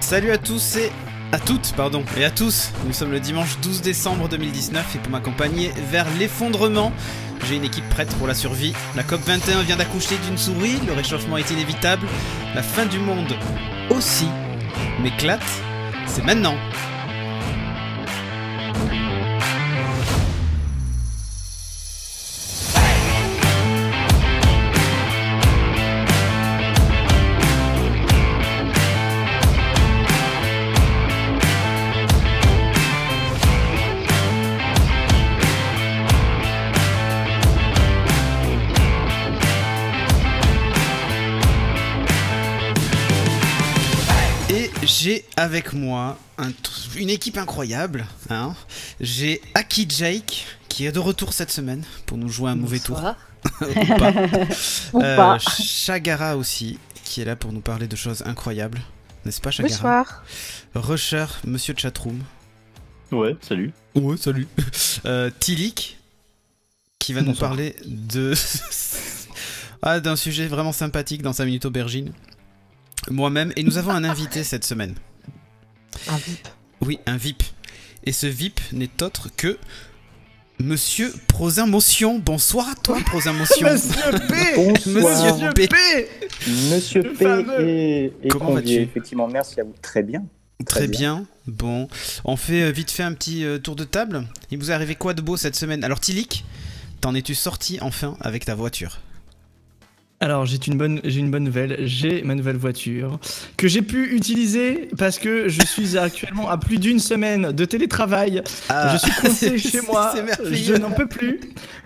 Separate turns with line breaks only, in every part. Salut à tous et à toutes, pardon, et à tous. Nous sommes le dimanche 12 décembre 2019 et pour m'accompagner vers l'effondrement, j'ai une équipe prête pour la survie. La COP21 vient d'accoucher d'une souris, le réchauffement est inévitable, la fin du monde aussi. M'éclate, c'est maintenant. Et j'ai avec moi un t- une équipe incroyable. hein. J'ai Aki Jake qui est de retour cette semaine pour nous jouer un mauvais tour.
Bonsoir.
Ou pas.
Ou
Euh,
pas.
Chagara aussi, qui est là pour nous parler de choses incroyables. N'est-ce pas, Chagara
Bonsoir.
Rusher, Monsieur Chatroom.
Ouais, salut.
Ouais, salut. Euh, Tilik, qui va
Bonsoir.
nous parler de. ah, d'un sujet vraiment sympathique dans 5 minutes aubergine. Moi-même, et nous avons un invité cette semaine.
Un bip.
Oui, un VIP. Et ce VIP n'est autre que. Monsieur Prosin Motion, bonsoir à toi Prosin Motion.
Bonsoir.
Monsieur P.
Monsieur
Le
P
fameux.
et, et
Comment
Convier,
vas-tu
effectivement, merci à vous. Très bien.
Très
Très
bien. Bon, on fait euh, vite fait un petit euh, tour de table. Il vous est arrivé quoi de beau cette semaine Alors Tilik, t'en es-tu sorti enfin avec ta voiture
Alors j'ai une bonne j'ai une bonne nouvelle, j'ai ma nouvelle voiture que j'ai pu utiliser parce que je suis actuellement à plus d'une semaine de télétravail.
Ah.
je suis coincé
Ah. c'est-
chez moi,
c'est merveilleux.
je n'en peux plus.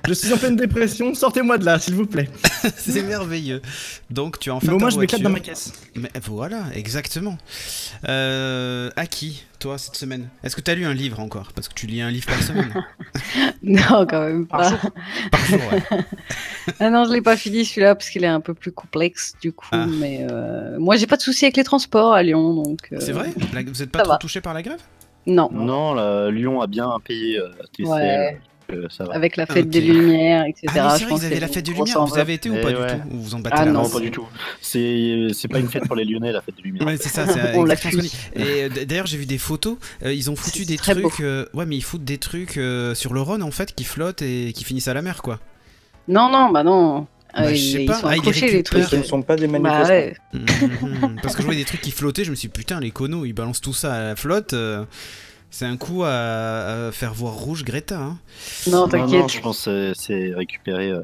Je suis en pleine dépression, sortez-moi de là s'il vous plaît.
C'est merveilleux. Donc tu as enfin
Mais au
ta
moins je
voiture.
m'éclate dans ma caisse.
Mais euh, voilà, exactement. Euh, à qui toi cette semaine Est-ce que t'as lu un livre encore Parce que tu lis un livre par semaine
Non, quand même pas.
par jour. ouais.
Ah non, je l'ai pas fini celui-là parce qu'il est un peu plus complexe du coup.
Ah.
Mais euh, moi, j'ai pas de souci avec les transports à Lyon, donc. euh,
C'est vrai La- Vous êtes pas
Ça
trop
va.
touché par la grève
Non.
Non, là, Lyon a bien payé euh, TCL.
Ouais.
euh, ça va.
Avec la fête
Ah, Ok.
des Lumières, etc.
Ah oui, c'est
je
vrai,
pense
vous avez
qu'il y a
la
une
fête des
grosse
lumières. Vous
enveloppe.
avez été ou
Eh
pas
ouais.
du tout Ou vous en battez
Ah
la
non,
race
pas du tout. C'est c'est pas une fête pour les Lyonnais, la fête des Lumières.
Ouais, c'est ça, c'est
On
exactement
l'a
ce qu'on dit. Et euh, d- d'ailleurs, j'ai vu des photos, euh, ils ont foutu
C'est
des
très beau.
trucs. euh, ouais, mais ils foutent des trucs euh, sur le Rhône en fait qui flottent et qui finissent à la mer quoi.
Non, non, bah non.
Bah,
Euh,
je
ils,
sais
ils
pas.
sont
Ah, il les
accrochés les
récupère.
trucs.
Ce ne sont pas des
Bah
manifestants.
ouais.
Mhm. Parce que je voyais des trucs qui flottaient, je me suis dit, putain, les conos, ils balancent tout ça à la flotte. euh, c'est un coup à, à faire voir rouge Greta. Hein.
Non,
Non, non,
t'inquiète.
je pense que c'est récupéré. euh,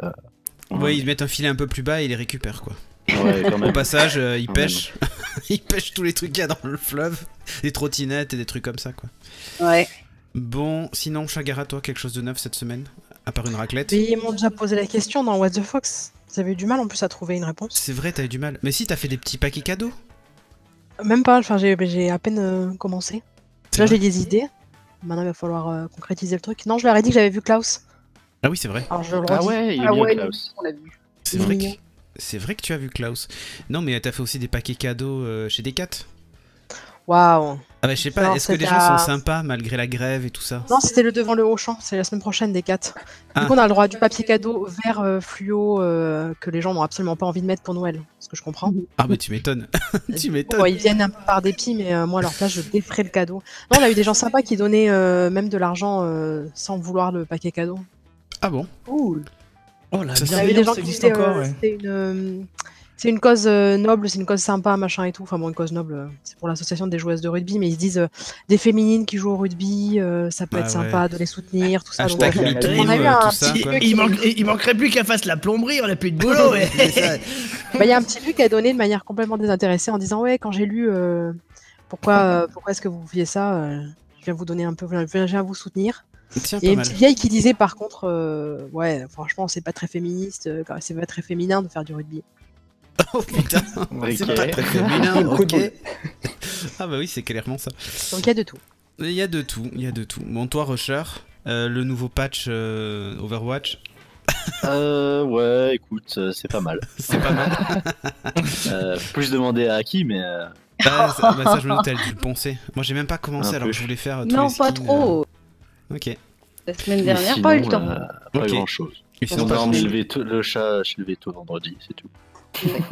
Ouais, ils mettent un filet un peu plus bas et ils les récupèrent quoi.
ouais, quand
Au
même.
passage, euh, ils
Quand
pêchent. ils pêchent tous les trucs qu'il y a dans le fleuve. Des trottinettes et des trucs comme ça quoi.
Ouais.
Bon, sinon, Chagara, toi, quelque chose de neuf cette semaine À part une raclette
Mais ils m'ont déjà posé la question dans What the Fox. Vous avez eu du mal en plus à trouver une réponse.
C'est vrai, t'as eu du mal. Mais si, t'as fait des petits paquets cadeaux.
Même pas, enfin, j'ai j'ai à peine euh, commencé.
C'est
Là
vrai.
j'ai des idées. Maintenant il va falloir euh, concrétiser le truc. Non, je leur ai dit que j'avais vu Klaus.
Ah oui, c'est vrai.
Alors je le
Ah
redis.
ouais, il est
Ah
bien,
ouais,
Klaus.
On l'a vu.
C'est
Il est
vrai, que...
mignon.
c'est vrai que tu as vu Klaus. Non, mais t'as fait aussi des paquets cadeaux euh, chez Decat.
Waouh.
Ah bah, je sais pas,
Non,
est-ce que les
c'était
gens
à-
sont sympas malgré la grève et tout ça
Non, c'était le devant le Auchan. C'est la semaine prochaine des 4.
Ah.
Du coup, on a le droit à du papier cadeau vert euh, fluo euh, que les gens n'ont absolument pas envie de mettre pour Noël. Ce que je comprends.
Ah bah, tu m'étonnes. tu m'étonnes.
Bon, ils viennent un peu par dépit, mais euh, moi, à leur place, je déferais le cadeau. Non, on a eu des gens sympas qui donnaient euh, même de l'argent euh, sans vouloir le paquet cadeau.
Ah bon
Cool.
Oh la
Ça, c'est-
Il y avait des gens
bienveillance
qui
existe
disaient,
encore.
euh,
ouais.
c'est une, euh, c'est une cause euh, noble, c'est une cause sympa, machin et tout. Enfin bon, une cause noble, euh, c'est pour l'association des joueuses de rugby, mais ils se disent euh, des féminines qui jouent au rugby, euh, ça peut
Ah
être sympa de les soutenir, tout ça. donc,
Hashtag
ouais.
ouais.
MeToo,
On a eu
euh,
un
tout ça.
petit
quoi.
truc.
Il, manque- il manquerait plus qu'elle fasse la plomberie, on a plus de boulot. ouais.
C'est ça.
Bah, Il y a un petit truc à donner de manière complètement désintéressée en disant ouais, quand j'ai lu euh, pourquoi, euh, pourquoi est-ce que vous faisiez ça, euh, je viens vous donner un peu, je viens- je viens vous soutenir.
Tiens,
Il y
Ah, pas
a une
mal.
petite vieille qui disait par contre, euh, ouais, franchement, c'est pas très féministe, euh, quand- c'est pas très féminin de faire du rugby.
Oh putain, c'est
Ok.
pas très féminin,
Coup
ok.
de
Ah bah oui, c'est clairement ça.
Donc il y a de tout.
Il y a de tout, il y a de tout. Bon, toi, Rusher, euh, le nouveau patch euh, Overwatch,
Euh, ouais, écoute, euh, c'est pas mal.
c'est pas mal.
Euh, faut plus demander à qui, mais euh,
Ah, ça, bah ça, je me doutais, elle a dû le poncer. Moi, j'ai même pas commencé
Un
alors
peu.
que je voulais faire. euh, tous
Non,
les
pas
skins,
trop.
euh, Ok.
La semaine
mais
dernière,
sinon,
pas eu le temps.
euh, pas
Ok.
grand chose.
Et sinon,
On
pas
a
grand-chose.
enlevé tout- le chat chez le veto vendredi, c'est tout.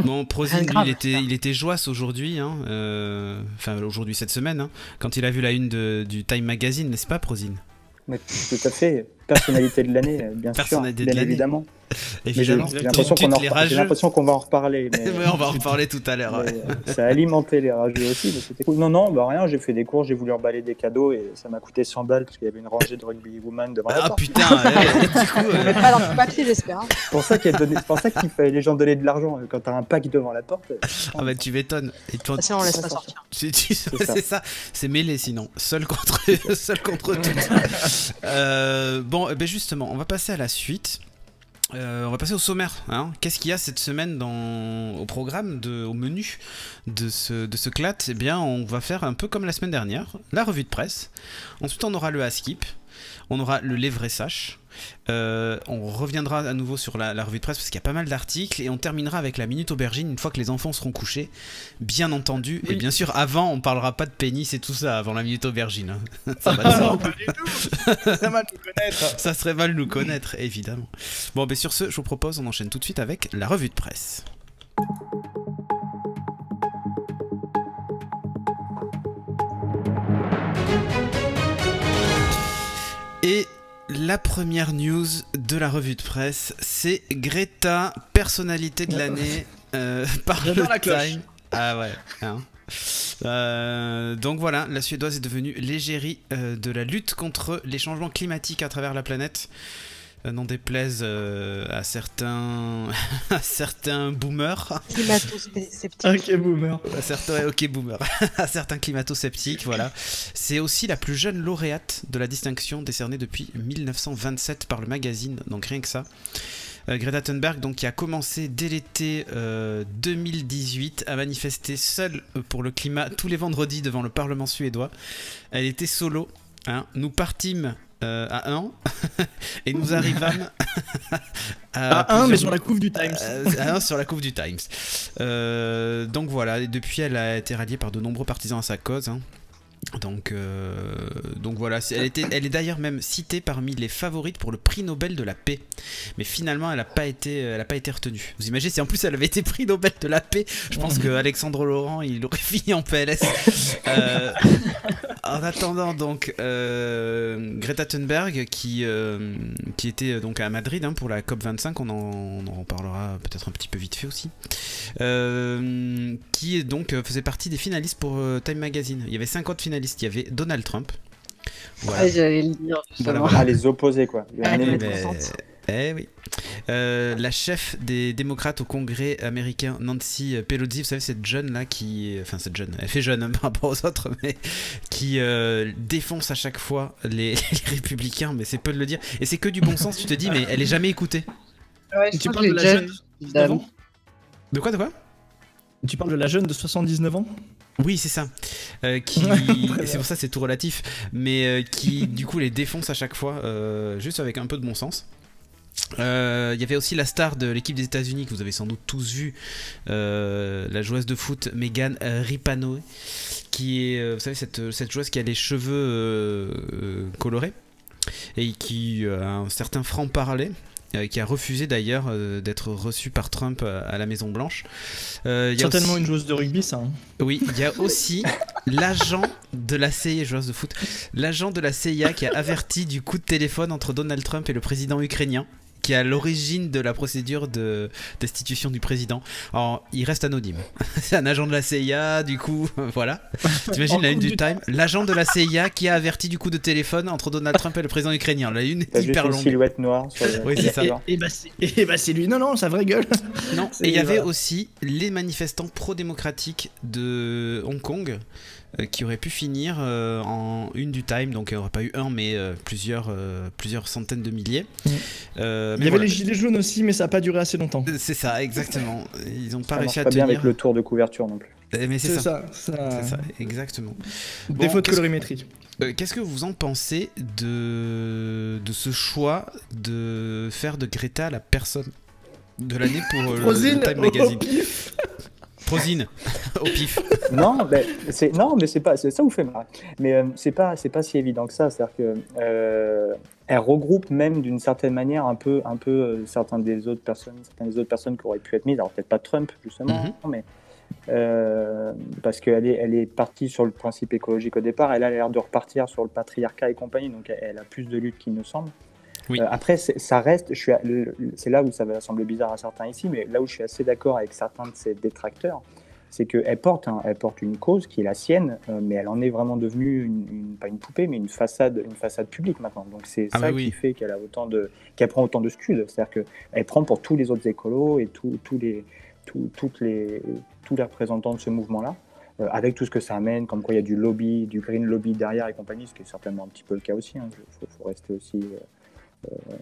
Bon, Prozine, lui,
grave.
il était, il était joyeux aujourd'hui, hein, euh, enfin aujourd'hui cette semaine, hein, quand il a vu la une de- du Time Magazine, n'est-ce pas, Prozine
Mais tout à fait. Personnalité de l'année, euh, bien sûr.
Personnalité de
Bien
l'année.
évidemment. Mais J'ai
Évidemment.
j'ai l'impression
Tout de
qu'on en
suite, les
repar- j'ai
rageux.
l'impression qu'on va en reparler. Mais...
Ouais, on va en reparler tout à l'heure. ouais.
mais, euh, ça a alimenté les rageux aussi, mais c'était cool. Non, non, bah rien, j'ai fait des cours, j'ai voulu emballer des cadeaux et ça m'a coûté 100 balles parce qu'il y avait une rangée de rugby woman devant la
Ah
porte.
putain, ouais, du coup, euh,
Pas dans le papier, j'espère. hein.
C'est pour ça qu'elle donnait- c'est pour ça qu'il fallait les gens donner de l'argent euh, quand t'as un pack devant la porte. euh,
ah bah, tu m'étonnes. Et toi,
Sinon, on laisse pas sortir.
Tu- tu- C'est
ça.
ça, c'est mêlé sinon, seul contre, seul contre tout. Euh, bon, eh ben justement, on va passer à la suite. Euh, on va passer au sommaire. hein. Qu'est-ce qu'il y a cette semaine dans, au programme, de, au menu de ce, de ce clat Eh bien, on va faire un peu comme la semaine dernière, la revue de presse. Ensuite, on aura le Askip. On aura le Lévré Sache. Euh, on reviendra à nouveau sur la, la revue de presse parce qu'il y a pas mal d'articles. Et on terminera avec la Minute Aubergine une fois que les enfants seront couchés. Bien entendu. Et
Oui.
bien sûr, avant, on parlera pas de pénis et tout ça avant la Minute Aubergine. hein. ça, va, ça,
pas du tout Ça m'a tout connaître
ça serait mal nous connaître, évidemment. Bon, ben sur ce, je vous propose, on enchaîne tout de suite avec la revue de presse. Et la première news de la revue de presse, c'est Greta, personnalité de l'année, euh, par le
J'adore la cloche.
Time. Ah ouais. hein. Euh, donc voilà, la Suédoise est devenue l'égérie euh, de la lutte contre les changements climatiques à travers la planète. Euh, N'en déplaise euh, à certains, à certains boomers,
Ah
Climato-sceptique.
Ok, boomer.
à certains ouais, ok boomers, à certains climato-sceptiques. Voilà, c'est aussi la plus jeune lauréate de la distinction décernée depuis 1927 par le magazine. Donc rien que ça. Euh, Greta Thunberg, donc, qui a commencé dès l'été euh, 2018 à manifester seule euh, pour le climat tous les vendredis devant le Parlement suédois. Elle était solo. hein. Nous partîmes euh, à un et nous arrivâmes à,
Ah, un, mais
plusieurs-
sur la couve du Times.
euh, ah non, sur la coupe du Times. Euh, donc voilà, et depuis elle a été ralliée par de nombreux partisans à sa cause. hein. Donc, euh, donc voilà, c'est- elle, était, elle est d'ailleurs même citée parmi les favorites pour le prix Nobel de la paix. Mais finalement, elle n'a pas, été- elle a pas été retenue. Vous imaginez, si en plus elle avait été prix Nobel de la paix, je pense que Alexandre Laurent, il aurait fini en PLS. Euh, en attendant, donc, euh, Greta Thunberg, qui, euh, qui était euh, donc à Madrid hein, pour la COP25, on en, on en parlera peut-être un petit peu vite fait aussi, euh, qui est donc euh, faisait partie des finalistes pour euh, Time Magazine. Il y avait 50 finalistes, il y avait Donald Trump. Voilà.
Ouais, J'allais le dire justement.
Voilà,
Ah, les opposés quoi. Il y en a
Ah,
une
mais-
autre.
Mais-
contente.
Eh oui. Euh, la chef des démocrates au Congrès américain, Nancy Pelosi, vous savez, cette jeune là qui. Enfin, cette jeune, elle fait jeune hein, par rapport aux autres, mais qui euh, défonce à chaque fois les, les républicains, mais c'est peu de le dire. Et c'est que du bon sens, tu te dis, mais elle est jamais écoutée.
Ouais, je
Tu
crois que
parles de
les
la
jeunes,
jeune de 19 ans
De quoi, de quoi
Tu parles de la jeune de 79 ans
Oui, c'est ça. Euh, qui... et c'est pour ça que c'est tout relatif, mais euh, qui du coup les défonce à chaque fois, euh, juste avec un peu de bon sens. Euh, Il y avait aussi la star de l'équipe des États-Unis que vous avez sans doute tous vu, euh, la joueuse de foot Megan Ripanoe, qui est, euh, vous savez, cette, cette joueuse qui a les cheveux euh, euh, colorés et qui euh, a un certain franc-parler. euh, qui a refusé d'ailleurs euh, d'être reçue par Trump euh, à la Maison Blanche. Euh, il y a
Certainement
aussi-
une joueuse de rugby, ça. hein.
oui, il y a aussi l'agent de la CIA, joueuse de foot, l'agent de la CIA qui a averti du coup de téléphone entre Donald Trump et le président ukrainien, qui est à l'origine de la procédure de destitution du président. Alors, il reste anonyme. C'est un agent de la CIA, du coup, voilà. T'imagines la une du Time L'agent de la CIA qui a averti du coup de téléphone entre Donald Trump et le président ukrainien. La une est
T'as juste
hyper
une
longue.
silhouette noire sur le-
Oui, c'est ça.
Et, et bah, c'est- et bah, c'est lui. Non, non, sa vraie gueule.
Non,
C'est-
et il y avait
voilà.
aussi les manifestants pro-démocratiques de Hong Kong euh, qui auraient pu finir euh, en une du time, donc il n'y aurait pas eu un, mais euh, plusieurs, euh, plusieurs centaines de milliers.
Mm.
Euh,
Il
mais
y avait
voilà.
les gilets jaunes aussi, mais ça a pas duré assez longtemps.
Euh, C'est ça, exactement. Ils n'ont pas
Ça marche
réussi à
pas bien
tenir.
avec le tour de couverture non plus.
Eh, Mais c'est ça.
ça.
C'est ça, exactement. Bon,
Défaut de
qu'est-ce-
colorimétrie.
euh, Qu'est-ce que vous en pensez de... de ce choix de faire de Greta la personne de l'année pour euh, le, le
Rosine,
Time
oh,
Magazine
pif.
Prosine, au pif.
non, mais c'est non, mais c'est pas c'est- ça vous fait marrer. Mais euh, c'est pas c'est pas si évident que ça. C'est-à-dire que euh, elle regroupe même d'une certaine manière un peu un peu euh, certaines des autres personnes, certaines des autres personnes qui auraient pu être mises. Alors peut-être pas Trump justement, mais euh, parce qu'elle est elle est partie sur le principe écologique au départ. Elle a l'air de repartir sur le patriarcat et compagnie. Donc elle, elle a plus de lutte qu'il ne semble.
Oui.
Euh, après, c'est- ça reste, je suis, à- le- le- c'est là où ça va sembler bizarre à certains ici, mais là où je suis assez d'accord avec certains de ses détracteurs, c'est qu'elle porte, un- elle porte une cause qui est la sienne, euh, mais elle en est vraiment devenue une, une- pas une poupée, mais une façade, une façade publique maintenant. Donc c'est
Ah
ça
bah oui.
qui fait qu'elle a autant de, qu'elle prend autant de scud. C'est-à-dire qu'elle prend pour tous les autres écolos et tous tous les, tous- toutes les, tous les représentants de ce mouvement-là. euh, avec tout ce que ça amène, comme quoi il y a du lobby, du green lobby derrière et compagnie, ce qui est certainement un petit peu le cas aussi. Il faut, faut rester aussi, euh, euh,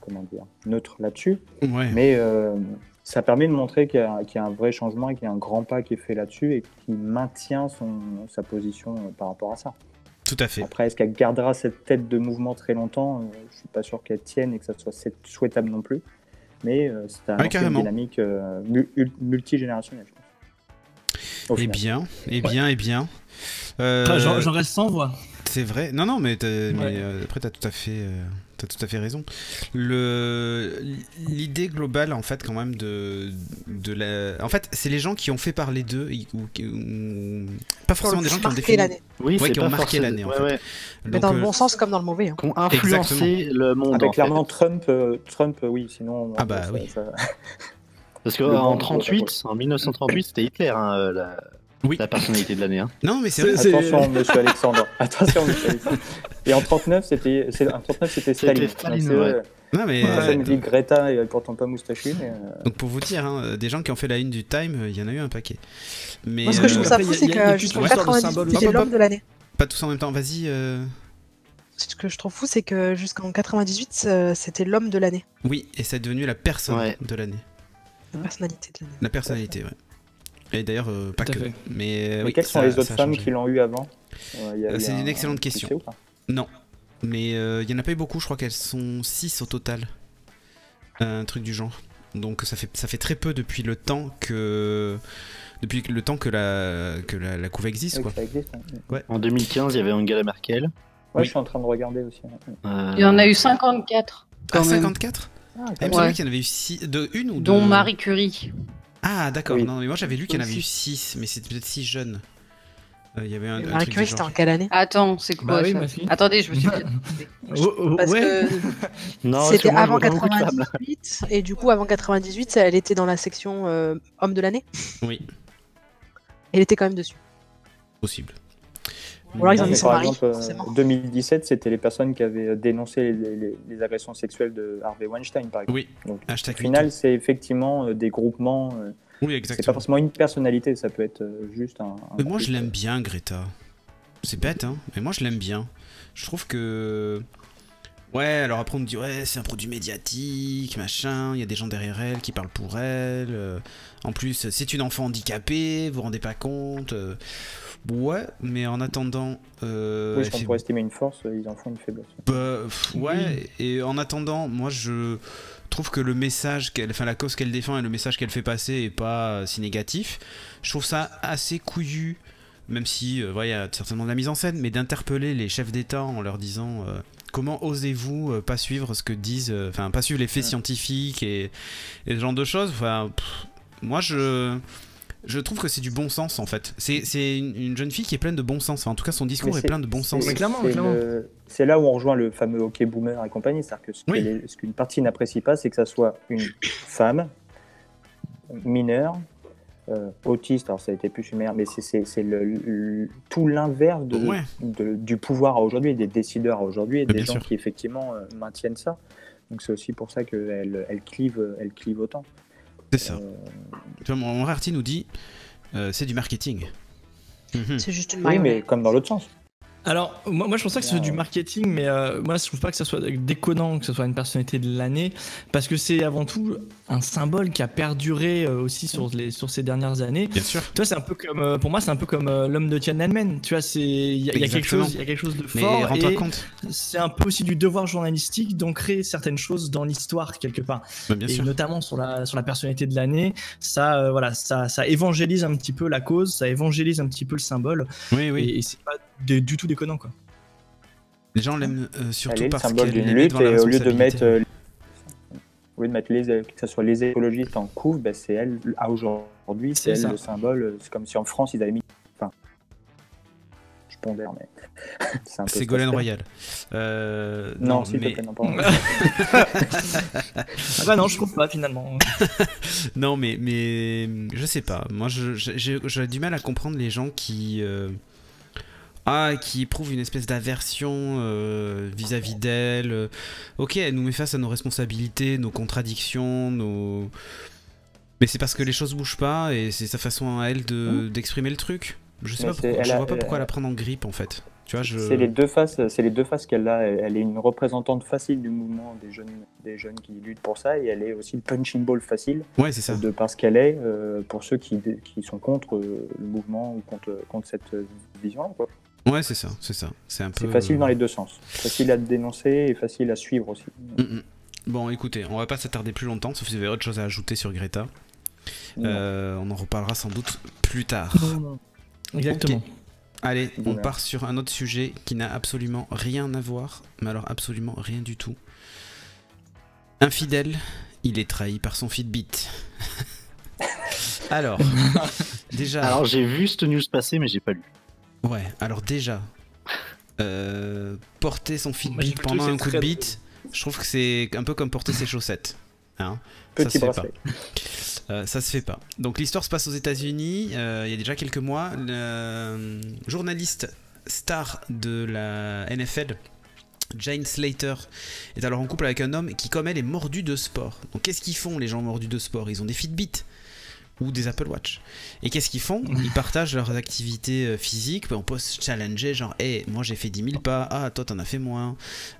comment dire, neutre là-dessus.
Ouais.
Mais euh, ça permet de montrer qu'il y, a- qu'il y a un vrai changement et qu'il y a un grand pas qui est fait là-dessus et qui maintient son, sa position euh, par rapport à ça.
Tout à fait.
Après, est-ce qu'elle gardera cette tête de mouvement très longtemps Euh, Je suis pas sûr qu'elle tienne et que ça soit sou- souhaitable non plus. Mais euh, c'est un-
Ouais,
c'est une
carrément.
dynamique euh, mu- ul- multigénérationnelle, je pense. Au
Eh
final.
bien, eh bien, eh bien. Euh,
Ah, J'en j'en reste sans voix.
C'est vrai. Non, non, mais, t'as- mais, euh, après, t'as tout à fait, euh, t'as tout à fait raison. Le l'idée globale, en fait, quand même de de la. En fait, c'est les gens qui ont fait parler d'eux, et- ou, qui- ou- pas forcément des gens qui ont
marqué
défini.
l'année.
Oui,
Ouais,
c'est
qui
pas
ont marqué
forcément-
l'année, en
ouais,
fait.
ouais.
Mais
Donc,
dans le
euh,
bon sens comme dans le mauvais. hein.
Qui ont influencé le
Ah,
monde.
bah,
Avec
en fait.
clairement Trump, euh, Trump, euh, oui, sinon.
Ah bah
ça-
oui.
ça-
Parce que
Le
en
monde,
38, en 1938, c'était Hitler hein, la,
Oui.
la personnalité de l'année. hein.
Non, mais c'est vrai.
C'est-
Attention, monsieur Alexandre. Attention, monsieur Alexandre. Et en 39, c'était c'est- en 39, c'était Staline.
Staline,
Donc, c'est,
ouais.
euh,
Non, mais
Personne
euh, Eh
ne dit Greta et elle est pourtant pas moustachue, mais. euh,
donc pour vous dire, hein, des gens qui ont fait la une du Time, euh, il y en a eu un paquet. Mais
Moi, ce que
euh,
je trouve ça
après,
fou,
y a-
c'est
y a- y a
que
plus
jusqu'en
trop l'histoire de
98,
symboles.
c'était
Hop, hop,
l'homme de l'année.
pas tous en même temps. Vas-y. euh,
Ce que je trouve fou, c'est que jusqu'en 98, euh, c'était l'homme de l'année,
Oui, et c'est devenu la personne
Ouais.
de l'année.
la personnalité de l'année.
La personnalité, ouais. Et d'ailleurs, euh, pas
Tout à
que.
fait.
Mais, euh,
mais
oui,
quelles
ça-
sont les
ça
autres
a
femmes
changé.
qui l'ont eu avant Euh, il y
Euh,
a- il y a
c'est
un-
une excellente
tu sais
question.
ou pas
Mais euh, il n'y en a pas eu beaucoup, je crois qu'elles sont 6 au total. Un truc du genre. Donc ça fait, ça fait très peu depuis le temps que. Depuis le temps que la, que la, la couve existe,
Oui,
quoi.
ça existe, hein.
En 2015, il y avait Angela Merkel.
Ouais,
Oui.
je suis en train de regarder aussi. hein.
Euh,
Il y en a eu 54. Quand
Ah,
même.
54
Ah,
Ah, Il me
Ouais.
semblait qu'il y en avait eu 6. De une ou deux
Dont Marie Curie.
Ah, d'accord.
Oui.
Non, mais moi j'avais lu qu'il y en avait eu
Aussi.
6, mais c'était peut-être 6 jeunes. Euh, Il y avait un, un
Marie
truc
Curie,
du
c'était
genre.
en
hein.
quelle année
Attends, c'est quoi
Bah oui,
ça
ma fille.
Attendez, je me suis dit.
Oh, oh,
Parce
ouais.
que
non,
c'était
sûrement, je
avant
vois beaucoup de femmes.
98, et du coup, avant 98, elle était dans la section euh, homme de l'année.
Oui,
Elle était quand même dessus.
possible.
Ou alors ils
Non,
ont
mais
mis son
par
mari,
exemple, euh,
forcément.
2017, c'était les personnes qui avaient euh, dénoncé les, les- les agressions sexuelles de Harvey Weinstein, par exemple.
Oui,
Donc,
hashtag
Au final, c'est effectivement euh, des groupements. euh,
MeToo. Oui,
c'est pas
exactement.
forcément une personnalité, ça peut être euh, juste un. un
Mais moi je
groupe,
l'aime bien Greta. C'est bête hein, mais moi je l'aime bien. Je trouve que ouais, alors après on me dit ouais, c'est un produit médiatique, machin, il y a des gens derrière elle qui parlent pour elle. euh, En plus, c'est une enfant handicapée, vous vous rendez pas compte. euh, Ouais, mais en attendant euh,
euh, oui,
elle
ce qu'on
fait
pourrait estimer une force, euh, ils en font une faiblesse.
bah, pff, ouais, et en attendant, moi je trouve que le message, qu'elle, enfin la cause qu'elle défend et le message qu'elle fait passer est pas euh, si négatif. Je trouve ça assez couillu, même si, euh, ouais, il y a certainement de la mise en scène, mais d'interpeller les chefs d'État en leur disant euh, comment osez-vous euh, pas suivre ce que disent, euh, enfin pas suivre les faits
Ouais.
scientifiques et, et ce genre de choses. Enfin, pff, moi je. Je trouve que c'est du bon sens en fait. C'est c'est une, une jeune fille qui est pleine de bon sens. Enfin, en tout cas, son discours
Mais
est,
c'est-
plein de bon sens.
c'est-
Mais clairement,
c'est
clairement.
le- C'est là où on rejoint le fameux hockey boomer et compagnie. C'est-à-dire que ce
Oui.
qu'elle est- ce qu'une partie n'apprécie pas, c'est que ça soit une femme mineure, euh, autiste. Alors ça a été plus une mère, mais c'est- c'est c'est le, le- tout l'inverse de,
Ouais.
de- du pouvoir à aujourd'hui, des décideurs à aujourd'hui et
Mais
des
bien
gens
sûr.
qui effectivement euh, maintiennent ça. Donc c'est aussi pour ça qu'elle elle clive, elle clive autant.
C'est ça.
Euh,
Tu vois, mon mon Rarty nous dit euh, c'est du marketing. Mhm.
C'est juste une
Hmm.
oui,
marionnette.
mais comme dans l'autre sens.
Alors, moi, moi je pense pas que ce soit du marketing, mais euh, moi je trouve pas que ce soit déconnant que ce soit une personnalité de l'année, parce que c'est avant tout un symbole qui a perduré euh, aussi sur, les, sur ces dernières années.
Bien sûr.
Toi, c'est un peu comme, euh, pour moi, c'est un peu comme euh, l'homme de Tiananmen. Tu vois, c'est il y, a- il y a quelque
Exactement.
chose, il y a quelque chose de
Mais
fort.
rends-toi
et
compte.
C'est un peu aussi du devoir journalistique d'ancrer certaines choses dans l'histoire quelque part,
Bah, bien
et
sûr.
notamment sur la sur la personnalité de l'année. Ça, euh, voilà, ça, ça évangélise un petit peu la cause, ça évangélise un petit peu le symbole,
Oui, oui.
et, et c'est pas de- du tout déconnant quoi.
Les gens l'aiment euh,
Elle
surtout
est le
parce
symbole
qu'elle
d'une
est
lutte
devant la
et au lieu de
responsabilité.
mettre, euh, au lieu de mettre les, que ce soit les écologistes en couvre, bah, c'est elle, à aujourd'hui,
C'est
c'est elle
ça.
le symbole. C'est comme si en France, ils avaient mis. Enfin, je pondère, mais. c'est un peu
Ségolène
spécial.
Royal. Euh,
Non, s'il
mais,
te plaît, non, pardon.
Ah bah non, je trouve pas finalement.
non, mais mais mm, je sais pas. Moi, je- je- j'ai j'ai du mal à comprendre les gens qui euh, ah qui éprouvent une espèce d'aversion euh, vis-à-vis d'elle. Euh, Ok, elle nous met face à nos responsabilités, nos contradictions, nos mais c'est parce que les choses bougent pas et c'est sa façon à elle de d'exprimer le truc. Je sais
Mmh. Mais
pas
c'est-
pourquoi,
elle
je
a-
vois pas
elle-
pourquoi la prendre en grippe en fait. Tu vois, je...
C'est les deux faces, c'est les deux faces qu'elle a. Elle elle est une représentante facile du mouvement des jeunes, des jeunes qui luttent pour ça, et elle est aussi le punching ball facile
Ouais, c'est ça.
de parce qu'elle est euh, pour ceux qui, qui sont contre euh, le mouvement ou contre, contre cette vision. quoi.
Ouais, c'est ça, c'est ça. C'est un peu.
C'est facile dans les deux sens, facile à dénoncer et facile à suivre aussi.
Mm, mm. Bon, écoutez, on va pas s'attarder plus longtemps, sauf si vous avez autre chose à ajouter sur Greta. Euh, on en reparlera sans doute plus tard.
Mm. Exactement.
Allez, on
Voilà.
part sur un autre sujet qui n'a absolument rien à voir, mais alors absolument rien du tout. Infidèle, il est trahi par son Fitbit. alors, déjà.
Alors j'ai vu cette news passer, mais j'ai pas lu.
Ouais, alors déjà, euh, porter son
Moi, j'ai
Fitbit
plutôt
pendant
que
un
c'est
coup de
très
bite, je trouve que c'est un peu comme porter ses chaussettes. Hein ça se
Petit
fait
bracelet.
Euh, ça se fait pas. Donc l'histoire se passe aux États-Unis. euh, il y a déjà quelques mois, le euh, journaliste star de la NFL, Jane Slater, est alors en couple avec un homme qui, comme elle, est mordu de sport. Donc qu'est-ce qu'ils font les gens mordus de sport Ils ont des Fitbit ou des Apple Watch. Et qu'est-ce qu'ils font Ils partagent leurs activités euh, physiques. On peut se challenger, genre, hé, moi j'ai fait 10 000 pas, ah, toi t'en as fait moins.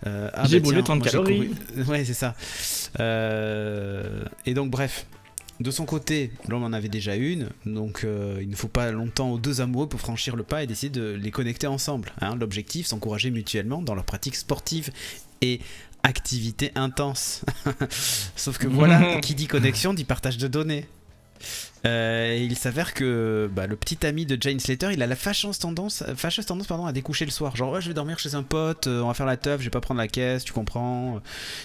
Euh, ah,
J'ai
bah,
brûlé
tiens,
30
moi, j'ai
calories.
couru. Ouais, c'est ça. Euh, et donc, bref. De son côté, l'homme en avait déjà une, donc euh, il ne faut pas longtemps aux deux amoureux pour franchir le pas et d'essayer de les connecter ensemble. hein. L'objectif, s'encourager mutuellement dans leur pratique sportive et activité intense. Sauf que voilà, qui dit connexion dit partage de données. Euh, il s'avère que bah, le petit ami de Jane Slater, il a la fâcheuse tendance, fâcheuse tendance pardon, à découcher le soir. Genre, ouais, je vais dormir chez un pote, euh, on va faire la teuf, je vais pas prendre la caisse, tu comprends.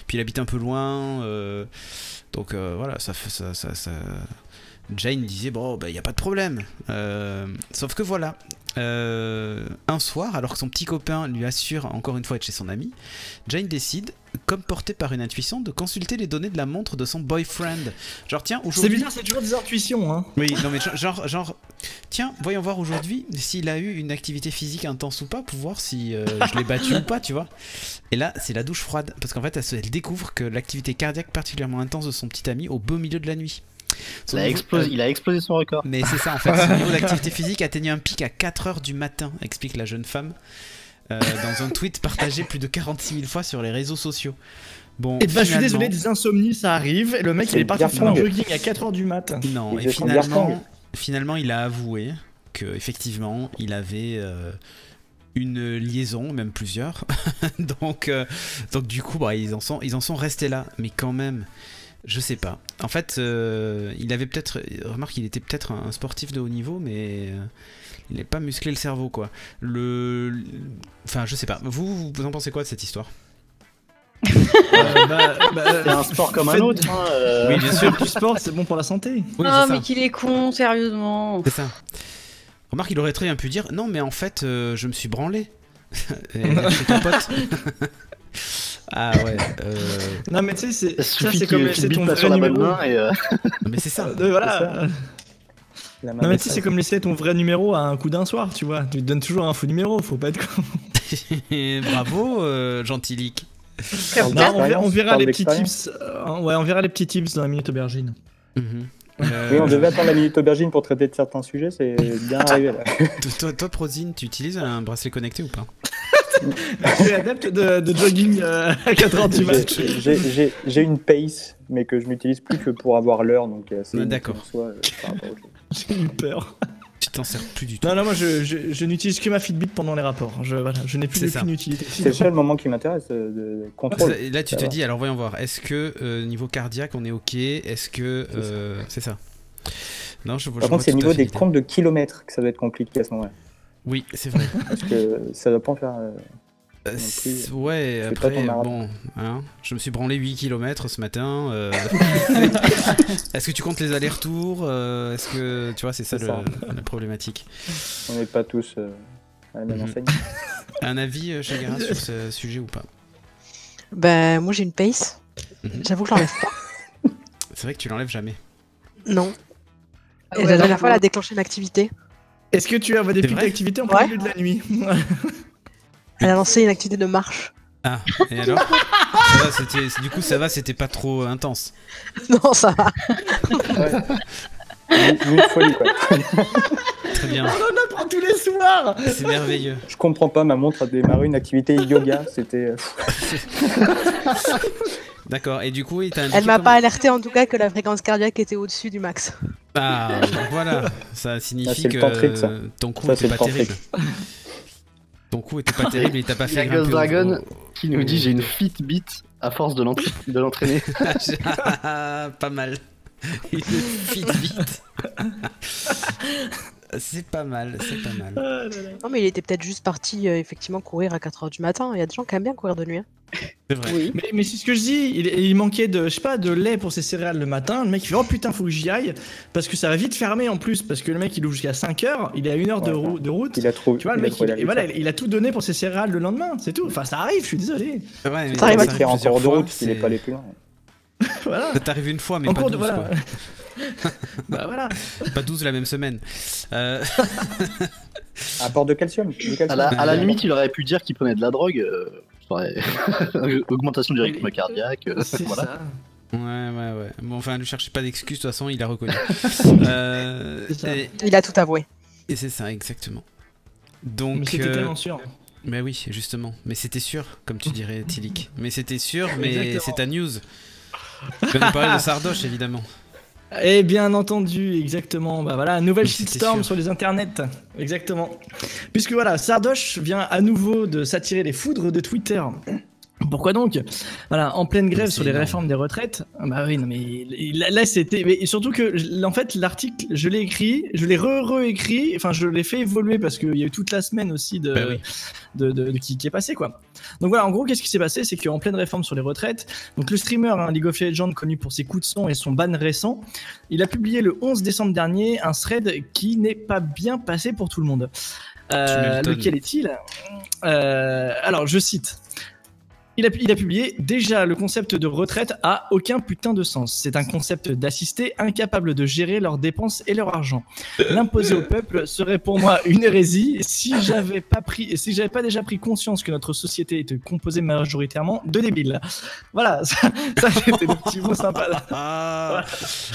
Puis il habite un peu loin. euh, donc euh, voilà, ça, fait- ça, ça, ça- Jane disait, bon, bah, il n'y a pas de problème. Euh, sauf que voilà, euh, un soir, alors que son petit copain lui assure encore une fois être chez son ami, Jane décide, comme portée par une intuition, de consulter les données de la montre de son boyfriend. Genre, tiens,
C'est
aujourd'hui.
bizarre, c'est toujours des intuitions. Hein.
Oui, non mais gen- genre, genre, tiens, voyons voir aujourd'hui s'il a eu une activité physique intense ou pas pour voir si euh, je l'ai battu ou pas, tu vois. Et là, c'est la douche froide, parce qu'en fait, elle, se- elle découvre que l'activité cardiaque particulièrement intense de son petit ami au beau milieu de la nuit. Son
Il a,
niveau-
explosé, il a explosé son record.
mais c'est ça en fait, son niveau d'activité physique atteignait un pic à 4h du matin, explique la jeune femme euh, dans un tweet partagé plus de 46 000 fois sur les réseaux sociaux. Bon,
Et bah, je suis
finalement-
désolé, des insomnies ça arrive. Et le mec, il
C'est
est parti faire un
Garfang.
jogging à 4h du mat.
Non,
Ils
et
se font de l'argent.
finalement, finalement, il a avoué que effectivement, il avait euh, une liaison, même plusieurs. donc, euh, donc du coup, bah, ils en sont, ils en sont restés là. Mais quand même, je sais pas. En fait, euh, il avait peut-être, remarque, il était peut-être un sportif de haut niveau, mais euh, il n'est pas musclé le cerveau, quoi. Le, le- enfin, je sais pas. Vous, vous en pensez quoi de cette histoire
Euh, bah,
C'est un sport comme un autre. hein, euh,
Oui, bien sûr.
Du sport, c'est bon pour la santé.
Oui, c'est
non,
ça.
mais qu'il est con, sérieusement.
C'est ça. Remarque, il aurait très bien pu dire non, mais en fait, euh, je me suis branlé. Et c'est ton pote. ah ouais. euh,
Non, mais tu sais, c'est-
Ça
ça,
suffit
c'est
qu'il
comme
qu'il
c'est ton
bite pas
vrai
sur la bonne
numéro.
main et euh,
Mais c'est ça.
Euh, voilà.
La main
Non, mais
de
tu sais,
ça.
c'est comme laisser ton vrai numéro à un coup d'un soir, tu vois. Tu te donnes toujours un faux numéro, faut pas être con.
Et bravo, euh, Gentilic.
Parle
Non,
d'expérience,
on verra, on verra
parle
les petits
d'expérience.
tips. euh, ouais, on verra les petits tips dans la minute aubergine.
Mhm. Euh,
Oui, on devait attendre la minute aubergine pour traiter de certains sujets, c'est bien arrivé là.
Toi, toi, toi, Prozine, tu utilises un bracelet connecté ou pas
tu es adepte de, de jogging euh, à 4h du
J'ai-
match.
J'ai j'ai- j'ai une pace, mais que je n'utilise plus que pour avoir l'heure. Donc, euh, c'est
Ah,
une
d'accord.
en soi, euh, par rapport au jeu.
J'ai eu peur.
Tu t'en sers plus du tout.
Non, non, moi je, je- je n'utilise que ma Fitbit pendant les rapports. Je, voilà, je n'ai plus
C'est ça.
aucune utilité.
C'est le seul moment qui m'intéresse, euh, de de contrôle.
C'est- Là, tu
Ça
te
va.
dis, alors voyons voir, est-ce que euh, niveau cardiaque on est ok Est-ce que.
C'est ça.
euh, C'est ça. Non, je, je
Par
vois
contre, c'est
tout à
au niveau
fait
des
l'idée.
comptes de kilomètres que ça doit être compliqué à ce moment-là.
Oui, c'est vrai.
Parce que ça doit pas en faire. euh,
Euh,
Non plus,
c'est- ouais,
fais pas
après,
ton marathon.
bon, hein, je me suis branlé 8 km ce matin. euh, est-ce que tu comptes les allers-retours euh, Est-ce que. Tu vois, c'est ça,
C'est
le-
ça.
la problématique.
On n'est pas tous euh, à la même
Mhm.
enseigne.
Un avis, euh, Chagrin, sur ce sujet ou pas
Ben, moi j'ai une pace.
Mhm.
J'avoue que je l'enlève pas.
C'est vrai que tu l'enlèves jamais.
Non.
Ah
Et
ouais,
la
non,
dernière fois,
non.
elle a déclenché une activité.
Est-ce que tu as des
C'est
petites
vrai
activités en
Ouais.
plein milieu de la nuit
Elle a lancé une activité de marche.
Ah, et alors Ça va, c'était- Du coup, ça va, c'était pas trop intense.
non, ça va.
Ni- ni de folie, quoi.
Très bien,
On en apprend tous les soirs
c'est merveilleux.
Je comprends pas, ma montre a démarré une activité yoga. C'était. euh,
D'accord, et du coup, il t'a indiqué
Elle m'a
comment-
pas alerté en tout cas que la fréquence cardiaque était au-dessus du max.
Ah, donc voilà, ça signifie
Ah, c'est le
que
tantrique, ça.
euh, ton coup
Ça,
était
c'est
pas
le tantrique.
terrible. Ton coup était pas terrible, il t'a pas
Il y
fait
a
grimper
Ghost
au-
Dragon. Qui nous
Oui.
dit j'ai une Fitbit à force de l'ent- de l'entraîner.
Ah, pas mal. Il le fit vite. c'est pas mal, c'est pas mal.
Non, mais il était peut-être juste parti euh, effectivement courir à 4h du matin. Il y a des gens qui aiment bien courir de nuit. hein.
C'est vrai.
Oui.
Mais, mais c'est ce que je dis, il, il manquait de, je sais pas, de lait pour ses céréales le matin. Le mec il fait Oh putain, faut que j'y aille parce que ça va vite fermer en plus. Parce que le mec il ouvre jusqu'à 5 heures, il est à 1 heure de,
Ouais,
rou-
ouais.
de route.
Il a trouvé.
Tu vois, le
il a
mec
trouvé
il,
la
et voilà,
lutte.
il, il a tout donné pour ses céréales le lendemain, c'est tout. Enfin, ça arrive, je suis désolé.
Ouais, mais ça
Ça arrive à
Il
te
écrit en
plusieurs
cours de
fois,
route, il est
c'est-
pas allé plus loin.
voilà.
Ça t'arrive une fois, mais
En
pas
cours
12.
de. Voilà.
quoi.
bah voilà.
Pas 12 la même semaine. Euh,
Apport de calcium. du calcium.
À la, à la limite, il aurait pu dire qu'il prenait de la drogue. euh, ça aurait- Augmentation du rythme cardiaque. euh,
C'est
voilà.
ça.
ouais, ouais, ouais. Bon, enfin, ne cherchez pas d'excuses, de toute façon, il a reconnu. Euh,
C'est ça.
et
Il a tout avoué.
et c'est ça, exactement.
Mais
Donc,
c'était
euh,
tellement sûr.
Mais oui, justement. Mais c'était sûr, comme tu dirais, Tilik. Mais c'était sûr, mais
Exactement.
c'est ta news. Je vais parler de Sardoche, évidemment.
Et Eh bien entendu, exactement. Bah voilà, nouvelle
Mais c'était
shitstorm
sûr.
sur les internets. Exactement. Puisque voilà, Sardoche vient à nouveau de s'attirer les foudres de Twitter. Pourquoi donc Voilà, en pleine grève
c'est
sur les
énorme.
réformes des retraites. Bah oui, non mais là, là, c'était. Mais surtout que, je- en fait, l'article, je l'ai écrit, je l'ai re-re-écrit, enfin, je l'ai fait évoluer parce qu'il y a eu toute la semaine aussi de,
Bah oui.
de, de- de- qui, qui est passé quoi. Donc voilà, en gros, qu'est-ce qui s'est passé C'est qu'en pleine réforme sur les retraites, donc le streamer hein, League of Legends, connu pour ses coups de son et son ban récent, il a publié le 11 décembre dernier un thread qui n'est pas bien passé pour tout le monde. Euh,
m'étonnes.
lequel est-il Euh, Alors, je cite. Il a, il a publié déjà le concept de retraite a aucun putain de sens. C'est un concept d'assistés incapables de gérer leurs dépenses et leur argent. L'imposer au peuple serait pour moi une hérésie si j'avais pas pris, si j'avais pas déjà pris conscience que notre société était composée majoritairement de débiles. Voilà, ça, ça, c'était le petit mot sympa. là.
Ah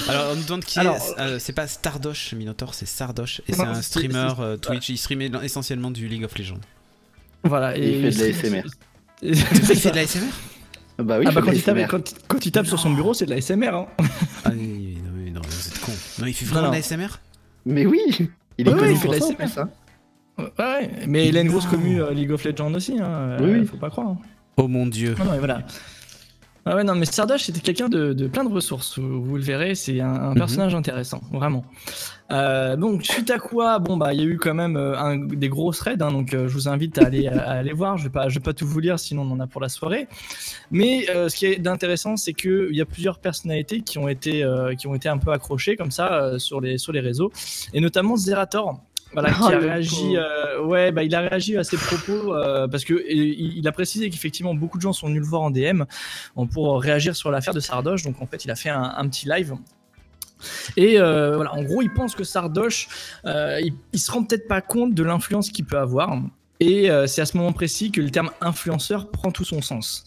Alors, on nous demande qui
Alors,
est. euh, c'est pas Stardoche, Minotaur, c'est Sardoche. Et c'est
Non,
un
c'est-
streamer
c'est-
euh, Twitch. Il streamait l- essentiellement du League of Legends.
Voilà.
Il fait de l'ASMR.
Et-
Il fait de la SMR
Bah oui,
Ah bah
je fais
quand
de
il, tape,
l'ASMR.
quand, il- quand il tape sur son bureau, c'est de la SMR. Hein.
Ah oui, oui, non, oui, non, vous êtes con. Non, il fait
Non,
vraiment de
non.
la SMR
Mais oui, il est
Ouais,
connu
il fait
pour
de
ça en
l'ASMR.
plus, hein.
Ouais, ouais, mais il a une grosse commu euh, League of Legends aussi. Hein. euh,
Oui, oui.
Faut pas croire. hein.
Oh mon dieu.
Non, non, mais voilà. Ah ouais, non, mais Sardoche, c'était quelqu'un de, de plein de ressources. Vous, vous le verrez, c'est un, un
Mhm.
personnage intéressant, vraiment. Euh, donc, suite à quoi, bon, bah, il y a eu quand même euh, un- des grosses raids. hein, donc, euh, je vous invite à aller, à aller voir. Je vais pas, je vais pas tout vous lire, sinon on en a pour la soirée. Mais euh, ce qui est intéressant, c'est que il y a plusieurs personnalités qui ont été, euh, qui ont été un peu accrochées comme ça euh, sur les, sur les réseaux, et notamment Zerator. Voilà,
Oh,
qui a
le
réagi. euh, ouais, bah, il a réagi à ses propos euh, parce que et il il a précisé qu'effectivement beaucoup de gens sont venus le voir en DM en- pour réagir sur l'affaire de Sardoche. Donc en fait, il a fait un, un petit live. Et euh, voilà, en gros, il pense que Sardoche, euh, il, il se rend peut-être pas compte de l'influence qu'il peut avoir. Et euh, c'est à ce moment précis que le terme influenceur prend tout son sens.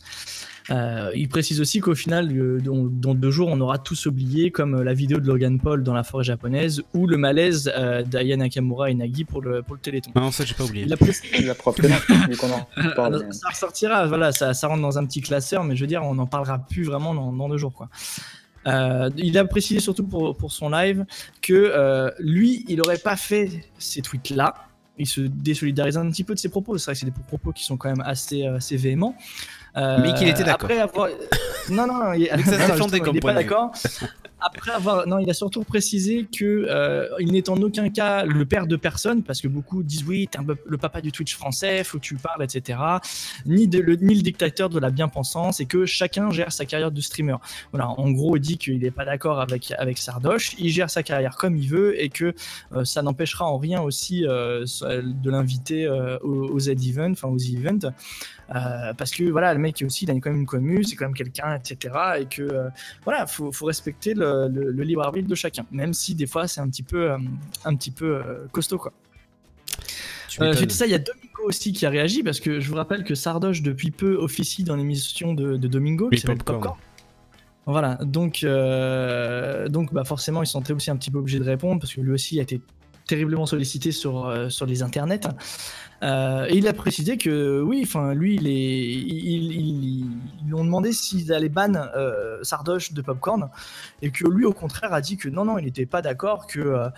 Euh, il précise aussi qu'au final, euh, dans, dans deux jours, on aura tous oublié, comme euh, la vidéo de Logan Paul dans la forêt japonaise ou le malaise euh, d'Aya Nakamura et Nagi pour le, pour le Téléthon.
Non, ça, j'ai pas oublié.
Il a précisé-
La prof que non, vu qu'on en parle, mais-
ça ressortira, voilà, ça, ça rentre dans un petit classeur, mais je veux dire, on n'en parlera plus vraiment dans, dans deux jours. Quoi. Euh, il a précisé surtout pour, pour son live que euh, lui, il n'aurait pas fait ces tweets-là. Il se désolidarise un petit peu de ses propos. C'est vrai que c'est des propos qui sont quand même assez, euh, assez véhéments. Euh,
Mais qu'il était d'accord.
Après avoir... Non, non, il,
Mais que ça se
non,
défendait
justement, il
comme
est
point
pas
de vue.
d'accord. Après avoir, non, il a surtout précisé que euh, il n'est en aucun cas le père de personne, parce que beaucoup disent oui, t'es un peu le papa du Twitch français, faut que tu parles, etc. Ni, de- le, ni le dictateur de la bien-pensance, et que chacun gère sa carrière de streamer. Voilà, en gros, il dit qu'il n'est pas d'accord avec avec Sardoche, il gère sa carrière comme il veut, et que euh, ça n'empêchera en rien aussi euh, de l'inviter euh, aux, aux Z events, enfin aux events, euh, parce que voilà, le mec aussi, il a quand même une commu, c'est quand même quelqu'un, etc. Et que euh, voilà, faut, faut respecter le, le- le libre arbitre de chacun, même si des fois c'est un petit peu, euh, un petit peu euh, costaud quoi.
Tu
Euh,
m'étonnes.
suite à ça, il y a Domingo aussi qui a réagi parce que je vous rappelle que Sardoche depuis peu officie dans l'émission de, de Domingo
Oui,
qui s'appelle
Popcorn.
Popcorn. Voilà, donc, euh, donc bah forcément, il se sentait aussi un petit peu obligé de répondre parce que lui aussi a été terriblement sollicité sur, euh, sur les internets. Euh, et il a précisé que oui, enfin lui, il est, il- il- ils lui ont demandé s'il allait ban euh, Sardoche de Popcorn et que lui, au contraire, a dit que non, non, il n'était pas d'accord, que euh,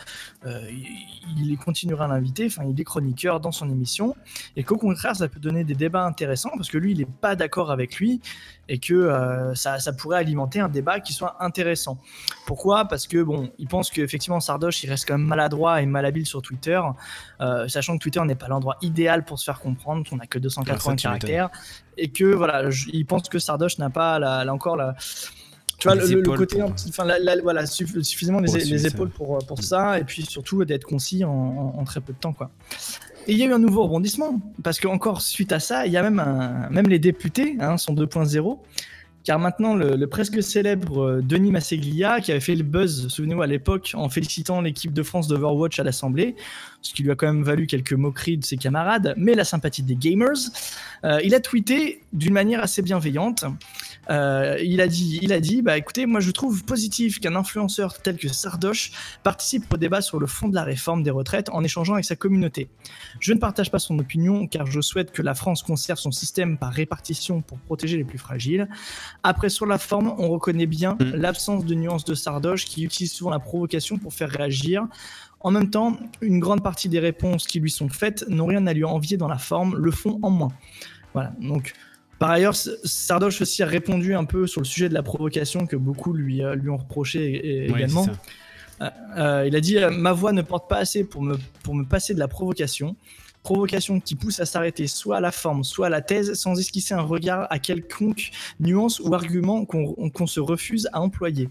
euh, il il continuera à l'inviter, enfin il est chroniqueur dans son émission, et qu'au contraire ça peut donner des débats intéressants parce que lui il n'est pas d'accord avec lui et que euh, ça, ça pourrait alimenter un débat qui soit intéressant. Pourquoi Parce que bon, il pense qu'effectivement Sardoche il reste quand même maladroit et malhabile sur Twitter, euh, sachant que Twitter n'est pas l'endroit idéal pour se faire comprendre, qu'on n'a que
Ah, ça,
280
tu m'étonnes.
caractères, et que voilà, je- il pense que Sardoche n'a pas là, là encore la. Tu vois,
Les
le, le- le
épaules
côté,
pour-
un petit- enfin, la- la- voilà, suff- suffisamment les,
Pour
les
assumer ça.
épaules pour, euh, pour ça, et puis surtout d'être concis en, en- en très peu de temps, quoi. Et il y a eu un nouveau rebondissement, parce que encore suite à ça, il y a même, un- même les députés, hein, sont 2.0, car maintenant le, le presque célèbre euh, Denis Masseglia, qui avait fait le buzz, souvenez-vous, à l'époque, en félicitant l'équipe de France d'Overwatch à l'Assemblée, ce qui lui a quand même valu quelques moqueries de ses camarades, mais la sympathie des gamers, euh, il a tweeté d'une manière assez bienveillante. Euh, il a dit, il a dit, bah écoutez, moi je trouve positif qu'un influenceur tel que Sardoche participe au débat sur le fond de la réforme des retraites en échangeant avec sa communauté. Je ne partage pas son opinion car je souhaite que la France conserve son système par répartition pour protéger les plus fragiles. Après, sur la forme, on reconnaît bien
Mm.
l'absence de nuances de Sardoche qui utilise souvent la provocation pour faire réagir. En même temps, une grande partie des réponses qui lui sont faites n'ont rien à lui envier dans la forme, le fond en moins. Voilà, donc par ailleurs, S- Sardoche aussi a répondu un peu sur le sujet de la provocation que beaucoup lui, euh, lui ont reproché é-
Ouais,
également.
c'est ça.
Euh, il a dit euh, Ma voix ne porte pas assez pour me, pour me passer de la provocation. Provocation qui pousse à s'arrêter soit à la forme, soit à la thèse, sans esquisser un regard à quelconque nuance ou argument qu'on qu'on se refuse à employer.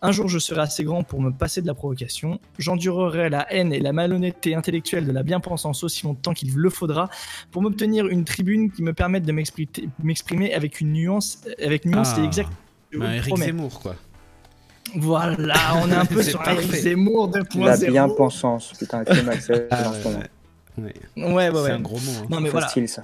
Un jour, je serai assez grand pour me passer de la provocation. J'endurerai la haine et la malhonnêteté intellectuelle de la bien-pensance aussi longtemps qu'il le faudra pour m'obtenir une tribune qui me permette de m'exprimer- m'exprimer avec une nuance, avec nuance
Ah.
et exact. je vous
Bah,
le
Eric
promets.
Zemmour, quoi.
Voilà, on est un peu
C'est
sur un Eric
parfait.
Zemmour
La
2.0.
bien-pensance, putain, c'est Max, c'est
Ah,
en ce
ouais,
moment.
ouais.
Ouais, ouais,
C'est
Ah, bah, ouais.
un gros mot. hein.
Non, mais voilà,
Facile, ça.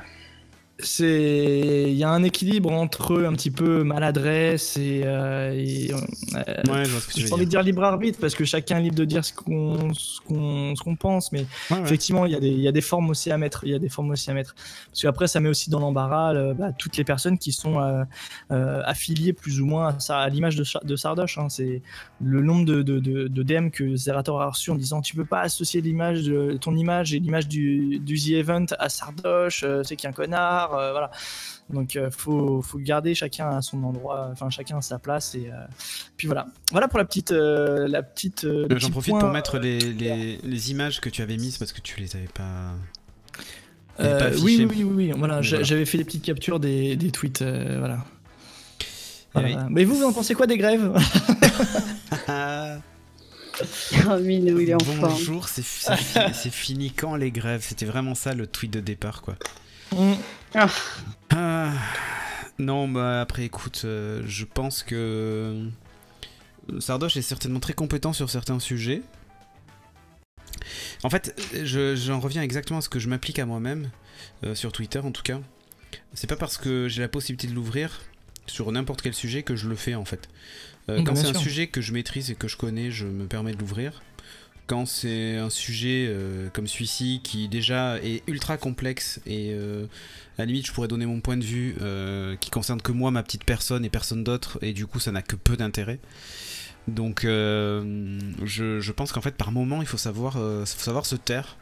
c'est il y a un équilibre entre un petit peu maladresse et, euh, et, euh,
Ouais, je vois ce que tu
j'ai
veux
pas envie de dire libre arbitre parce que chacun est libre de dire ce qu'on ce qu'on ce qu'on pense, mais
Ouais, ouais.
effectivement il y a des il y a des formes aussi à mettre, il y a des formes aussi à mettre parce qu'après ça met aussi dans l'embarras le- bah, toutes les personnes qui sont euh, euh, affiliées plus ou moins à, ça- à l'image de, Sa- de Sardoche. hein. C'est le nombre de, de, de, de DM que Zerator a reçu en disant tu peux pas associer l'image de ton image et l'image du, du The Event à Sardoche, euh, c'est qu'un connard, euh, voilà. Donc euh, faut, faut garder chacun à son endroit, enfin chacun à sa place et euh, puis voilà. Voilà pour la petite euh, la petite. euh, le
Euh, J'en
petit
profite
point,
pour mettre les, les, les images que tu avais mises parce que tu les avais pas. les
euh,
pas
oui,
affichées.
oui, oui, oui, voilà,
Mais
j'a-
voilà.
j'avais fait des petites captures des, des tweets, euh, voilà. Voilà.
Eh oui.
Mais vous, vous en pensez quoi des grèves
Ah,
Ah, Minou, il est en forme.
bonjour, c'est fi- c'est fi- c'est fini quand les grèves C'était vraiment ça le tweet de départ, quoi.
Mm.
Ah, non, bah après, écoute, euh, je pense que euh, Sardoche est certainement très compétent sur certains sujets. En fait, je- j'en reviens exactement à ce que je m'applique à moi-même, euh, sur Twitter en tout cas. C'est pas parce que j'ai la possibilité de l'ouvrir sur n'importe quel sujet que je le fais en fait. Euh,
Bien
quand c'est un
sûr.
sujet que je maîtrise et que je connais, je me permets de l'ouvrir. Quand c'est un sujet euh, comme celui-ci qui déjà est ultra complexe et euh, à la limite je pourrais donner mon point de vue euh, qui concerne que moi, ma petite personne et personne d'autre et du coup ça n'a que peu d'intérêt. Donc euh, je, je pense qu'en fait par moment il faut savoir, euh, faut savoir se taire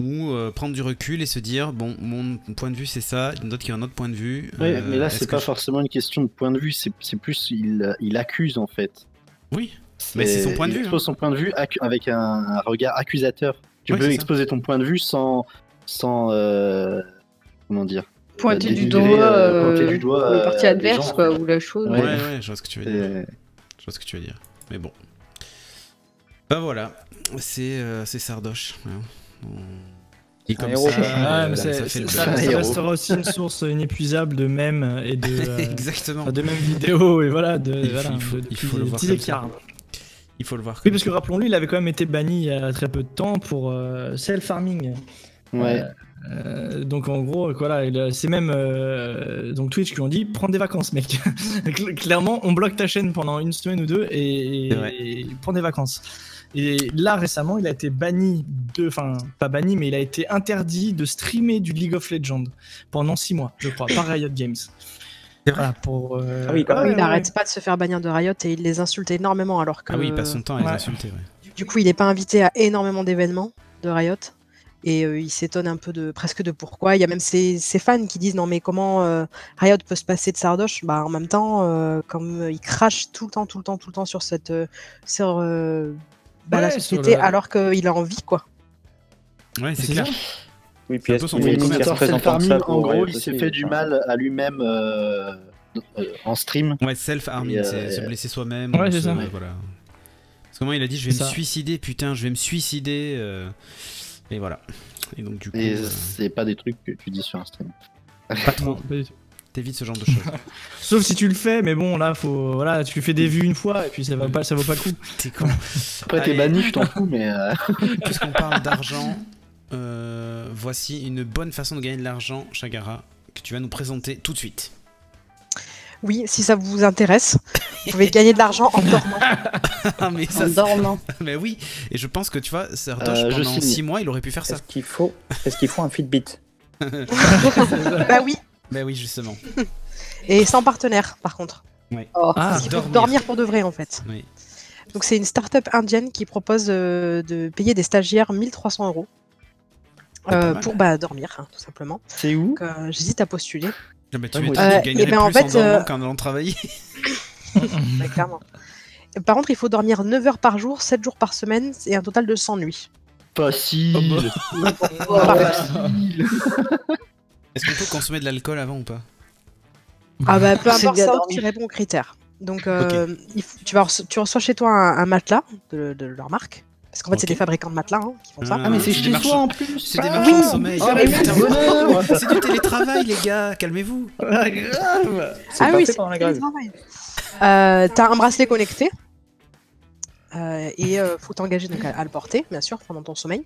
ou euh, prendre du recul et se dire bon mon point de vue c'est ça, il y en a d'autres qui ont un autre point de vue.
Ouais,
euh,
mais là,
est-ce
c'est
que
pas
je-
forcément une question de point de vue, c'est c'est plus il, il accuse en fait.
Oui, mais c'est son point de
il
vue. hein.
expose son point de vue accu- avec un, un regard accusateur. Tu
Ouais,
peux
c'est ça.
exposer ton point de vue sans. sans euh, comment dire
Pointer
Bah,
du
dénigrer,
doigt,
euh, pointer
euh,
du doigt,
le
euh,
parti
les
adverse,
gens.
quoi, ou la chose.
hein. Ouais,
Ouais.
ouais, je vois ce que tu veux dire.
Et-
Je vois ce que tu veux dire. Mais bon. Bah voilà, c'est euh, c'est Sardoche. hein. On- Et
Un héros.
Ah,
euh,
mais
ça
c'est-
fait
c'est-
le
ça,
buzz. oh.
ça
héros.
restera aussi une source inépuisable de mèmes et de, euh,
Exactement.
enfin, de mêmes vidéos et voilà, de,
Il faut-
voilà,
il faut-
de-
il
depuis
faut le
des
voir
petits
comme ça.
écarts.
Il faut le voir.
Oui,
comme
parce que
ça.
rappelons-lui, il avait quand même été banni il y a très peu de temps pour euh, self-farming.
Ouais.
Euh, donc en gros, euh, voilà, il, euh, c'est même euh, donc Twitch qui ont dit prends des vacances, mec. Cl- Clairement, on bloque ta chaîne pendant une semaine ou deux et,
C'est vrai.
et prends des vacances. Et là récemment, il a été banni de, enfin pas banni, mais il a été interdit de streamer du League of Legends pendant six mois, je crois, par Riot Games. Voilà, pour. euh,
Ah oui, quand
Ah oui,
ouais,
il
ouais,
n'arrête pas de se faire bannir de Riot et il les insulte énormément alors que
Ah oui, il passe son temps à les
euh, Ouais.
insulter. ouais.
du coup il n'est pas invité à énormément d'événements de Riot et euh, il s'étonne un peu de presque de pourquoi. Il y a même ses, ses fans qui disent non mais comment euh, Riot peut se passer de Sardoche Bah en même temps euh, comme euh, il crache tout le temps, tout le temps, tout le temps sur cette euh, sur, euh, bah, la
Ouais, sur
société
le-
alors qu'il a envie quoi.
Ouais, c'est
C'est
clair.
ça.
Oui,
C'est
puis
un
est-ce
peu son
qu'il
fait
est
commun.
ministre
Minotaur Self
représentant de
Farming,
ça
en
pour
gros,
Riot
il s'est
aussi,
fait du
enfin,
mal à lui-même euh, euh, en stream.
Ouais, self-harming,
Et, euh,
c'est se blesser soi-même.
Ouais,
ou
c'est
se-
ça.
Voilà. Parce que moi, il a dit Je vais
C'est
me
ça.
suicider, putain, je vais me suicider. euh, Et voilà. Et donc, du coup,
Et
euh,
c'est pas des trucs que tu dis sur un stream.
pas trop.
Non, pas du tout.
T'évites ce genre de choses.
bah, Sauf si tu le fais, mais bon là, faut voilà, tu fais des vues une fois et puis ça va pas, ça vaut pas le coup.
T'es con.
Après, t'es
Allez.
banni, je t'en fous, mais. euh,
Puisqu'on parle d'argent, euh, voici une bonne façon de gagner de l'argent, Chagara, que tu vas nous présenter tout de suite.
Oui, si ça vous intéresse, vous pouvez gagner de l'argent en dormant.
Ah, mais
En
ça, c'est-
dormant.
mais oui. Et je pense que tu vois, Sardoche,
Euh, je
pendant
signe.
6 mois, il aurait pu faire ça.
Est-ce qu'il faut, est-ce qu'il faut un Fitbit
bah oui,
Bah oui, justement.
et sans partenaire par contre.
Oh.
Ah,
Il faut
dormir.
dormir. pour de vrai en fait.
Oui.
Donc c'est une start-up indienne qui propose euh, de payer des stagiaires 1300 euros
C'est pas
euh,
mal.
pour bah, dormir hein, tout simplement.
C'est où
Donc euh, j'hésite à postuler.
Ah, bah, tu
Ouais, moi
m'étonnes,
aussi.
tu
Euh,
gagnerais
eh ben, en
plus en,
fait,
dormant
euh,
qu'en allant travailler.
Ouais, clairement. Par contre, il faut dormir 9 heures par jour, 7 jours par semaine et un total de 100 nuits.
Facile
bah,
Oh,
Facile
Est-ce qu'on peut consommer de l'alcool avant ou pas
Ah bah peu
C'est
importe
bien
ça,
dormi.
tu réponds aux critères. Donc euh, il faut- tu, vas reço- tu reçois chez toi un, un matelas de, de leur marque. Parce qu'en fait, c'est
Ok.
des fabricants de matelas hein, qui font ça.
Ah, mais c'est chez toi,
en plus
C'est des marchands de
oui,
sommeil.
Oh,
ah, mais oui,
Putain,
c'est
C'est du télétravail, les gars, calmez-vous.
grave.
C'est pas fait pendant la grève.
Ah c'est télétravail. Euh, T'as un bracelet connecté. euh, et euh, faut t'engager donc à, à le porter, bien sûr, pendant ton sommeil.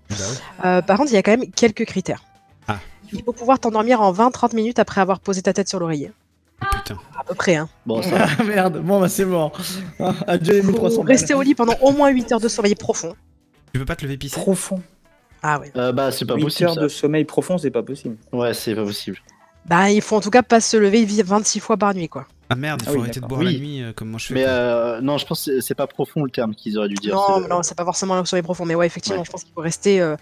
Euh, par contre, il y a quand même quelques critères.
Ah.
Il faut pouvoir t'endormir en 20-30 minutes après avoir posé ta tête sur l'oreiller.
Oh, putain.
À peu près, hein.
Bon, ça,
Ah merde, bon bah c'est mort. Ah, Adieu les 1300
Faut
balles.
rester au lit pendant au moins 8 heures de sommeil profond.
Tu peux pas te lever pisser
Profond.
Ah ouais.
euh, bah, c'est pas
8
possible.
heures
ça.
de sommeil profond, c'est pas possible.
Ouais, c'est pas possible.
Bah, il faut en tout cas pas se lever vi- 26 fois par nuit, quoi.
Ah merde, il
Ah
faut
oui,
arrêter de
d'accord.
boire la
Oui.
nuit euh, comme moi je fais.
Mais
quoi.
euh, non, je pense que c'est- c'est pas profond le terme qu'ils auraient dû dire.
non,
c'est-
non, c'est pas forcément le sommeil profond, mais ouais, effectivement,
Ouais.
je pense qu'il faut rester euh,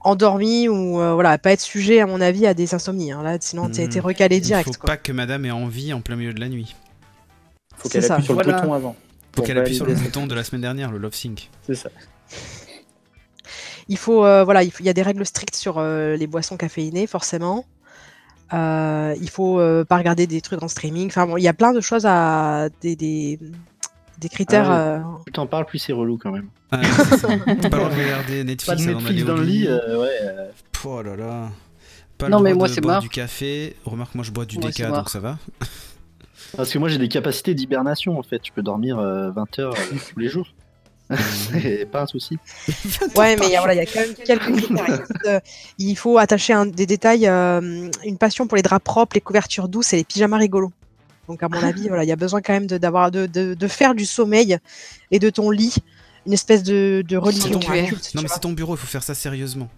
endormi ou euh, voilà, pas être sujet, à mon avis, à des insomnies. hein. Là, sinon, t'es
Hmm.
t'es recalé
Il
direct,
faut
quoi.
pas que madame ait envie en plein milieu de la nuit.
Faut
C'est
qu'elle
ça.
appuie sur le
Voilà.
bouton avant.
Faut
Pour
qu'elle appuie sur le
valider.
bouton de la semaine dernière, le Love Sync.
C'est ça.
Il faut, euh, voilà, il, faut- il y a des règles strictes sur euh, les boissons caféinées, forcément. Euh, il faut euh, pas regarder des trucs en streaming. Enfin, bon, il y a plein de choses à des, des, des critères. euh,
Plus t'en parles, plus c'est relou quand même.
Ah, c'est ça. T'as pas le droit de regarder
Pas
Netflix hein,
de
avant d'aller
Netflix
au
dans le lit, euh, ouais.
Pff, Oh là là. Pas
Non,
le
mais
droit
moi,
de
c'est
boire
mort.
du café. Remarque, moi je bois du
Moi,
DK
c'est mort.
donc ça va.
Parce que moi j'ai des capacités d'hibernation en fait. Je peux dormir euh, 20 heures euh, tous les jours. c'est pas un souci.
Ouais, mais il y a- voilà, il y a quand même quelques critères. Il reste, euh, Il faut attacher un- des détails, euh, une passion pour les draps propres, les couvertures douces et les pyjamas rigolos. Donc à mon avis, voilà, il y a besoin quand même de, d'avoir, de, de, de faire du sommeil et de ton lit une espèce de, de religion,
ton
un
bureau.
culte.
Non,
tu
mais
vois.
c'est ton bureau, il faut faire ça sérieusement.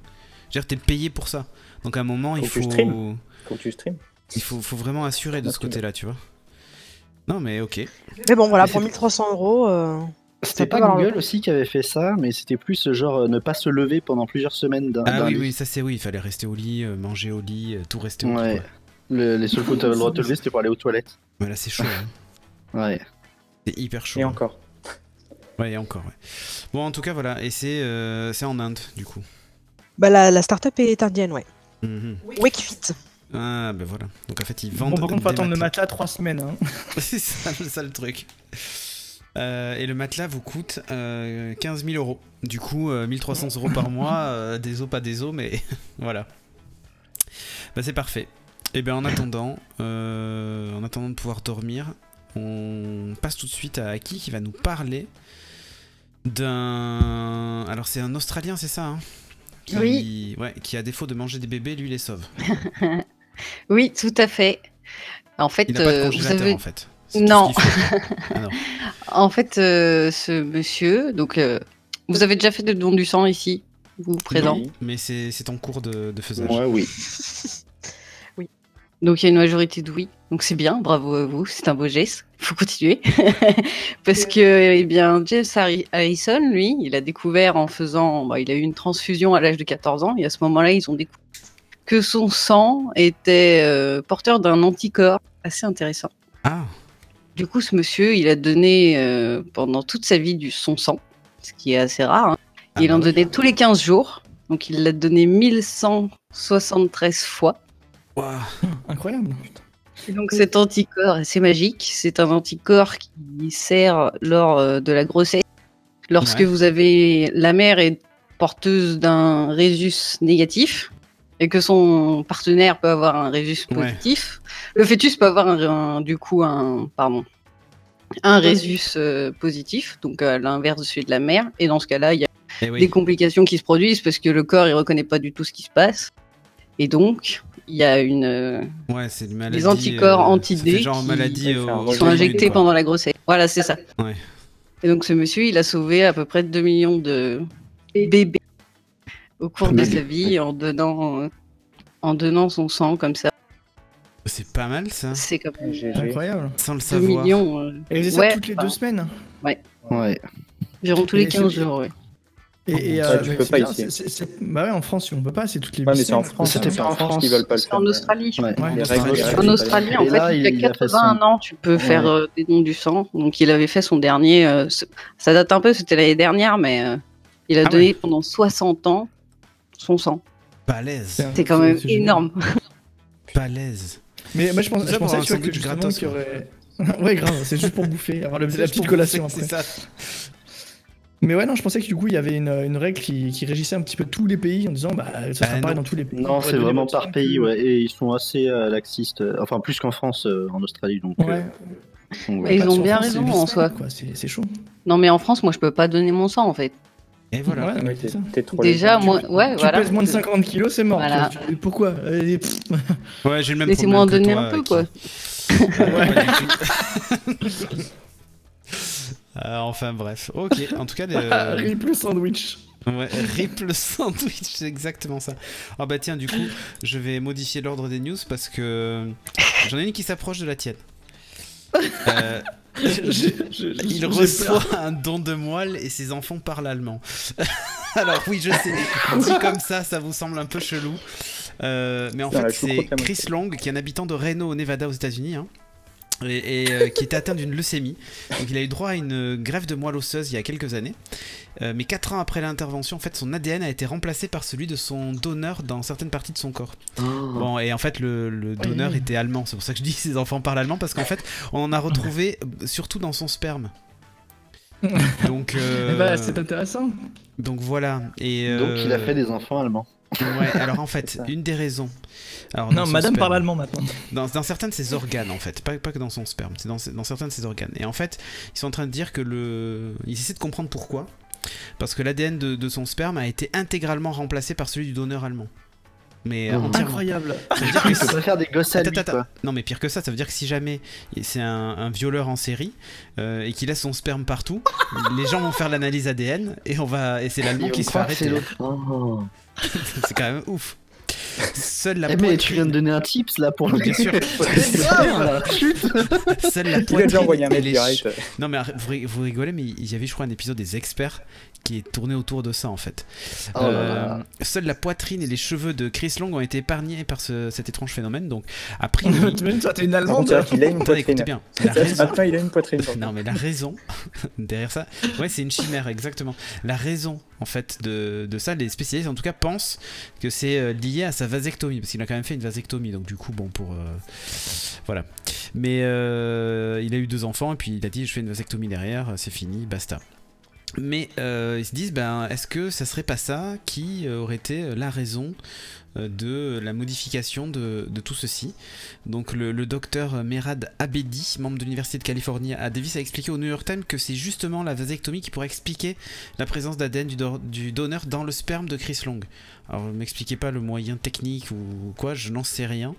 Genre, t'es payé pour ça. Donc, à un moment, il
Faut
faut.
que je stream. Faut que tu streams.
Il faut, faut vraiment assurer de ce côté-là, tu vois. Non, mais ok.
Ah,
Ah
Mais bon, voilà,
Mais
pour
c'est-
1300 euros. euh,
C'était
Ça
pas
peut avoir
Google
le-
aussi qui avait fait ça, mais c'était plus euh, genre euh, ne pas se lever pendant plusieurs semaines d'un.
Ah
bah,
d'un
oui,
lit.
oui, ça c'est oui, il fallait rester au lit, euh, manger au lit, euh, tout rester au lit.
Ouais.
quoi.
Le- les seuls fois où t'avais le droit de te lever, c'était pour aller aux toilettes.
Mais là, c'est chaud. hein.
Ouais.
C'est hyper chaud.
Et encore.
Ouais, et encore, ouais. Bon, en tout cas, voilà. Et c'est euh, c'est en Inde, du coup.
Bah, la, la start-up est indienne, ouais.
Mhm.
Wakefit.
Ah, ben voilà. Donc en fait, ils vendent.
Bon, par contre, faut
des
attendre le
matelas.
matelas 3 semaines. hein.
c'est ça, le sale truc. Euh, et le matelas vous coûte euh, 15 000 euros. Du coup, euh, 1300 euros par mois. euh, des os, pas des os, mais voilà. Bah, c'est parfait. Et bien en attendant, euh, en attendant de pouvoir dormir, on passe tout de suite à Aki qui va nous parler d'un. Alors c'est un Australien, c'est ça hein Qui-
Oui.
Ouais, qui à défaut de manger des bébés, lui les sauve.
Oui, tout à fait. En fait,
Il n'a pas de
euh, vous
congélateur
avez-
en fait. C'est tout ce
Non.
qu'il fait. Ah non.
En fait, euh, ce monsieur, donc, euh, vous avez déjà fait le don du sang ici, vous présent.
Oui.
Mais c'est c'est en cours de, de faisage.
Ouais, oui.
Donc il y a une majorité de oui. Donc c'est bien, bravo à vous, c'est un beau geste. Faut continuer. Parce que eh bien James Harri- Harrison, lui, il a découvert en faisant bah, il a eu une transfusion à l'âge de 14 ans et à ce moment-là, ils ont découvert que son sang était euh, porteur d'un anticorps assez intéressant.
Ah,
Du coup, ce monsieur, il a donné euh, pendant toute sa vie du son sang, ce qui est assez rare. hein.
Ah
il
bah
en
oui.
donnait tous les 15 jours. Donc il l'a donné 1173 fois.
Ouah.
Incroyable.
Et donc cet anticorps, c'est magique, c'est un anticorps qui sert lors euh, de la grossesse. Lorsque
Ouais.
vous avez la mère est porteuse d'un rhésus négatif et que son partenaire peut avoir un rhésus
Ouais.
positif, le fœtus peut avoir un- un- du coup un pardon un rhésus euh, positif, donc à l'inverse de celui de la mère. Et dans ce cas-là, il y a
Eh oui.
des complications qui se produisent parce que le corps il reconnaît pas du tout ce qui se passe. Et donc, il y a une euh,
Ouais, c'est une maladie.
des anticorps
euh,
anti-D
c'est genre
qui-
maladie
qui
au-
sont
au
qui sont
Royaume-Uni,
injectés
quoi.
pendant la grossesse. Voilà, c'est ça.
Ouais.
Et donc ce monsieur, il a sauvé à peu près 2 millions de bébés au cours de
Bébés,
sa vie en donnant euh, en donnant son sang comme ça.
C'est pas mal ça,
C'est comme
GG.
Incroyable.
sans le
2
savoir.
millions euh,
Et vous faisait
Ouais,
ça toutes les
enfin.
deux semaines.
Ouais.
environ tous les
Et
15
c'est-
jours. ouais.
Et, et,
Ouais, tu
mais
peux
c'est
pas
bien,
ici.
c'est- c'est- Bah ouais, en France, on peut pas, c'est toutes les
Ouais,
huit
mais c'est en
semaines.
France.
C'était
hein.
pas en France.
qu'ils veulent pas le
C'est
faire.
en Australie.
Ouais.
Ouais.
Les règles, les
En
règles,
En
les
Australie, en
Et
fait,
là,
il y a
il a fait son-
81 ans, tu peux faire euh, des dons du sang. Donc, il avait fait son dernier. euh, ce- Ça date un peu, c'était l'année dernière, mais euh, il a
Ah
donné pendant 60 ans son sang.
Balèze,
C'est quand même
génial.
énorme.
balèze.
Mais moi, je pense,
Ça,
je
pour
pensais
un
tu vois, que
sandwich
justement,
gratos,
qu'il y aurait- ouais, grave, c'est juste pour bouffer, avoir le- la petite collation après.
C'est ça.
Mais ouais, non, je pensais que du coup, il y avait une, une règle qui, qui régissait un petit peu tous les pays en disant, bah, ça sera
Bah,
pareil
non.
dans tous les pays.
Non,
Ouais,
c'est
donner
vraiment
votre sang
par pays,
que-
ouais. Et ils sont assez euh, laxistes. euh, Enfin, plus qu'en France, euh, en Australie, donc. euh,
Ouais.
donc,
Mais
ouais.
ils ont
Sur
bien
France, c'est
raison,
huit
en
semaines,
soi.
quoi, C'est c'est chaud.
Non, mais en France, moi, je peux pas donner mon sang, en fait.
Et voilà.
Ouais, mais
Ouais,
c'est
Ah t'es-
ça.
t'es trop
Déjà,
léger.
moi, ouais,
tu
voilà.
pèses moins de 50 kilos, c'est mort.
Voilà.
Tu- tu- Pourquoi Euh, pff,
Ouais, j'ai le même
Laissez-moi en
problème que
donner
toi,
un peu,
Aki.
quoi.
Ouais, pas du tout. Euh, enfin bref, ok. En tout cas,
ah,
euh,
Rip le sandwich.
Ouais, rip le sandwich, c'est exactement ça. Ah bah tiens, du coup, je vais modifier l'ordre des news parce que j'en ai une qui s'approche de la tienne. Euh, il reçoit un don de moelle et ses enfants parlent allemand. Alors oui, je sais, dit comme ça, ça vous semble un peu chelou. Euh, mais en
Putain,
fait,
la choucroute,
c'est
la
Chris Long, qui est un habitant de Reno, au Nevada, aux États-Unis, hein, et, et, euh, qui était atteint d'une leucémie. Donc il a eu droit à une euh, greffe de moelle osseuse il y a quelques années. Euh, mais 4 ans après l'intervention, en fait, son ADN a été remplacé par celui de son donneur dans certaines parties de son corps. Bon,
Mmh.
et en fait, le, le donneur
oui.
était allemand. C'est pour ça que je dis que ses enfants parlent allemand, parce qu'en fait, on en a retrouvé euh, surtout dans son sperme. Donc, euh,
Eh bah, c'est intéressant.
donc voilà. Et,
Donc, il a
euh,
fait des enfants allemands.
Ouais, alors en fait,
ça.
une des raisons. Alors, dans
Non,
son
madame
sperme-
parle allemand maintenant.
Dans, dans certains de ses organes, en fait. Pas, pas que dans son sperme, c'est dans, dans certains de ses organes. Et en fait, ils sont en train de dire que le. Ils essaient de comprendre pourquoi. Parce que l'ADN de, de son sperme a été intégralement remplacé par celui du donneur allemand. mais euh,
Mmh.
entièrement.
Incroyable.
Ça veut dire que
Il peut pas faire des gosses à
Attends,
lui,
attends,
quoi.
Non, mais pire que ça, ça veut dire que si jamais c'est un, un violeur en série euh, et qu'il laisse son sperme partout, les gens vont faire l'analyse ADN et on va et c'est l'allemand
Ils
qui
vont
se fait
croire que c'est
arrêter.
l'autre. Oh.
c'est quand même ouf. Seule Ah. la
Eh, mais tu viens de
poitrine,
donner un tips là pour
Oh, Bien sûr. Euh,
C'est grave, là. Chut.
seule la
Il a déjà
poitrine
envoyé un mail
et les
direct.
Non mais arr- vous, ri- vous rigolez, mais il y avait je crois un épisode des experts qui est tourné autour de ça en fait.
Oh là là.
Euh, seule la poitrine et les cheveux de Chris Long ont été épargnés par ce- cet étrange phénomène. Donc a priori,
Même toi, t'es une
Par contre,
allemande.
c'est vrai qu'il a une
attendez, écoutez
poitrine.
bien.
Ah,
La raison-
Maintenant, il a une poitrine.
Non mais la raison derrière ça, ouais c'est une chimère exactement. La raison en fait de, de ça, les spécialistes en tout cas pensent que c'est euh, lié à sa vasectomie parce qu'il a quand même fait une vasectomie donc du coup bon pour euh, voilà. Mais euh, il a eu deux enfants et puis il a dit je fais une vasectomie derrière, c'est fini, basta. Mais euh, ils se disent ben est-ce que ça serait pas ça qui euh, aurait été la raison euh, de la modification de, de tout ceci. Donc le, le docteur Merad Abedi, membre de l'Université de Californie à Davis, a expliqué au New York Times que c'est justement la vasectomie qui pourrait expliquer la présence d'ADN du, do- du donneur dans le sperme de Chris Long. Alors ne m'expliquez pas le moyen technique ou quoi, je n'en sais rien.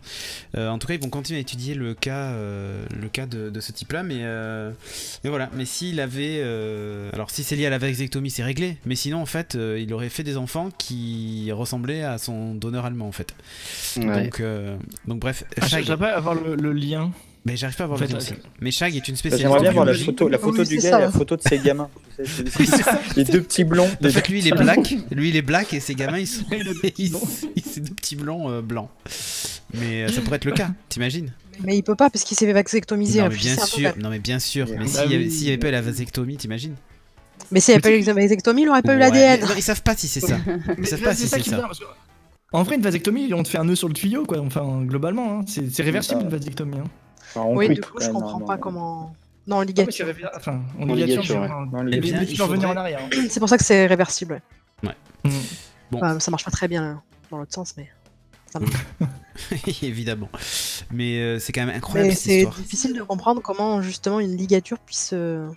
Euh, en tout cas, ils vont continuer à étudier le cas, euh, le cas de, de ce type-là, mais, euh, mais voilà. Mais s'il avait... euh, alors si c'est lié à la vasectomie, c'est réglé. Mais sinon, en fait, euh, il aurait fait des enfants qui ressemblaient à son donneur allemand, en fait.
Ouais.
Donc, euh, donc bref,
Ah,
Shag-
J'aimerais pas avoir le, le lien.
mais j'arrive pas à voir
En
le
fait, euh,
lien
ouais.
aussi. Mais Shag est une spécialiste.
J'aimerais bien
en
voir la
biologie.
photo, la photo
Oui,
du
c'est
gars
ça.
et la photo de ses gamins. Tu sais, c'est-
Oui, c'est ça.
Les deux petits blonds.
En
les
fait, lui, il est black. Lui, il est black et ses gamins, ils sont.
Il a des petits
ils-
noms.
ils- C'est deux petits blancs euh, blancs. Mais euh, ça pourrait être le cas, t'imagines
Mais il peut pas parce qu'il s'est fait vasectomiser.
Non,
en
mais
plus,
bien
c'est un peu
sûr.
bête.
Non, mais bien sûr.
Bah
Mais s'il y avait-
oui.
s'il y avait pas eu la vasectomie, t'imagines
Mais s'il n'y avait pas eu la vasectomie, il aurait pas eu
Ouais,
l'ADN.
mais non, Ils savent pas si c'est ça. Ils
Mais
savent
là,
pas
c'est
si
ça
c'est
qui me
ça.
vient, parce que- En vrai, une vasectomie, on te fait un nœud sur le tuyau, quoi. Enfin, globalement, hein. c'est c'est réversible
Ah.
une vasectomie. hein.
Enfin, on
Oui,
quitte,
du coup,
quand
je
même, hein,
comprends
normalement.
pas comment. Non, en
Ah, mais
ligature.
c'est réver- Enfin, on
En
ligature,
ligature,
hein. mais,
ouais.
enfin,
Non,
les-
les-
Eh bien,
les-
il
tu peux revenir en
faudrait-
arrière. hein.
C'est pour ça que c'est réversible.
Ouais.
Mm.
Bon.
Enfin, ça marche pas très bien là, dans l'autre sens, mais.
Évidemment. Mais euh, c'est quand même
Mais
incroyable cette
c'est
histoire.
difficile de comprendre comment justement une ligature puisse euh,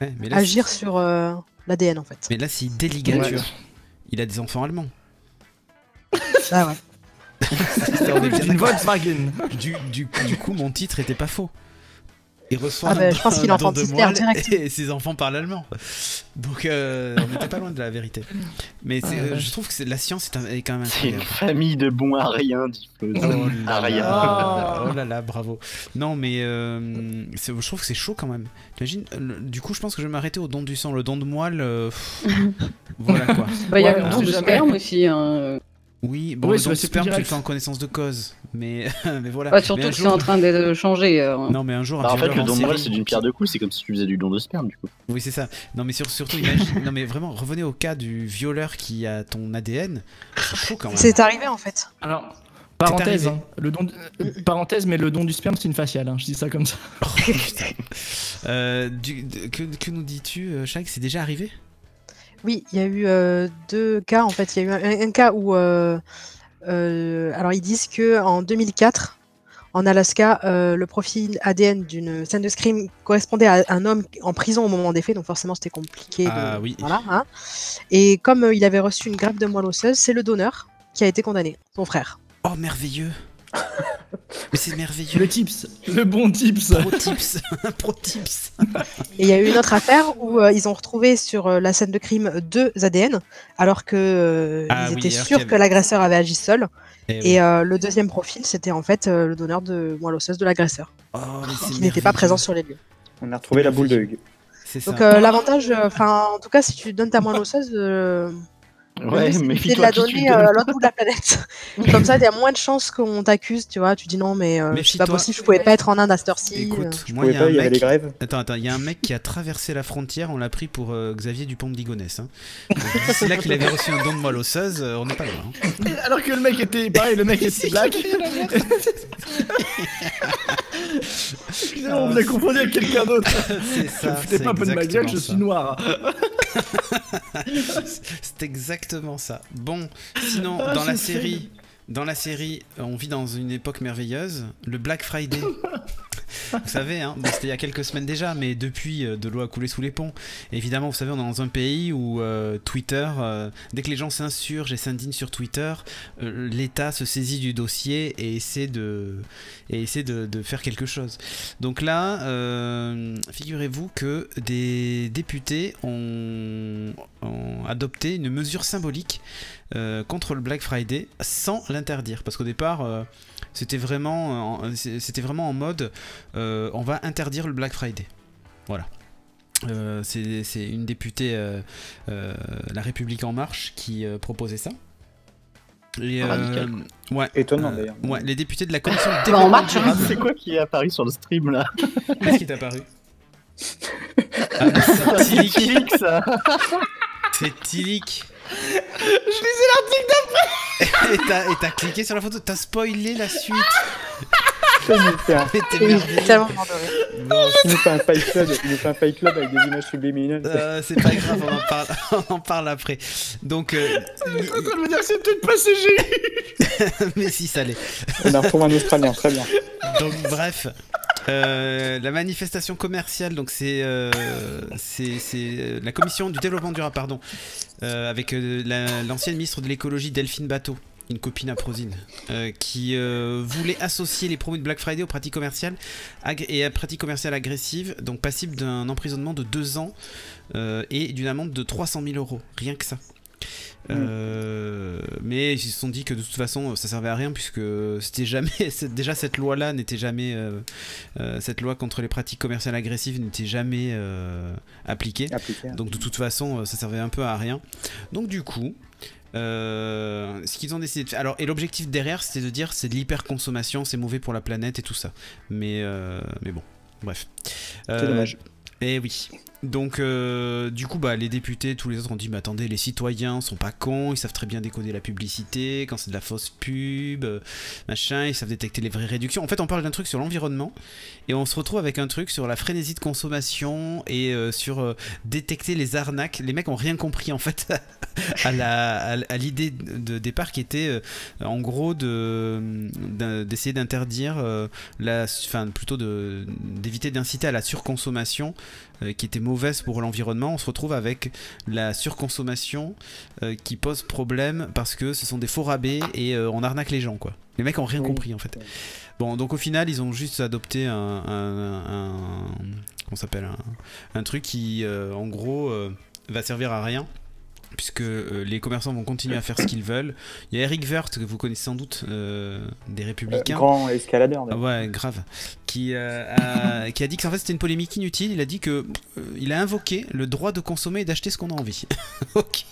Ouais, mais là,
agir sur euh, l'ADN en fait.
mais là, c'est des ligatures.
Ouais.
Il a des enfants allemands.
Ah ouais.
On est bien
Une
d'accord.
Volkswagen.
du, du, du coup, mon titre était pas faux. Il reçoit
Ah bah, je pense qu'il
dans
entend
deux
Hitler
mois,
direct.
et ses enfants parlent allemand. Donc euh, on n'était pas loin de la vérité. Mais c'est- euh,
Ah ouais.
je trouve que c'est- la science est, un- est quand même
C'est une
incroyable.
famille de bons à rien, dit Flo.
Oh là
Ah, rien.
là, oh là là, bravo. Non mais euh, c'est- je trouve que c'est chaud quand même. T'imagines le- Du coup, je pense que je vais m'arrêter au don du sang, le don de moelle. euh, pff, voilà quoi.
Bah, il y a
Ouais,
le
on
don
sait
de
jamais.
sperme aussi. Hein.
Oui, bon,
Oui,
le
c'est-
don de
c'est plus
sperme, tu le
direct.
fais en connaissance de cause. Mais, mais voilà.
Bah, surtout
Mais un
que c'est
jour-
en train de changer. euh.
Non mais un jour, un
Bah, en fait,
violeur
le don de moelle,
série
c'est d'une pierre deux coups, c'est comme si tu faisais du don de sperme, du coup.
Oui, c'est ça. Non, mais sur- surtout, imagine... non, mais vraiment, revenez au cas du violeur qui a ton ADN. C'est chaud quand même.
C'est arrivé en fait.
Alors, parenthèse,
arrivé.
hein, le don, de- euh, parenthèse, mais le don du sperme, c'est une faciale. hein, je dis ça comme ça.
Oh, putain. Euh, du- de- que, que nous dis-tu, euh, Shaq C'est déjà arrivé
Oui, il y a eu euh, deux cas en fait. Il y a eu un, un cas où, euh, euh, alors ils disent que en 2004, en Alaska, euh, le profil ADN d'une scène de crime correspondait à un homme en prison au moment des faits, donc forcément c'était compliqué. de-
Ah oui.
Voilà. hein. Et comme euh, il avait reçu une grave de moelle osseuse, c'est le donneur qui a été condamné, son frère.
Oh, merveilleux Mais c'est merveilleux
Le tips, le bon tips.
Pro tips Pro tips
Et il y a eu une autre affaire où euh, ils ont retrouvé sur euh, la scène de crime deux ADN, alors que euh,
Ah
ils
oui, alors
étaient
qu'il y
sûrs
avait-
que l'agresseur avait agi seul.
Eh oui.
Et euh, le deuxième profil, c'était en fait euh, le donneur de moelle osseuse de l'agresseur,
Oh, mais c'est
qui n'était pas
merveilleux.
présent sur les lieux.
On a retrouvé la boule de Hugues.
C'est ça.
Donc euh, l'avantage, euh, enfin en tout cas, si tu donnes ta moelle osseuse, euh,
Ouais, mais
c'est de
toi,
la
qui tu
donner euh, à l'autre bout de la planète. Comme ça, il y a moins de chances qu'on t'accuse, tu vois. Tu dis non, mais euh, c'est
Méfie-toi.
pas possible, je pouvais pas être en Inde à cette heure-ci. euh.
Écoute,
Vous
moi,
pouvez
il y a
pas,
un
il y avait les
mec...
grèves.
Attends, attends, il y a un mec qui a traversé la frontière, on l'a pris pour euh, Xavier Dupont de Ligonnès. Hein. Donc, D'ici là qu'il avait reçu un don de moelle osseuse, euh, on n'est pas loin. hein.
Alors que le mec était pareil, le mec
Ah,
était black. Finalement, on me l'a confondu avec quelqu'un d'autre.
C'est
Je me
ça,
foutais
c'est
pas un peu de ma gueule,
exactement
je suis
ça. Euh,
noir.
C'est exactement ça. Bon, sinon,
Ah,
dans la
c'est
série, dans la série, euh, on vit dans une époque merveilleuse. Le Black Friday. vous savez, hein, bon, c'était il y a quelques semaines déjà, mais depuis, euh, de l'eau a coulé sous les ponts. Et évidemment, vous savez, on est dans un pays où euh, Twitter, euh, dès que les gens s'insurgent et s'indignent sur Twitter, euh, l'État se saisit du dossier et essaie de, et essaie de, de faire quelque chose. Donc là, euh, figurez-vous que des députés ont, ont adopté une mesure symbolique euh, contre le Black Friday sans l'interdire. Parce qu'au départ, euh, c'était vraiment, en- c'était vraiment en mode euh, on va interdire le Black Friday. Voilà. Euh, c'est c'est une députée euh, euh, La République En Marche qui euh, proposait ça. Et,
Radical,
ouais,
Étonnant
euh,
Oh d'ailleurs.
ouais, les députés de la commission de
Bah, en
développement
marche, hein.
durable-
C'est quoi qui est apparu sur le stream là
Qu'est-ce qui t'a paru Ah, mais C'est Tilik,
Clique, ça
c'est Tilik. Je lisais l'article d'après. Et t'as cliqué sur la photo, t'as spoilé la suite.
Putain,
Mais t'es
Et j'ai
merveilleux.
tellement mort de rire.
Bon,
Il nous fait un fight club, il nous fait un fight club avec des images subliminales.
euh, c'est pas grave, on en parle, on en parle après. Donc, euh,
Je suis en train de me dire que c'est peut-être pas CG.
mais si ça l'est.
On a retrouvé un Australien, très bien.
Donc, bref. euh, la manifestation commerciale, donc c'est euh, c'est- c'est, euh, la commission du développement durable, pardon, euh, avec euh, la- l'ancienne ministre de l'écologie Delphine Bateau, une copine à Prosine, euh, qui euh, voulait associer les promos de Black Friday aux pratiques commerciales ag- et à pratiques commerciales agressives, donc passibles d'un emprisonnement de deux ans euh, et d'une amende de 300 000 euros, rien que ça. Euh, mais ils se sont dit que de toute façon euh, ça servait à rien puisque c'était jamais c'est- déjà cette loi là n'était jamais euh, euh, cette loi contre les pratiques commerciales agressives n'était jamais euh, appliquée
Appliqué.
donc de toute façon, euh, ça servait un peu à rien. Donc du coup, euh, ce qu'ils ont décidé de faire. Alors, et l'objectif derrière, c'était de dire c'est de l'hyperconsommation, c'est mauvais pour la planète et tout ça. Mais, euh, mais bon, bref. Euh,
dommage.
Et oui. Donc, euh, du coup, bah, les députés, tous les autres ont dit Mais attendez, les citoyens sont pas cons, ils savent très bien décoder la publicité, quand c'est de la fausse pub, euh, machin, ils savent détecter les vraies réductions. En fait, on parle d'un truc sur l'environnement, et on se retrouve avec un truc sur la frénésie de consommation et euh, sur euh, détecter les arnaques. Les mecs ont rien compris en fait à la- à l- à l'idée de départ qui était euh, en gros de d'un- d'essayer d'interdire euh, la, enfin plutôt de d'éviter d'inciter à la surconsommation euh, qui était mauvaise pour l'environnement. On se retrouve avec la surconsommation euh, qui pose problème parce que ce sont des faux rabais et euh, on arnaque les gens quoi. Les mecs ont rien
Oui.
compris en fait.
Ouais.
Bon, donc au final, ils ont juste adopté un, un, un- comment ça s'appelle un, un truc qui, euh, en gros, euh, va servir à rien. Puisque euh, les commerçants vont continuer à faire ce qu'ils veulent. Il y a Eric Vert, que vous connaissez sans doute, euh, des
Euh,
Républicains.
grand escaladeur.
Ah
d'ailleurs.
ouais, grave. Qui, euh, a, qui a dit que en fait, c'était une polémique inutile. Il a dit que euh, il a invoqué le droit de consommer et d'acheter ce qu'on a envie. ok.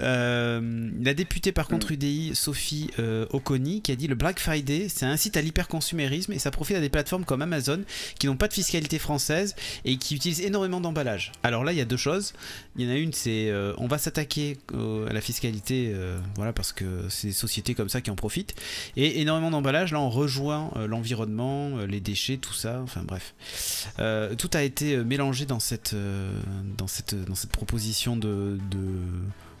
Euh, la députée par contre UDI Sophie euh, Oconi qui a dit le Black Friday c'est un site à l'hyperconsumérisme et ça profite à des plateformes comme Amazon qui n'ont pas de fiscalité française et qui utilisent énormément d'emballages. Alors là il y a deux choses. Il y en a une c'est euh, on va s'attaquer euh, à la fiscalité euh, voilà parce que c'est des sociétés comme ça qui en profitent et énormément d'emballages. Là, on rejoint euh, l'environnement, euh, les déchets, tout ça. Enfin bref, Euh, tout a été euh, mélangé dans cette, euh, dans cette, dans cette proposition de, de,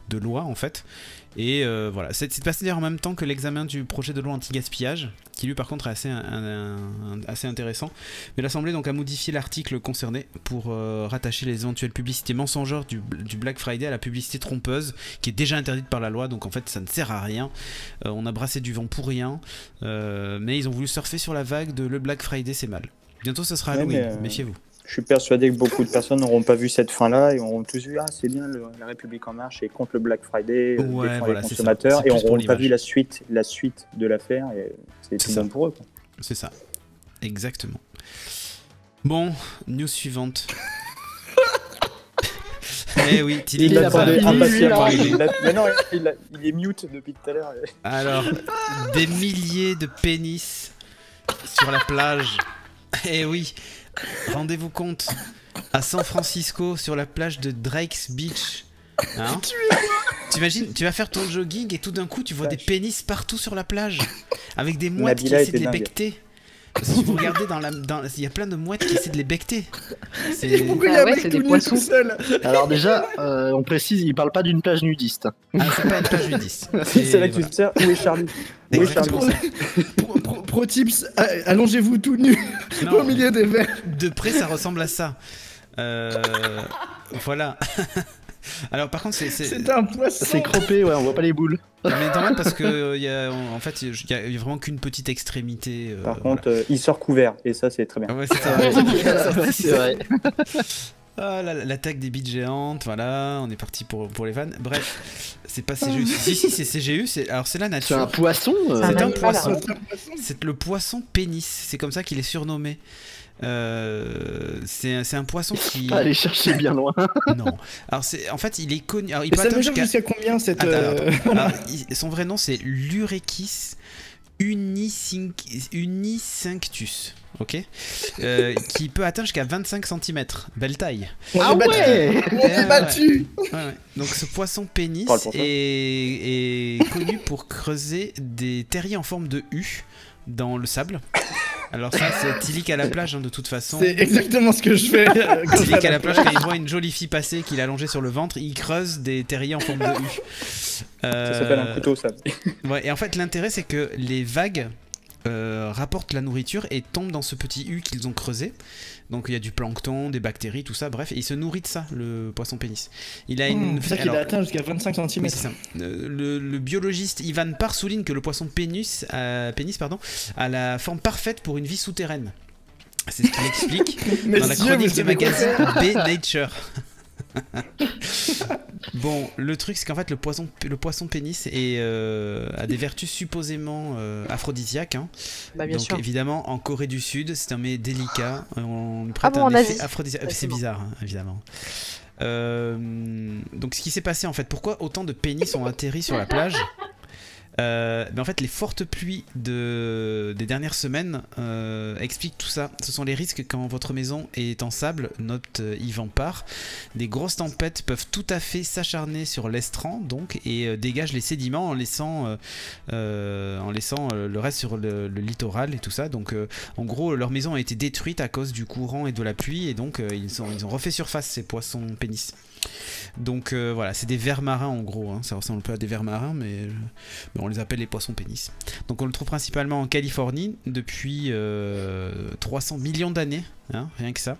de loi en fait. Et euh, voilà, c'est c'est passé d'ailleurs en même temps que l'examen du projet de loi anti-gaspillage, qui lui par contre est assez, un- un- un- assez intéressant. Mais l'Assemblée donc a modifié l'article concerné pour euh, rattacher les éventuelles publicités mensongères du, du Black Friday à la publicité trompeuse, qui est déjà interdite par la loi, donc en fait ça ne sert à rien. Euh, on a brassé du vent pour rien, euh, mais ils ont voulu surfer sur la vague de le Black Friday c'est mal. Bientôt ce sera
Ouais,
Halloween,
mais, euh,
méfiez-vous.
Je suis persuadé que beaucoup de personnes n'auront pas vu cette fin-là et auront tous vu Ah, c'est bien, le- la République en marche est contre le Black Friday, euh,
Ouais,
défend
voilà,
les
c'est ça.
consommateurs
C'est
et
plus pour
n'auront pas
l'image.
vu la suite, la suite de l'affaire et c'est
C'est
tout
ça.
bon pour eux. quoi.
C'est ça, exactement. Bon, news suivante. eh oui, Tilly,
Il
nous
a pas
a-
de-
impatiemment.
lui, là.
Il l'a- Mais non, il, l'a- il est mute depuis tout à l'heure.
Alors, des milliers de pénis sur la plage. Eh oui, rendez-vous compte, à San Francisco, sur la plage de Drake's Beach. Hein T'imagines, tu vas faire ton jogging et tout d'un coup, tu vois des pénis partout sur la plage. Avec des mouettes qui
Nabila
essaient de les
était dingue.
becter. Si vous regardez dans la. dans- Il y a plein de mouettes qui essaient de les becter. C'est.
Pourquoi il y
Ah
a un
ouais,
mec
c'est
tout
des
nu
poissons.
tout seul
Alors déjà, euh, on précise, il parle pas d'une plage nudiste.
Ah, c'est pas une plage nudiste.
C'est là que
voilà. Euh,
tu te sers. Où est Charlie Où est
Exactement
Charlie
ça. Pour- pour-
pro tips, a- allongez-vous tout nu
Non,
au milieu des verres.
de près, ça ressemble à ça. Euh, voilà. Alors, par contre, c'est- c'est
C'est un poisson.
C'est croppé, ouais, on voit pas les boules.
mais normal parce que euh, y a, en fait, il y a il y a vraiment qu'une petite extrémité. euh,
Par
voilà.
contre, euh, il sort couvert, et ça, c'est très bien.
Ah ouais, c'est ça.
C'est vrai.
Ah, la- l'attaque des bites géantes, voilà, on est parti pour, pour les vannes. Bref, c'est pas CGU. si, si, c'est CGU, c'est- alors c'est la
C'est
nature.
un poisson euh,
C'est un
Voilà.
poisson. C'est le poisson pénis. C'est comme ça qu'il est surnommé. Euh, c'est un- c'est un poisson qui.
pas aller chercher bien loin.
Non. Alors, c'est en fait, il est connu. Alors, il
Et ça
patauge
mesure
qu'à-
jusqu'à combien cette.
Attends,
euh,
Alors, Ah, il- son vrai nom, c'est Lurekis unisync- unicinctus. Ok Euh, Qui peut atteindre jusqu'à 25 cm. Belle taille.
Ah
on est battu. On
Ouais, ouais,
est battu.
Ouais, ouais. Donc ce poisson pénis
Parle pour
est,
toi.
est connu pour creuser des terriers en forme de U dans le sable. Alors ça c'est Tillic à la plage hein, de toute façon.
C'est exactement ce que je fais. euh, quand
Tillic
je
à la plage quand il voit une jolie fille passer qu'il a allongée sur le ventre, il creuse des terriers en forme de U.
Ça
Euh,
s'appelle un couteau, ça.
Ouais, et en fait, l'intérêt, c'est que les vagues euh, rapportent la nourriture et tombent dans ce petit U qu'ils ont creusé. Donc il y a du plancton, des bactéries, tout ça, bref. Et il se nourrit de ça, le poisson pénis. Il a une.
Hmm, C'est ça qu'il
alors,
a atteint jusqu'à 25 cm.
oui, c'est ça. Euh, le, le biologiste Ivan Parr souligne que le poisson pénis, euh, pénis pardon, a la forme parfaite pour une vie souterraine. C'est ce qu'il explique dans la chronique du magazine B Nature. bon, le truc c'est qu'en fait le poisson, le poisson pénis est, euh, a des vertus supposément euh, aphrodisiaques. hein.
Bah, bien
Donc
sûr.
évidemment en Corée du Sud c'est un mets délicat. Euh, On lui prête
Ah bon,
un
en
effet
Asie.
aphrodisiaque. C'est
D'accord.
bizarre hein, évidemment. Euh, donc ce qui s'est passé en fait, pourquoi autant de pénis ont atterri sur la plage euh, mais en fait, les fortes pluies de, des dernières semaines euh, expliquent tout ça. Ce sont les risques quand votre maison est en sable, note euh, Yvan Parr. Des grosses tempêtes peuvent tout à fait s'acharner sur l'estran, donc, et euh, dégagent les sédiments en laissant, euh, euh, en laissant euh, le reste sur le, le littoral et tout ça. Donc, euh, en gros, leur maison a été détruite à cause du courant et de la pluie, et donc euh, ils, ont, ils ont refait surface ces poissons pénis. Donc euh, voilà, c'est des vers marins en gros, hein. ça ressemble un peu à des vers marins, mais euh, mais on les appelle les poissons pénis. Donc on le trouve principalement en Californie depuis euh, 300 millions d'années, hein, rien que ça.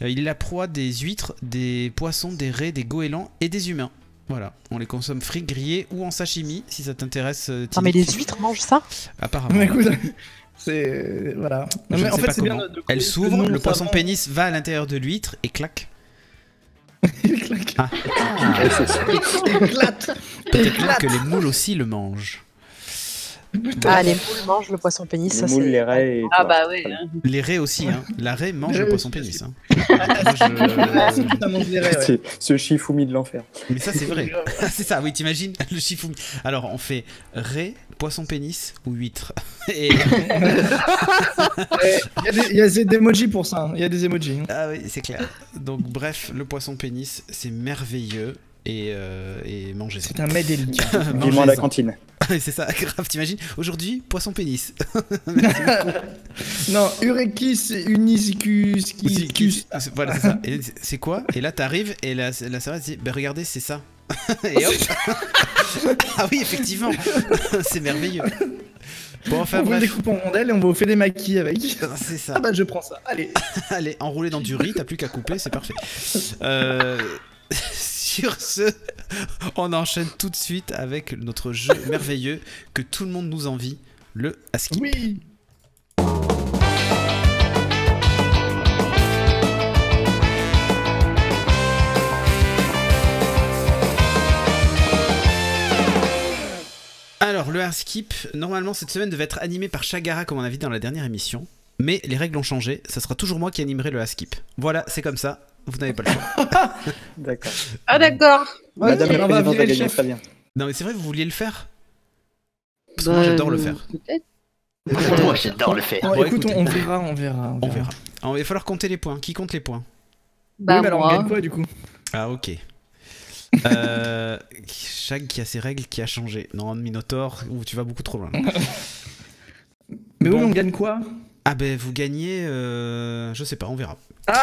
Euh, il est la proie des huîtres, des poissons, des raies, des goélands et des humains. Voilà, on les consomme frits, grillés ou en sashimi, si ça t'intéresse. euh,
Non, Ah, mais les
Tilly.
huîtres mangent ça
Apparemment.
Mais écoute, c'est. Voilà. Non,
Je
mais
ne
en
sais
fait,
pas
c'est bien
comment.
de- de-
Elle s'ouvre,
non,
le
ça
poisson
va.
pénis va à l'intérieur de l'huître et claque.
Il claque.
Ah,
Ouais, c'est ça.
Éclate.
Peut-être même
Éclate.
que les moules aussi le mangent.
Ah, les moules mangent le poisson pénis, ça
Les
c'est.
moules, les raies et
Ah
toi.
bah oui.
Très bien.
hein.
Les raies aussi, hein. La raie mange le
Oui,
poisson
oui,
pénis. hein.
Ah, c'est
Moi, je-
putain, mon dirait, ouais.
C'est ce Shifumi de l'enfer.
Mais ça, c'est vrai. Ah, c'est ça, oui, t'imagines le chifoumi. Alors, on fait raie, poisson pénis ou huître. Et...
Ouais, Il y a des- il y a des emojis pour ça. hein. Il y a des emojis. hein.
Ah oui, c'est clair. Donc, bref, le poisson pénis, c'est merveilleux. Et, euh, et mangez ça.
C'est un mets délicat.
Vivement la
Mangez-en.
cantine.
c'est ça, grave, t'imagines Aujourd'hui, poisson pénis.
Non, Urekis Unisicus Kicus.
Voilà, ah, c'est ça. Et c'est- C'est quoi Et là, t'arrives et la, la serveuse dit Ben regardez, c'est ça. Et hop Ah oui, effectivement C'est merveilleux. Bon, enfin,
on vous le
bref.
découpe en rondelles et on vous fait des maquis avec.
C'est ça.
Ah bah je prends ça. Allez.
Allez, enroulé dans du riz, t'as plus qu'à couper, c'est parfait. Euh, sur ce, on enchaîne tout de suite avec notre jeu merveilleux que tout le monde nous envie, le ASCII.
Oui.
Alors, le hard skip, normalement cette semaine devait être animé par Chagara comme on a vu dans la dernière émission, mais les règles ont changé, ça sera toujours moi qui animerai le hard skip. Voilà, c'est comme ça, vous n'avez pas le choix.
D'accord.
Ah d'accord.
Madame
on
la
va
présidente
virer
a
le
gagné,
chef.
très bien.
Non mais c'est vrai, vous vouliez le faire Parce que moi
Bah,
j'adore le faire.
peut-être.
Moi, j'adore le faire.
Bon,
Bon,
écoute,
écoutez.
on, on verra, on verra, on verra.
On verra. Alors, il va falloir compter les points, qui compte les points
Oui,
Bah
mais alors on
moi.
gagne quoi du coup
Ah ok. Euh, Chag qui a ses règles qui a changé. Non, Minotaur, ouh, tu vas beaucoup trop loin.
Mais oui,
Bon.
on gagne quoi
Ah ben vous gagnez, euh, je sais pas, on verra.
Ah,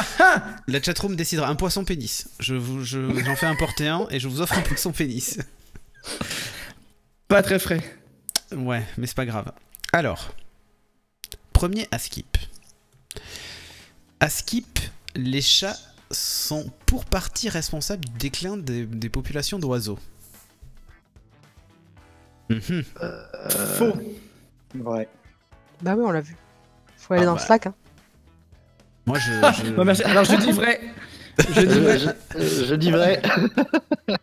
La chatroom décidera un poisson pénis. Je vous, je, j'en fais importer un et je vous offre un poisson pénis.
Pas très frais.
Ouais, mais c'est pas grave. Alors, premier à Skip. À Skip, les chats sont pour partie responsables du déclin des, des populations d'oiseaux. Mhm.
Faux.
Vrai.
Bah oui, on l'a vu. Faut aller
Ah
dans
bah.
le Slack. hein.
Moi, je. je-
Ouais, Bah, merci. Alors je dis vrai. Je dis vrai.
Je, je- je dis vrai.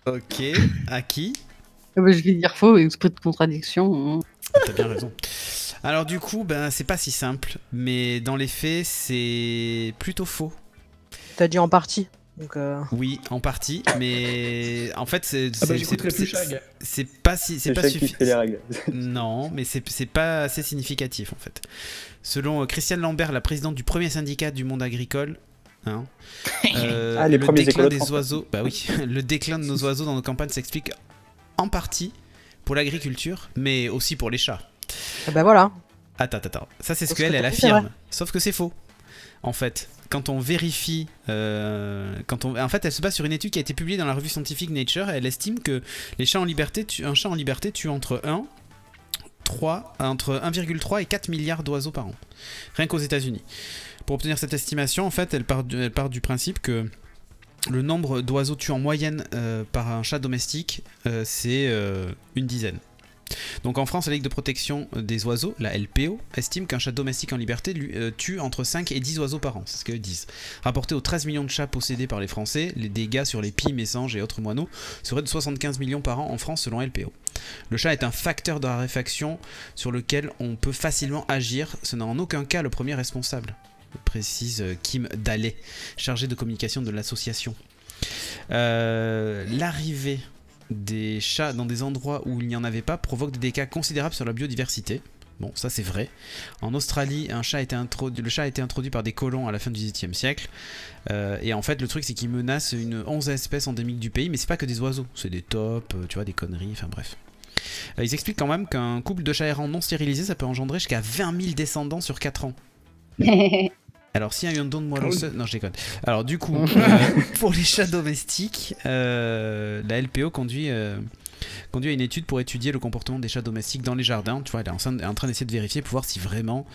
Ok, à qui
Ah bah, je vais dire faux, esprit de contradiction. hein.
Ah, T'as bien raison. Alors du coup, ben c'est pas si simple, mais dans les faits, c'est plutôt faux.
T'as dit en partie. Donc, euh,
Oui, en partie, mais en fait, c'est
Ah bah,
c'est-
j'écouterai
c'est-
plus
c'est-
Chag.
c'est pas si c'est
C'est
pas
pas qui fait les
suffisant.
règles.
Non, mais c'est c'est pas assez significatif en fait. Selon euh, Christiane Lambert, la présidente du premier syndicat du monde agricole. hein, euh,
Ah, les
le
premiers
déclin
écolos
des
français.
oiseaux, bah oui, le déclin de nos oiseaux dans nos campagnes s'explique en partie pour l'agriculture, mais aussi pour les chats.
ah bah voilà.
Attends, attends, attends. Ça, c'est ce
Parce
qu'elle,
que
elle
t'as dit, c'est
affirme. Sauf que c'est faux. En fait, quand on vérifie. euh, quand on, en fait, elle se base sur une étude qui a été publiée dans la revue scientifique Nature. Elle estime que les chats en liberté tuent- un chat en liberté tue entre 1. 3, entre 1,3 et 4 milliards d'oiseaux par an. Rien qu'aux États-Unis. Pour obtenir cette estimation, en fait, elle part du, elle part du principe que le nombre d'oiseaux tués en moyenne euh, par un chat domestique, euh, c'est euh, une dizaine. Donc en France, la Ligue de protection euh, des oiseaux, la LPO, estime qu'un chat domestique en liberté lui, euh, tue entre 5 et 10 oiseaux par an, c'est ce qu'elles disent. Rapporté aux 13 millions de chats possédés par les Français, les dégâts sur les pies, mésanges et autres moineaux seraient de 75 millions par an en France selon LPO. Le chat est un facteur de raréfaction sur lequel on peut facilement agir, ce n'est en aucun cas le premier responsable, précise euh, Kim Dallet, chargée de communication de l'association. Euh, L'arrivée des chats dans des endroits où il n'y en avait pas provoque des dégâts considérables sur la biodiversité. Bon, ça c'est vrai. En Australie, un chat a été introduit, le chat a été introduit par des colons à la fin du XVIIIe siècle. Euh, et en fait, le truc c'est qu'il menace une 11 espèces endémiques du pays, mais c'est pas que des oiseaux, c'est des tops, euh, tu vois, des conneries, enfin bref. Euh, ils expliquent quand même qu'un couple de chats errants non stérilisés, ça peut engendrer jusqu'à 20 000 descendants sur 4 ans. Alors, s'il y a eu un don de moi lanceuse- Non, je déconne. Alors, du coup, euh, pour les chats domestiques, euh, la LPO conduit, euh, conduit à une étude pour étudier le comportement des chats domestiques dans les jardins. Tu vois, elle est en train, en train d'essayer de vérifier pour voir si vraiment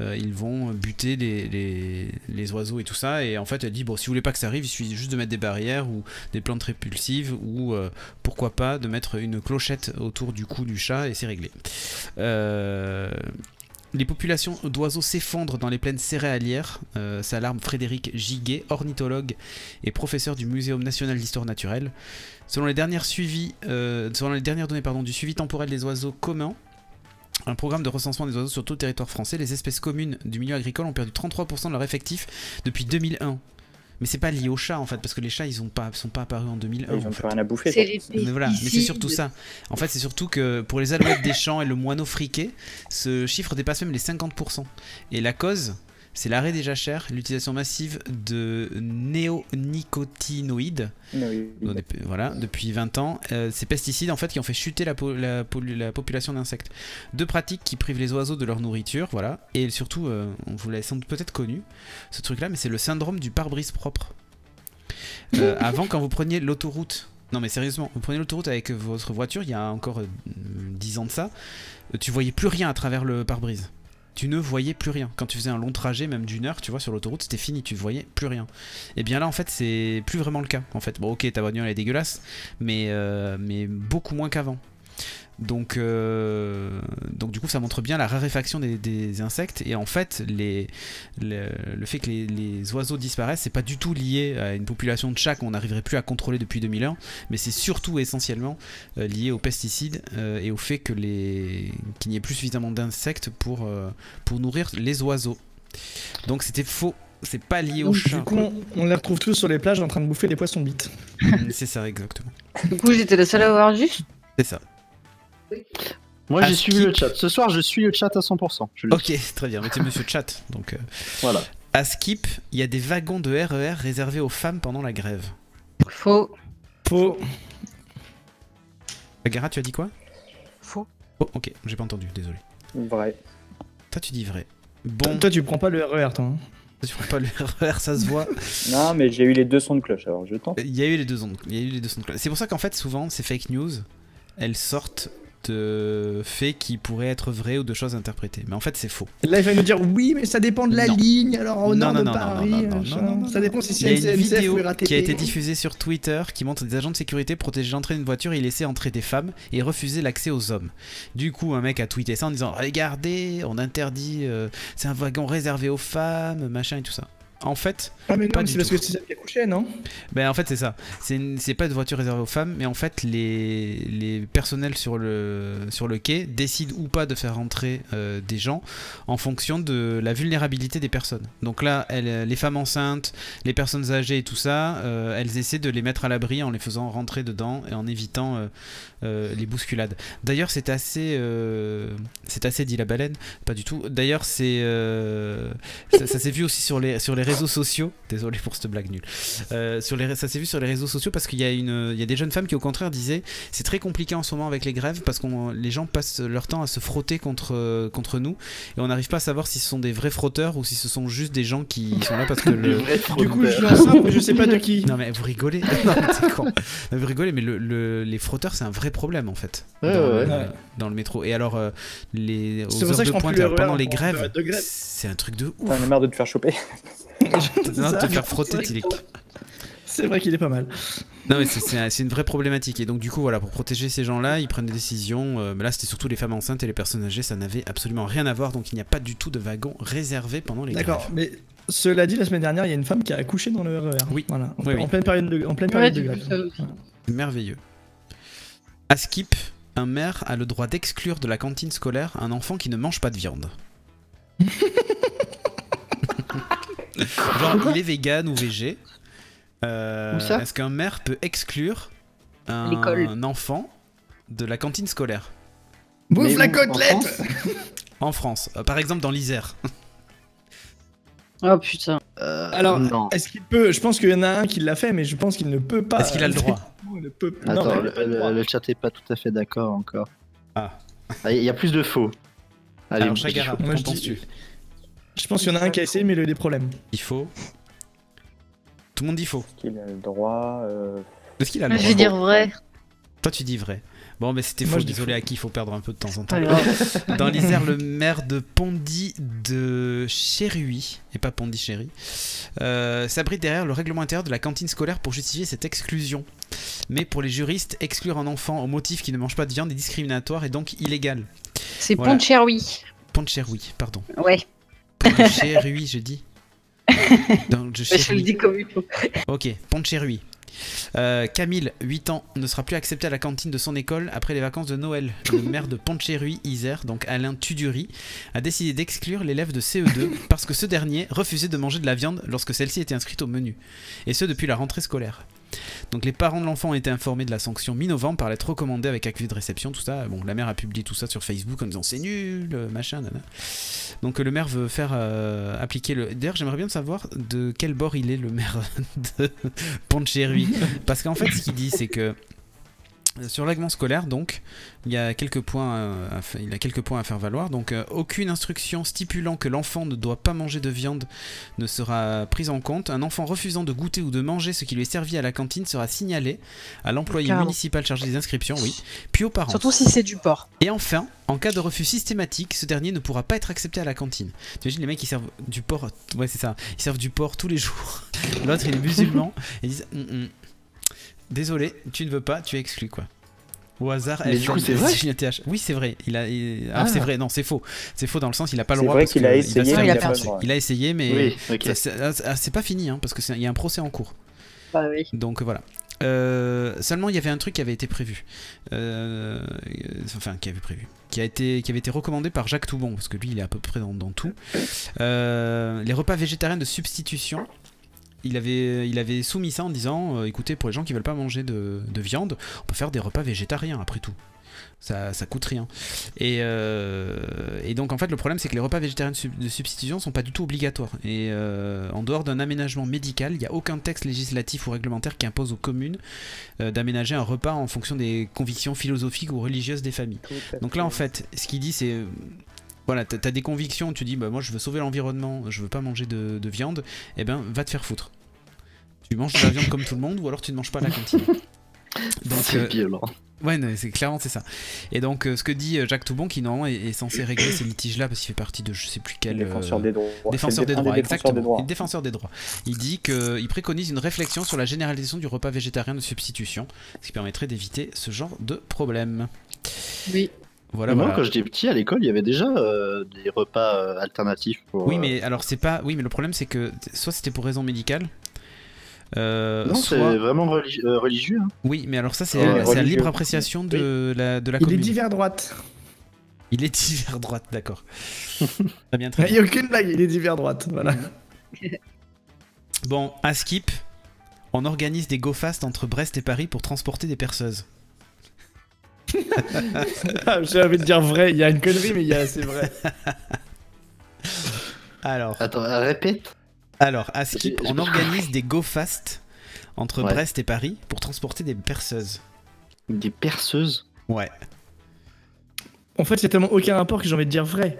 euh, ils vont buter les, les- les oiseaux et tout ça. Et en fait, elle dit bon, si vous voulez pas que ça arrive, il suffit juste de mettre des barrières ou des plantes répulsives ou euh, pourquoi pas de mettre une clochette autour du cou du chat et c'est réglé. Euh, les populations d'oiseaux s'effondrent dans les plaines céréalières. Euh, ça alarme Frédéric Giguet, ornithologue et professeur du Muséum national d'histoire naturelle. Selon les dernières, suivis, euh, selon les dernières données pardon, du suivi temporel des oiseaux communs, un programme de recensement des oiseaux sur tout le territoire français, les espèces communes du milieu agricole ont perdu 33% de leur effectif depuis 2001. Mais c'est pas lié aux chats en fait, parce que les chats ils ont pas, sont pas apparus en 2001.
Ils
Ah en
ont
fait.
plus rien à bouffer.
C'est
quoi.
les
Mais voilà, mais c'est
pesticides.
surtout ça. En fait, c'est surtout que pour les alouettes des champs et le moineau friqué, ce chiffre dépasse même les 50%. Et la cause, c'est l'arrêt des jachères, l'utilisation massive de néonicotinoïdes,
Mais oui,
dans des- voilà, depuis 20 ans, euh, ces pesticides en fait qui ont fait chuter la, po- la pollu- la population d'insectes. Deux pratiques qui privent les oiseaux de leur nourriture, voilà, et surtout, euh, on vous l'a sans doute peut-être connu, ce truc-là, mais c'est le syndrome du pare-brise propre. Euh, avant, quand vous preniez l'autoroute, non mais sérieusement, vous preniez l'autoroute avec votre voiture, il y a encore euh, 10 ans de ça, euh, tu voyais plus rien à travers le pare-brise. Tu ne voyais plus rien. Quand tu faisais un long trajet, même d'une heure, tu vois, sur l'autoroute, c'était fini, tu voyais plus rien. Et bien là, en fait, c'est plus vraiment le cas. En fait, bon, ok, ta bagnole elle est dégueulasse, mais, euh, mais beaucoup moins qu'avant. Donc, euh, donc, du coup, ça montre bien la raréfaction des, des insectes. Et en fait, les, le, le fait que les, les oiseaux disparaissent, c'est pas du tout lié à une population de chats qu'on n'arriverait plus à contrôler depuis 2001, mais c'est surtout et essentiellement euh, lié aux pesticides euh, et au fait que les- qu'il n'y ait plus suffisamment d'insectes pour, euh, pour nourrir les oiseaux. Donc, c'était faux. C'est pas lié aux
Donc,
chats.
du coup, on, on les retrouve tous sur les plages en train de bouffer des poissons bites.
Mm, C'est ça, exactement.
Du coup, j'étais la seule à avoir juste.
C'est ça.
Moi, j'ai
À
suivi
skip.
le chat. Ce soir, je suis le chat à 100%. Je le dis.
Ok, très bien. Mais t'es monsieur Chat. Donc, euh,
Voilà.
à Skip, il y a des wagons de RER réservés aux femmes pendant la grève.
Faux.
Faux.
Agara, tu as dit quoi
Faux.
Oh, ok, j'ai pas entendu, désolé.
Vrai.
Toi, tu dis vrai. Bon,
Toi, tu prends pas le RER, toi. hein.
tu prends pas le RER, ça se voit.
Non, mais j'ai eu les deux sons de cloche, alors je tente.
Il y a eu les deux ondes. Il y a eu les deux ondes. C'est pour ça qu'en fait, souvent, ces fake news, elles sortent euh, faits qui pourraient être vrais ou de choses interprétées. Mais en fait, c'est faux.
Là, il va nous dire oui, mais ça dépend de la
Non.
ligne. Alors, au
Non,
nord
non,
de
non, non,
Paris,
non, non, non,
machin.
non, non,
ça dépend si
Il y a
c'est
une
SNCF ou
vidéo
RATP.
qui a été diffusée sur Twitter qui montre des agents de sécurité protéger l'entrée d'une voiture et laisser entrer des femmes et refuser l'accès aux hommes. Du coup, un mec a tweeté ça en disant Regardez, on interdit, euh, c'est un wagon réservé aux femmes, machin et tout ça. En fait,
Ah, mais non,
Pas
mais
du
c'est parce
tout.
que c'est celle qui a couché, non
ben en fait c'est ça. C'est une- c'est pas de voiture réservée aux femmes, mais en fait les, les personnels sur le, sur le quai décident ou pas de faire entrer euh, des gens en fonction de la vulnérabilité des personnes. Donc là, elles- les femmes enceintes, les personnes âgées et tout ça, euh, elles essaient de les mettre à l'abri en les faisant rentrer dedans et en évitant euh, euh, les bousculades. D'ailleurs, c'est assez, euh, c'est assez dit la baleine, pas du tout. D'ailleurs, c'est, euh, ça, ça s'est vu aussi sur les sur les réseaux sociaux. Désolé pour cette blague nulle. Euh, sur les, ça s'est vu sur les réseaux sociaux parce qu'il y a une, il y a des jeunes femmes qui au contraire disaient, c'est très compliqué en ce moment avec les grèves parce qu'on, les gens passent leur temps à se frotter contre euh, contre nous et on n'arrive pas à savoir si ce sont des vrais frotteurs ou si ce sont juste des gens qui sont là parce que le,
Du coup, je lance simple, je sais pas de qui.
non mais vous rigolez. non mais c'est con. Non, mais vous rigolez, mais le, le- les frotteurs c'est un vrai problème en fait.
Ouais,
dans,
ouais,
le-
ouais.
dans le métro. Et alors euh, les
C'est
aux
pour
heures
ça que
de
je prends
pointe
plus
alors,
le
pendant
RER
les
en
grèves,
période de grève.
c'est un truc de ouf.
T'en as marre de te faire choper.
Non,
C'est
te
ça.
faire frotter, Tilek.
C'est vrai qu'il est pas mal.
Non mais c'est- c'est un- c'est une vraie problématique. Et donc du coup voilà, pour protéger ces gens-là, ils prennent des décisions. Euh, mais là c'était surtout les femmes enceintes et les personnes âgées, ça n'avait absolument rien à voir. Donc il n'y a pas du tout de wagon réservé pendant les grèves.
D'accord, mais cela dit, la semaine dernière, il y a une femme qui a accouché dans le RER.
Oui.
Voilà. En,
Oui, oui.
en pleine période de, en pleine
Ouais,
période
du
de
coup,
grève.
ça aussi.
Merveilleux. À Skip, un maire a le droit d'exclure de la cantine scolaire un enfant qui ne mange pas de viande. Genre, il est vegan ou végé. Euh,
Où ça
Est-ce qu'un maire peut exclure un,
L'école.
un enfant de la cantine scolaire
Bouffe la
En
côtelette
France
en France Euh, Par exemple, dans l'Isère.
Oh putain.
Euh,
Alors,
non.
Est-ce qu'il peut Je pense qu'il y en a un qui l'a fait, mais je pense qu'il ne peut pas.
Est-ce qu'il a le droit
Il ne peut non,
Attends,
mais il
le,
a pas le
le-
droit.
le chat est pas tout à fait d'accord encore.
Ah.
Ah, Il y a plus de faux. Allez,
Alors,
je suis
Chagara,
chaud.
Moi,
qu'en
je dis-
penses-tu
Je pense qu'il y en a un qui a essayé, mais il a eu des problèmes.
Il faut. Tout le monde dit faux.
Qu'il a le droit. euh,
Est-ce qu'il a le
Moi,
droit
je vais dire vrai.
Toi, tu dis vrai. Bon, mais c'était
Moi,
faux.
je dis
Désolé
faux.
à qui il faut perdre un peu de temps en temps.
Pas grave.
Dans l'Isère, le maire de Pondy de Chéruy, et pas Pondichéry, euh, s'abrite derrière le règlement intérieur de la cantine scolaire pour justifier cette exclusion. Mais pour les juristes, exclure un enfant au motif qu'il ne mange pas de viande est discriminatoire et donc illégal.
C'est
Voilà.
Poncherry.
Pondichéry, pardon.
Ouais,
Pondichéry, j'ai dit. Dans le
je le
Chéruy.
dis comme il faut.
Ok, Poncherui. Euh, Camille, 8 ans, ne sera plus accepté à la cantine de son école après les vacances de Noël. Le maire de Poncherui, Isère, donc Alain Tudury, a décidé d'exclure l'élève de CE2 parce que ce dernier refusait de manger de la viande lorsque celle-ci était inscrite au menu. Et ce, depuis la rentrée scolaire. Donc les parents de l'enfant ont été informés de la sanction mi-novembre par lettre recommandée avec accusé de réception, tout ça. Bon, la mère a publié tout ça sur Facebook en disant c'est nul, euh, machin, nana. Donc euh, le maire veut faire euh, appliquer le... D'ailleurs, j'aimerais bien savoir de quel bord il est, le maire de Poncherry. Parce qu'en fait, ce qu'il dit, c'est que... euh, Sur l'agment scolaire, donc, il y, a quelques points euh, à, fa- il a quelques points à faire valoir. Donc, euh, aucune instruction stipulant que l'enfant ne doit pas manger de viande ne sera prise en compte. Un enfant refusant de goûter ou de manger ce qui lui est servi à la cantine sera signalé à l'employé
Carrément.
municipal chargé des inscriptions, oui, puis aux parents.
Surtout si c'est du porc.
Et enfin, en cas de refus systématique, ce dernier ne pourra pas être accepté à la cantine. T'imagines les mecs qui servent du porc, ouais c'est ça, ils servent du porc tous les jours. L'autre il est musulman et ils disent Hum, hum. désolé, tu ne veux pas, tu es exclu quoi. Au hasard,
Mais du
FN,
coup, c'est vrai
SJTH. Oui c'est vrai. Il a, il- ah,
Ah.
c'est vrai, non c'est faux, c'est faux dans le sens il a pas le
C'est
droit.
vrai
parce
qu'il a
que
essayé,
va se faire
il a pas
défoncer.
le droit.
Il a essayé mais
Oui, ok.
ça, c'est ah, c'est pas fini hein, parce que c'est- il y a un procès en cours.
Bah oui.
Donc voilà. Euh, seulement, il y avait un truc qui avait été prévu. Euh, euh, enfin, qui avait prévu. Qui, a été, qui avait été recommandé par Jacques Toubon, parce que lui, il est à peu près dans, dans tout. Euh, les repas végétariens de substitution. Il avait, il avait soumis ça en disant euh, écoutez, pour les gens qui veulent pas manger de, de viande, on peut faire des repas végétariens après tout. Ça, ça coûte rien. Et, euh, et donc, en fait, le problème, c'est que les repas végétariens de, sub- de substitution sont pas du tout obligatoires. Et euh, en dehors d'un aménagement médical, il n'y a aucun texte législatif ou réglementaire qui impose aux communes euh, d'aménager un repas en fonction des convictions philosophiques ou religieuses des familles. Donc là, en fait, ce qu'il dit, c'est. euh, Voilà, t'as t'as des convictions, tu dis, bah moi je veux sauver l'environnement, je veux pas manger de, de viande, eh ben va te faire foutre. Tu manges de la viande comme tout le monde, ou alors tu ne manges pas à la cantine. Donc,
C'est
euh,
violent.
Ouais, non, c'est clairement c'est ça. Et donc euh, ce que dit euh, Jacques Toubon qui non est, est censé régler ces litiges là parce qu'il fait partie de je sais plus quel euh,
Défenseur des droits.
défenseur
C'est
des
un
droits,
défenseurs des
exactement.
droits.
Il est défenseur des droits. Il dit que euh, il préconise une réflexion sur la généralisation du repas végétarien de substitution, ce qui permettrait d'éviter ce genre de problème.
Oui.
Voilà.
Mais moi,
voilà.
quand j'étais petit à l'école, il y avait déjà euh, des repas euh, alternatifs pour.
Oui,
euh,
mais alors c'est pas. Oui, mais le problème c'est que t- soit c'était pour raison médicale. euh,
Non, c'est
soit...
vraiment religi- euh, religieux. hein.
Oui, mais alors ça c'est
Ouais,
à- c'est à
religieux.
libre appréciation de la de la
Il est
commune.
divers droite.
Il est divers droite, d'accord. très bien, très
Il
bien.
n'y a aucune blague, il est divers droite. Voilà.
Bon, à Skip, on organise des go fast entre Brest et Paris pour transporter des perceuses.
J'ai envie de dire vrai, il y a une connerie, mais il y a- c'est vrai.
Alors,
Attends, euh, répète.
alors à Skip,
J'ai- j'ai
on
pas
organise des go fast entre
Ouais.
Brest et Paris pour transporter des perceuses.
Des perceuses.
Ouais.
En fait, il y a tellement aucun rapport que j'ai envie de dire vrai.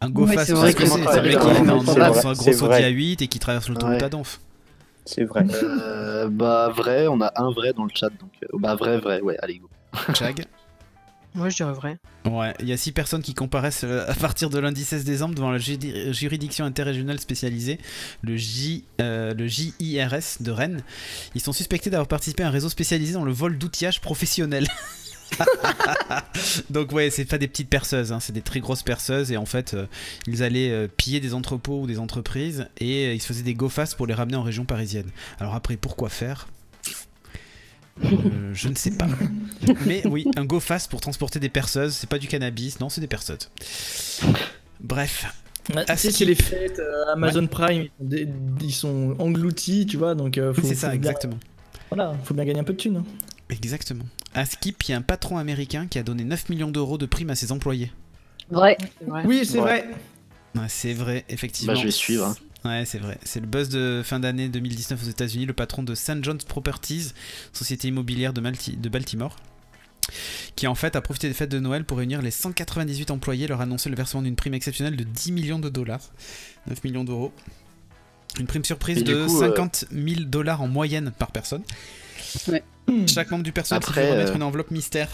Un go
Ouais,
fast,
c'est
on
vrai
sait
que
ce
c'est-
c'est un
c'est
mec qui est
vrai,
en
c'est
dans
vrai,
un gros
c'est
sautier
vrai.
à 8 et qui traverse l'autoroute
Ouais.
à Donf.
C'est vrai.
Euh, bah, vrai, on a un vrai dans le chat. donc euh, Bah, vrai, vrai, ouais, allez, go.
Chag.
Moi, je dirais vrai.
Ouais, il y a 6 personnes qui comparaissent euh, à partir de lundi 16 décembre devant la judi- juridiction interrégionale spécialisée, le, J, euh, le JIRS de Rennes. Ils sont suspectés d'avoir participé à un réseau spécialisé dans le vol d'outillage professionnel. Donc ouais, c'est pas des petites perceuses, hein, c'est des très grosses perceuses et en fait, euh, ils allaient euh, piller des entrepôts ou des entreprises et euh, ils se faisaient des go fast pour les ramener en région parisienne. Alors après, pourquoi faire Euh, Je ne sais pas. Mais oui, un go fast pour transporter des perceuses, c'est pas du cannabis, non, c'est des perceuses. Bref, Ah,
Tu sais,
si.
c'est les fêtes, euh, Amazon Prime, ils sont, des- ils sont engloutis, tu vois, donc euh, faut,
c'est ça,
faut bien-
exactement.
voilà, faut bien gagner un peu de thunes. hein.
Exactement. À Skip, il y a un patron américain qui a donné 9 millions d'euros de primes à ses employés.
Vrai.
Oui, c'est
Ouais.
vrai.
Ouais, c'est vrai, effectivement.
Bah, je vais suivre. hein.
Ouais, c'est vrai. C'est le buzz de fin d'année 2019 aux États-Unis. Le patron de St. John's Properties, société immobilière de, Malti- de Baltimore, qui en fait a profité des fêtes de Noël pour réunir les 198 employés, leur annoncer le versement d'une prime exceptionnelle de 10 millions de dollars, 9 millions d'euros. Une prime surprise
Et du
de
coup, euh,
50 000 dollars en moyenne par personne.
Ouais.
Chaque membre du personnel s'est
Après,
vu remettre
euh,
une enveloppe mystère.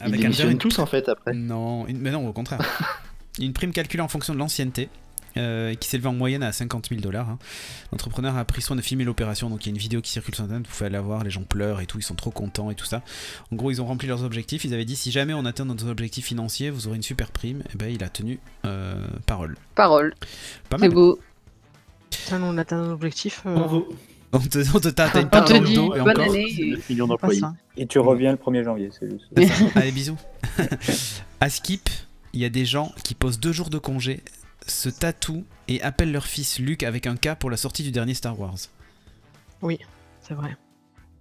Ils
un
démissionnent
verre-
tous, en fait, après.
non, une- mais non, au contraire. une prime calculée en fonction de l'ancienneté, euh, qui s'élevait en moyenne à 50 000 dollars. hein. L'entrepreneur a pris soin de filmer l'opération, donc il y a une vidéo qui circule sur internet, vous pouvez la voir, les gens pleurent et tout, ils sont trop contents et tout ça. En gros, ils ont rempli leurs objectifs, ils avaient dit si jamais on atteint nos objectifs financiers, vous aurez une super prime. Et ben il a tenu euh, parole.
Parole.
Pas
C'est
mal.
beau.
Putain, nous, on atteint nos objectifs. euh,
Bravo.
On te, on te tape une
On
part
te
dans le
dit
dos et
bonne
encore.
année. et-
9 millions
pas
d'employés.
ça.
Et tu reviens
Mm.
le 1er janvier, c'est juste.
Allez, bisous. à Skip, il y a des gens qui posent deux jours de congé, se tatouent et appellent leur fils Luke avec un K pour la sortie du dernier Star Wars.
C'est vrai.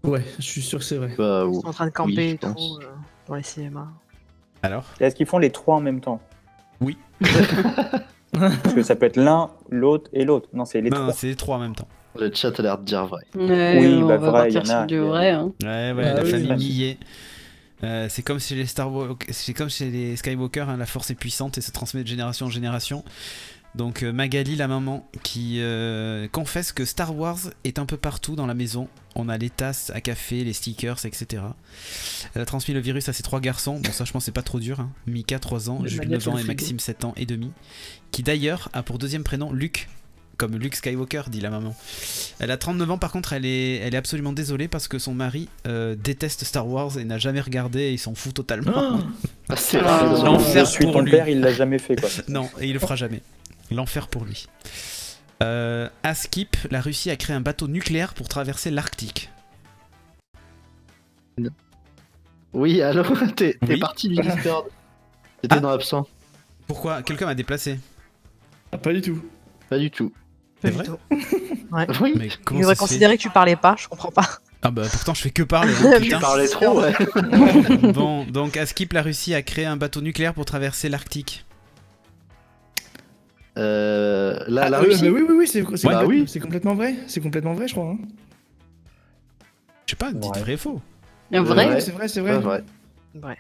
Ouais, je suis sûr que c'est vrai.
Oh.
Bah,
Ils
ou-
sont en train de camper
je
et tout
pense.
euh, dans les cinémas.
Alors
Et Est-ce qu'ils font les trois en même temps
Oui.
Parce que ça peut être l'un, l'autre et l'autre. Non, c'est les
Non, non,
trois.
c'est les trois en même temps.
Le chat a l'air de dire vrai.
Ouais,
Oui,
on
bah,
va
vrai, y
partir
en a,
sur du
y en a.
vrai. hein.
Ouais, ouais,
Ah
la
oui.
famille y est. Euh, c'est comme chez les Star Wa- c'est comme chez les Skywalker, hein, la force est puissante et se transmet de génération en génération. Donc euh, Magali, la maman, qui euh, confesse que Star Wars est un peu partout dans la maison. On a les tasses à café, les stickers, etc. Elle a transmis le virus à ses trois garçons. Bon, ça, je pense, que c'est pas trop dur. hein. Mika, 3 ans,
Le
Jules,
Magali
9 ans,
sur
et
le frigo.
Maxime, 7 ans et demi. Qui d'ailleurs a pour deuxième prénom Luc. Comme Luke Skywalker, dit la maman. Elle a 39 ans, par contre, elle est, elle est absolument désolée parce que son mari euh, déteste Star Wars et n'a jamais regardé et il s'en fout totalement.
Ah,
Ah, c'est
Ah,
vrai.
Non, je
l'enfer
suis
pour
ton
lui. Euh,
père, il l'a jamais fait quoi.
Non, et il le fera jamais. L'enfer pour lui. Euh, à Skip, la Russie a créé un bateau nucléaire pour traverser l'Arctique.
Oui, alors, t'es t'es
Oui.
parti du Discord. T'étais
Ah.
dans l'absent.
Pourquoi Quelqu'un m'a déplacé.
ah, pas du tout.
Pas du tout.
C'est
Pas
vrai
du tout.
Oui,
Ah, Mais
Ils
comment ça
devraient
se
considérer que tu parlais pas, je comprends pas.
fait Ah bah pourtant je fais que parler. hein,
tu
putain.
parlais trop, ouais.
bon, donc à Skip, la Russie a créé un bateau nucléaire pour traverser l'Arctique.
Euh, la, la
Ah, euh,
Russie
bah oui, oui, oui, c'est c'est
Ouais, bah
complètement-
oui.
c'est complètement vrai. C'est complètement vrai, je crois. hein.
Je sais pas, dites
Ouais.
vrai ou faux.
Un vrai
Ouais.
c'est vrai, c'est
Pas
vrai.
vrai.
Vrai.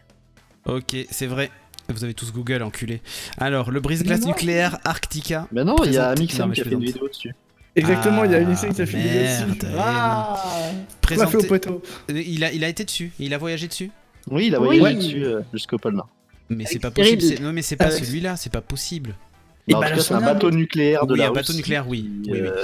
Ok, c'est vrai. Vous avez tous Google, enculé. Alors, le brise-glace
Mais non.
nucléaire Arctica.
Mais non, il y a
Présente-
Amixem
Non, mais
qui a
je
fait une
plaisante.
vidéo dessus.
Exactement, il y a une
Ah,
essai qui a fait des
merde,
DLC.
et
Ah On l'a fait
Présenté-
au poteau.
Euh, Il a, il a été dessus, il a voyagé dessus.
Oui, il a voyagé dessus euh, jusqu'au pôle Nord.
Mais c'est
Avec
pas possible.
Cyril.
c'est- Non, mais c'est pas
Avec-
celui-là, c'est pas possible.
Et
Bah, en tout cas,
balance
c'est un
son arme.
bateau nucléaire de
oui,
la
un bateau
Russie
nucléaire, oui.
qui,
oui, oui.
euh,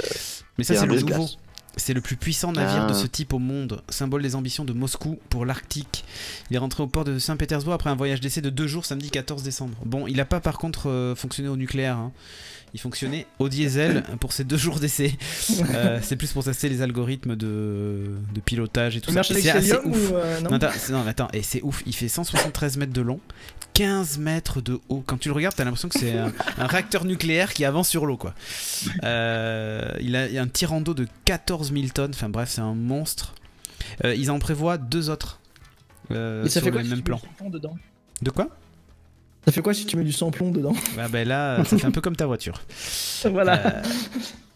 Mais ça, c'est
fait un
le
brise-glace.
nouveau. C'est le plus puissant navire de
Ah.
ce type au monde, symbole des ambitions de Moscou pour l'Arctique. Il est rentré au port de Saint-Pétersbourg après un voyage d'essai de deux jours samedi 14 décembre. Bon, il n'a pas par contre euh, fonctionné au nucléaire. hein. Il fonctionnait au diesel pour ses deux jours d'essai. Euh, c'est plus pour tester les algorithmes de, de pilotage et tout
Il
ça.
marche
Et
avec
c'est assez
Célium
ouf.
ou euh, non
Non, attends, c'est- non, mais attends, et c'est ouf, il fait 173 mètres de long, 15 mètres de haut. Quand tu le regardes, t'as l'impression que c'est un, un réacteur nucléaire qui avance sur l'eau, quoi. Euh, il, a, il a un tirant d'eau de 14 000 tonnes, enfin bref, c'est un monstre. Euh, ils en prévoient deux autres euh,
Mais ça
sur
fait quoi
le
si tu
même
mets
plan.
du sang plomb dedans
De quoi
Ça fait quoi si tu mets du sang plomb dedans
Bah ben là, ça fait un peu comme ta voiture.
Voilà.
Euh,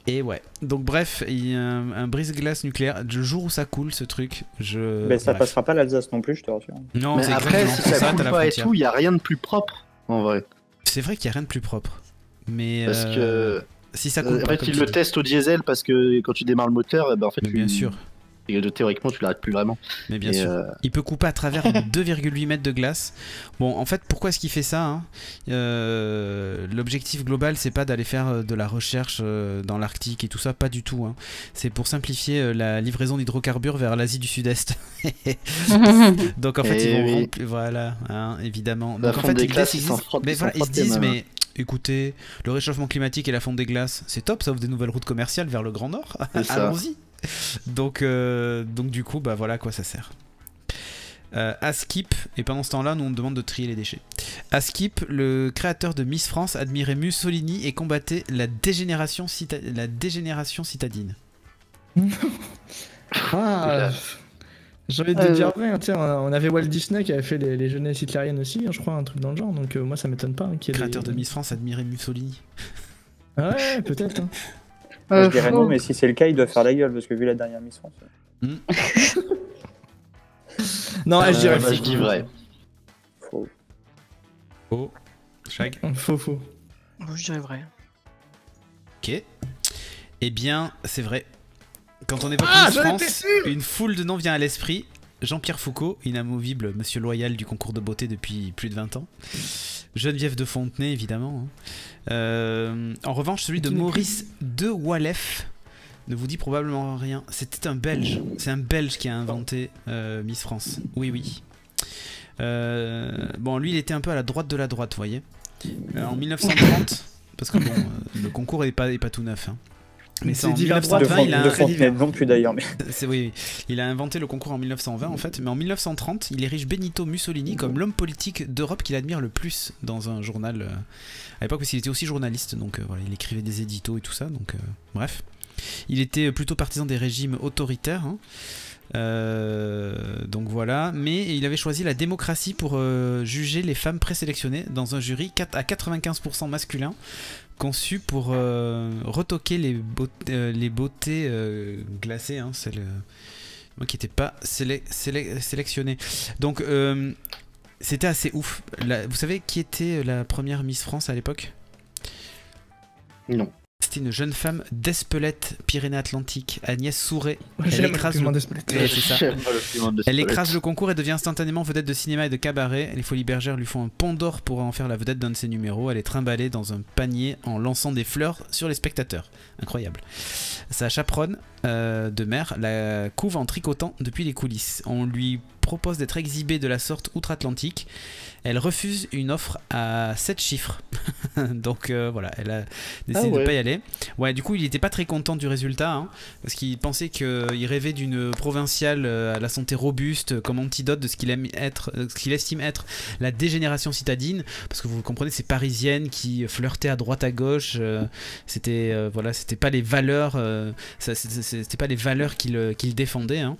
et ouais, donc bref, il y a un, un brise-glace nucléaire. Le jour où ça coule, ce truc, je.
Ben, ça
bref.
passera pas l'Alsace non plus, je te rassure.
Non,
Mais
c'est
après,
exactement
si
pour
ça
ça, t'as
coule
la
pas et
frontière.
tout, il n'y a rien de plus propre en vrai.
C'est vrai qu'il n'y a rien de plus propre. Mais
Parce
euh,
que
si ça coule
euh, en
pas,
fait,
comme
ils
tu
le
dis.
testent au diesel parce que quand tu démarres le moteur, eh ben, en fait,
Mais
tu-
bien sûr,
et de- théoriquement, tu l'arrêtes plus vraiment.
mais bien
Et,
sûr.
euh,
Il peut couper à travers 2,8 mètres de glace. Bon, en fait, pourquoi est-ce qu'il fait ça hein Euh, L'objectif global, c'est pas d'aller faire euh, de la recherche euh, dans l'Arctique et tout ça, pas du tout. hein. C'est pour simplifier euh, la livraison d'hydrocarbures vers l'Asie du Sud-Est. Donc en fait,
Eh
ils vont
oui.
rompre, voilà, hein, évidemment.
La
Donc en
fonte
fait,
des
ils,
glaces,
décident-
ils s'en frottent-
mais
ils
voilà,
s'en
ils se
frottent les
disent,
mains.
mais écoutez, le réchauffement climatique et la fonte des glaces, c'est top, ça ouvre des nouvelles routes commerciales vers le Grand Nord.
C'est ça.
Allons-y. Donc, euh, donc du coup, bah voilà à quoi ça sert. Euh, à Skip, et pendant ce temps-là, nous on me demande de trier les déchets. À Skip, le créateur de Miss France admirait Mussolini et combattait la dégénération, cita- la dégénération citadine.
Ah, J'ai envie de te
Euh.
dire vrai, hein, tiens, on avait Walt Disney qui avait fait les, les jeunesses hitlériennes aussi, hein, je crois, un truc dans le genre, donc euh, moi ça m'étonne pas. hein, qu'il y ait
Créateur
des-
de Miss France admirait Mussolini.
Ouais, peut-être. hein.
Moi,
Euh,
je dirais
faux.
non, mais si c'est le cas, il doit faire la gueule, parce que vu la dernière Miss France.
Non, ouais, Ah, je dirais
Euh, bah,
faux.
je dis vrai.
Faut...
Oh, Shag.
Faux, faux.
Moi, Je dirais vrai.
Ok. Eh bien, c'est vrai. Quand on évoque Miss
Ah, j'en
France, une foule de noms vient à l'esprit. Jean-Pierre Foucault, inamovible monsieur loyal du concours de beauté depuis plus de 20 ans. Geneviève de Fontenay, évidemment. hein. Euh, en revanche, celui de
Tu n'es
Maurice de Walef ne vous dit probablement rien. C'était un Belge. C'est un Belge qui a inventé euh, Miss France. Oui, oui. Euh, bon, lui, il était un peu à la droite de la droite, vous voyez. Euh, en 1930, parce que bon, euh, le concours n'est pas, est pas tout neuf. hein. Mais Ah, c'est
C'est
en
divers droit.
De,
1920, hein, il a
de
un
Fontenay non plus d'ailleurs, mais
c'est- oui, oui. il a inventé le concours en 1920 en fait, mais en 1930, il érige Benito Mussolini comme l'homme politique d'Europe qu'il admire le plus dans un journal euh, à l'époque parce qu'il était aussi journaliste, donc euh, voilà, il écrivait des éditos et tout ça, donc euh, bref. Il était plutôt partisan des régimes autoritaires, hein. Euh, donc voilà, mais il avait choisi la démocratie pour euh, juger les femmes présélectionnées dans un jury 4 à 95% masculin conçu pour euh, retoquer les, beaut- euh, les beautés euh, glacées, hein, celles euh, moi qui n'étaient pas sélec- sélec- sélectionnées. Donc euh, c'était assez ouf. La- vous savez qui était euh, la première Miss France à l'époque
Non.
C'était une jeune femme d'Espelette, Pyrénées-Atlantiques, Agnès Souret. Elle
J'aime
écrase
le
le-
piment d'Espelette.
Ouais, c'est ça.
J'aime pas le film de
Elle
Spolette.
écrase le concours et devient instantanément vedette de cinéma et de cabaret. Les Folies Bergères lui font un pont d'or pour en faire la vedette d'un de ses numéros. Elle est trimballée dans un panier en lançant des fleurs sur les spectateurs. Incroyable. Sa chaperonne euh, de mer la couve en tricotant depuis les coulisses. On lui propose d'être exhibée de la sorte outre-Atlantique. Elle refuse une offre à 7 chiffres. Donc euh, voilà, elle a décidé
Ah ouais.
de pas y aller. Ouais, du coup, il n'était pas très content du résultat. hein. Parce qu'il pensait qu'il rêvait d'une provinciale euh, à la santé robuste euh, comme antidote de ce qu'il aime être, euh, ce qu'il estime être la dégénération citadine. Parce que vous comprenez, ces parisiennes qui flirtaient à droite à gauche, euh, c'était euh, voilà, c'était pas les valeurs, euh, ça- c'était c'était pas les valeurs qu'il euh, qu'il défendait. hein.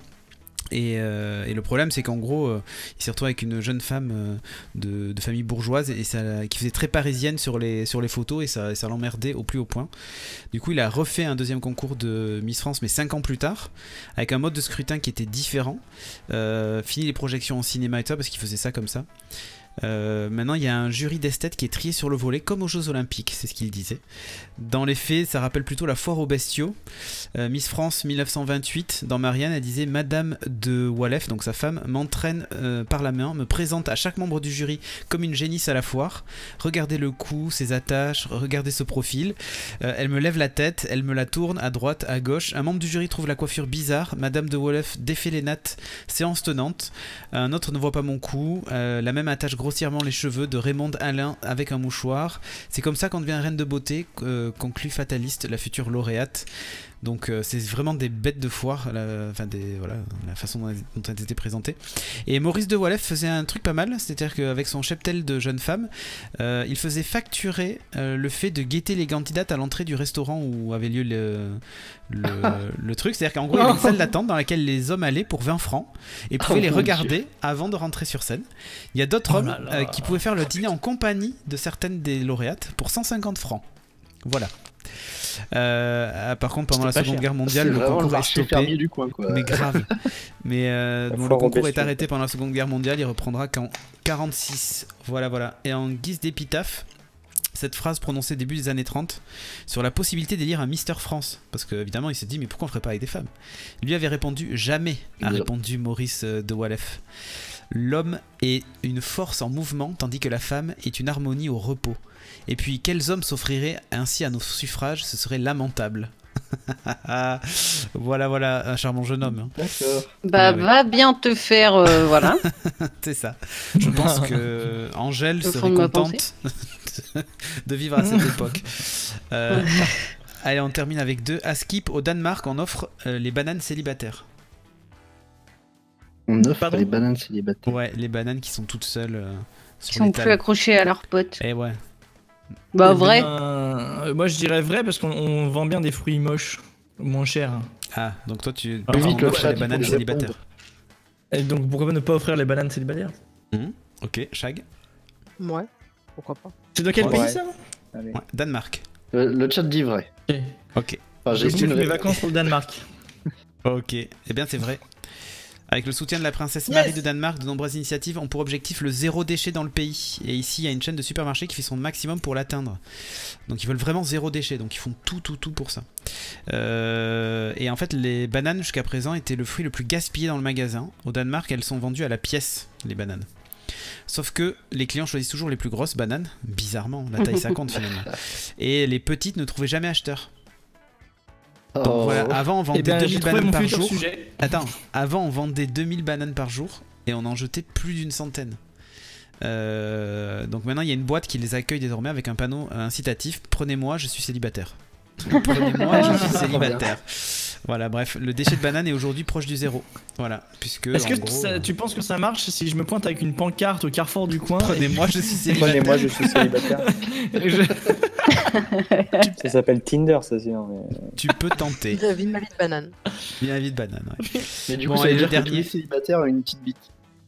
Et, euh, et le problème, c'est qu'en gros, euh, il s'est retrouvé avec une jeune femme euh, de, de famille bourgeoise et ça, qui faisait très parisienne sur les, sur les photos et ça, ça l'emmerdait au plus haut point. Du coup, il a refait un deuxième concours de Miss France, mais 5 ans plus tard, avec un mode de scrutin qui était différent. Euh, fini les projections en cinéma et tout, ça, parce qu'il faisait ça comme ça. Euh, maintenant, il y a un jury d'esthètes qui est trié sur le volet, comme aux Jeux Olympiques, c'est ce qu'il disait. Dans les faits, ça rappelle plutôt la foire aux bestiaux. Euh, Miss France 1928, dans Marianne, elle disait Madame de Walef, donc sa femme, m'entraîne euh, par la main, me présente à chaque membre du jury comme une génisse à la foire. Regardez le cou, ses attaches, regardez ce profil. Euh, elle me lève la tête, elle me la tourne à droite, à gauche. Un membre du jury trouve la coiffure bizarre. Madame de Wolef défait les nattes, séance tenante. Un autre ne voit pas mon cou. Euh, la même attache grossièrement les cheveux de Raymond Alain avec un mouchoir. C'est comme ça qu'on devient reine de beauté, euh, conclut Fataliste, la future lauréate. Donc euh, c'est vraiment des bêtes de foire, la, enfin des, voilà, la façon dont elles, dont elles étaient présentées. Et Maurice de Walef faisait un truc pas mal, c'est-à-dire qu'avec son cheptel de jeunes femmes, euh, il faisait facturer euh, le fait de guetter les candidates à l'entrée du restaurant où avait lieu le, le, le truc. C'est-à-dire qu'en gros, il y avait une salle d'attente dans laquelle les hommes allaient pour 20 francs et pouvaient
Oh
les
mon
regarder avant de rentrer sur scène. Il y a d'autres
Oh
hommes
là là.
euh, qui pouvaient faire le dîner en compagnie de certaines des lauréates pour 150 francs. Voilà. Euh, ah, par contre, pendant la
C'était pas
Seconde
cher.
Guerre
C'est
mondiale, le
vraiment
concours
le
est
marché
stoppé.
fermier du coin, quoi.
Mais grave. Mais euh,
La
bon, le
foire aux
concours est
bestiaux.
arrêté pendant la Seconde Guerre mondiale, il reprendra qu'en 46. Voilà, voilà. Et en guise d'épitaphe, cette phrase prononcée début des années 30 sur la possibilité d'élire un Mister France. Parce que évidemment, il s'est dit, mais pourquoi on ferait pas avec des femmes Lui avait répondu, jamais, a
Voilà.
répondu Maurice euh, de Walef. L'homme est une force en mouvement, tandis que la femme est une harmonie au repos. Et puis, quels hommes s'offriraient ainsi à nos suffrages Ce serait lamentable. voilà, voilà, un charmant jeune homme. hein.
D'accord.
Bah,
Ouais, ouais.
va bien te faire, euh, voilà.
C'est ça. Je pense que Angèle
Au
serait
fond de ma
contente de vivre à cette époque. Euh, allez, on termine avec deux. À Skip, au Danemark, on offre euh, les bananes célibataires.
On offre
Pardon
les bananes célibataires.
Ouais, les bananes qui sont toutes seules euh, sur
Ils sont
les
plus
tables.
accrochés à leurs potes.
Eh ouais.
Bah,
Eh
vrai.
ben, euh, moi, je dirais vrai parce qu'on on vend bien des fruits moches, moins chers.
Ah, donc toi, tu
Ah, oui,
on
comme
offre
ça,
les
tu
bananes
peux
célibataires.
Et donc, pourquoi ne pas offrir les bananes célibataires
Ok, Shag.
Ouais, pourquoi pas.
C'est de quel
Ouais.
pays ça
Allez.
Ouais, Danemark.
Euh, Le chat dit vrai.
Ok.
Ok.
Enfin,
Je
j'ai
boucle
une
mes
vraie-
vacances pour le Danemark.
Ok, eh bien c'est vrai. Avec le soutien de la princesse
Yes.
Marie de Danemark, de nombreuses initiatives ont pour objectif le zéro déchet dans le pays. Et ici, il y a une chaîne de supermarchés qui fait son maximum pour l'atteindre. Donc ils veulent vraiment zéro déchet, donc ils font tout, tout, tout pour ça. Euh, et en fait, les bananes jusqu'à présent étaient le fruit le plus gaspillé dans le magasin. Au Danemark, elles sont vendues à la pièce, les bananes. Sauf que les clients choisissent toujours les plus grosses bananes, bizarrement, la taille ça compte finalement. Et les petites ne trouvaient jamais acheteurs. Donc
Oh.
voilà, avant on
Eh
vendait
ben, j'ai
2000
trouvé
bananes
mon
par
futur
jour.
sujet.
Attends, avant on vendait 2000 bananes par jour et on en jetait plus d'une centaine. Euh, donc maintenant il y a une boîte qui les accueille désormais avec un panneau incitatif Prenez-moi, je suis célibataire.
Ah,
Prenez-moi, je suis célibataire. Voilà, bref, le déchet de banane est aujourd'hui proche du zéro. Voilà, puisque.
Est-ce
en
que
gros,
ça-
euh,
tu penses que ça marche si je me pointe avec une pancarte au carrefour du coin et-
Prenez-moi, je suis célibataire.
Prenez-moi, je suis célibataire.
et je-
Ça s'appelle Tinder, ça, sinon. Mais...
Tu peux tenter.
Vite ma vie de banane.
Bien vie de banane, ouais.
Mais du
Bon,
coup, ça
et
veut
le
dire que
dernier.
tous les célibataires ont une petite bite.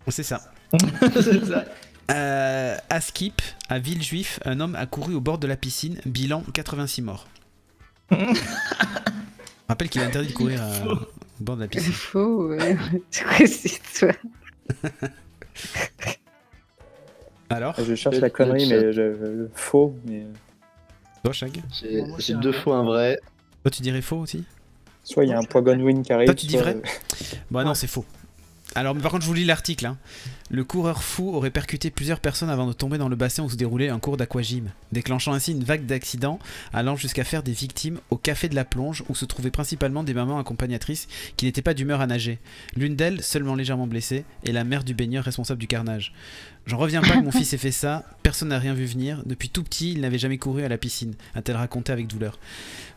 C'est ça.
C'est ça.
Euh, à Skip, à Villejuif, un homme a couru au bord de la piscine, bilan 86 morts. Rappelle qu'il est interdit de courir euh, au bord de la piscine.
Faux, ouais. C'est quoi cette histoire
Alors,
Euh.
Je cherche
Le-
la connerie,
le chat.
mais je- je- faux. Mais...
toi, Shag
J'ai
Moi,
j'ai
c'est
deux
vrai.
fois un vrai.
Toi, tu dirais faux aussi
Soit il y a un point Godwin qui arrive.
Toi, tu dis
soit-
vrai Bah non, c'est faux. Alors, mais par contre, je vous lis l'article. hein. Le coureur fou aurait percuté plusieurs personnes avant de tomber dans le bassin où se déroulait un cours d'aquagym, déclenchant ainsi une vague d'accidents allant jusqu'à faire des victimes au café de la plonge où se trouvaient principalement des mamans accompagnatrices qui n'étaient pas d'humeur à nager. L'une d'elles, seulement légèrement blessée, est la mère du baigneur responsable du carnage. J'en reviens pas que mon fils ait fait ça, personne n'a rien vu venir, depuis tout petit il n'avait jamais couru à la piscine, a-t-elle raconté avec douleur.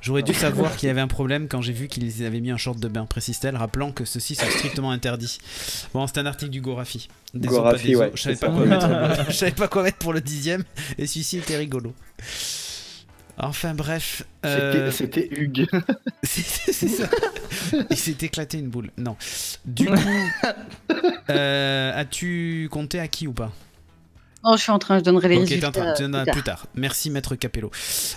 J'aurais dû savoir qu'il y avait un problème quand j'ai vu qu'ils avaient mis un short de bain, précise-t-elle, rappelant que ceux-ci sont strictement interdits. Bon, c'est un article du Gorafi. Des os,
Gorafi,
pas des os.
ouais,
Je savais
c'est
pas,
ça.
quoi mettre le- je savais pas quoi mettre pour le dixième, et celui-ci était rigolo. Enfin bref. euh,
C'était- C'était Hugues.
c'est c'est ça. Il s'est éclaté une boule. Non. Du coup, euh, as-tu compté à qui ou pas
Non, je suis en train, je donnerai les
Ok, t'es en
résultats.
train, tu en as
plus tard.
plus tard. Merci, maître Capello.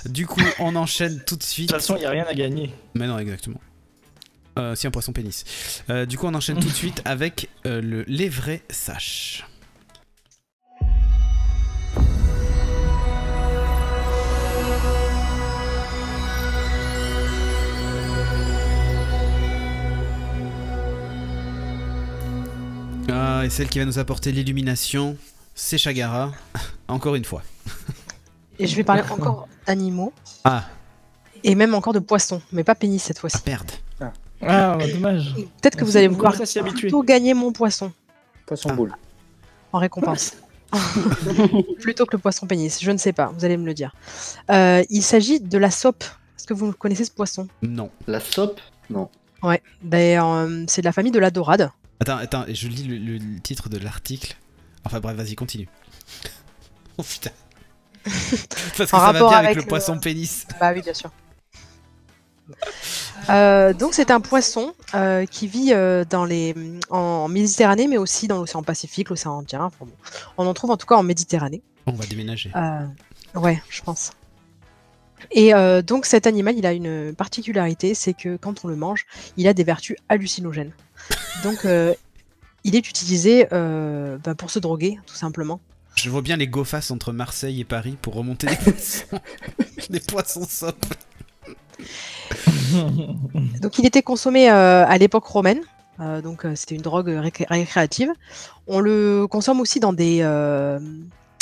Du coup, on enchaîne tout de
De
suite.
toute façon, il n'y a rien à gagner.
Mais non, exactement. Euh, si un poisson pénis. Euh, du coup, on enchaîne tout de suite avec euh, le les vrais saches. Ah, et celle qui va nous apporter l'illumination, c'est Chagara, encore une fois.
Et je vais parler encore d'animaux
Ah,
et même encore de poissons, mais pas pénis cette fois-ci.
ah, merde.
Ah, bah, dommage.
Peut-être que vous allez me voir
commencez à s'y habituer.
plutôt gagner mon poisson
Poisson
Ah.
boule.
en récompense. plutôt que le poisson pénis, je ne sais pas, vous allez me le dire. Euh, il s'agit de la sope. Est-ce que vous connaissez ce poisson
Non.
La sope Non.
Ouais, d'ailleurs, euh, c'est de la famille de la dorade.
Attends, attends, je lis le, le titre de l'article. Enfin bref, vas-y, continue. Oh putain. Parce que
En
ça va bien
rapport
avec,
avec
le
le-
poisson pénis.
Bah oui, bien sûr. Euh, donc c'est un poisson euh, qui vit euh, dans les, en, en Méditerranée, mais aussi dans l'océan Pacifique, l'océan Indien. enfin bon. On en trouve en tout cas en Méditerranée.
On va déménager.
Euh, ouais, je pense. Et euh, donc cet animal, il a une particularité, c'est que quand on le mange, il a des vertus hallucinogènes. Donc euh, il est utilisé euh, bah, pour se droguer, tout simplement.
Je vois bien les gaufas entre Marseille et Paris pour remonter des poissons. des poissons sopes.
Donc il était consommé euh, à l'époque romaine, euh, donc euh, c'était une drogue récré- récréative. On le consomme aussi dans des, euh,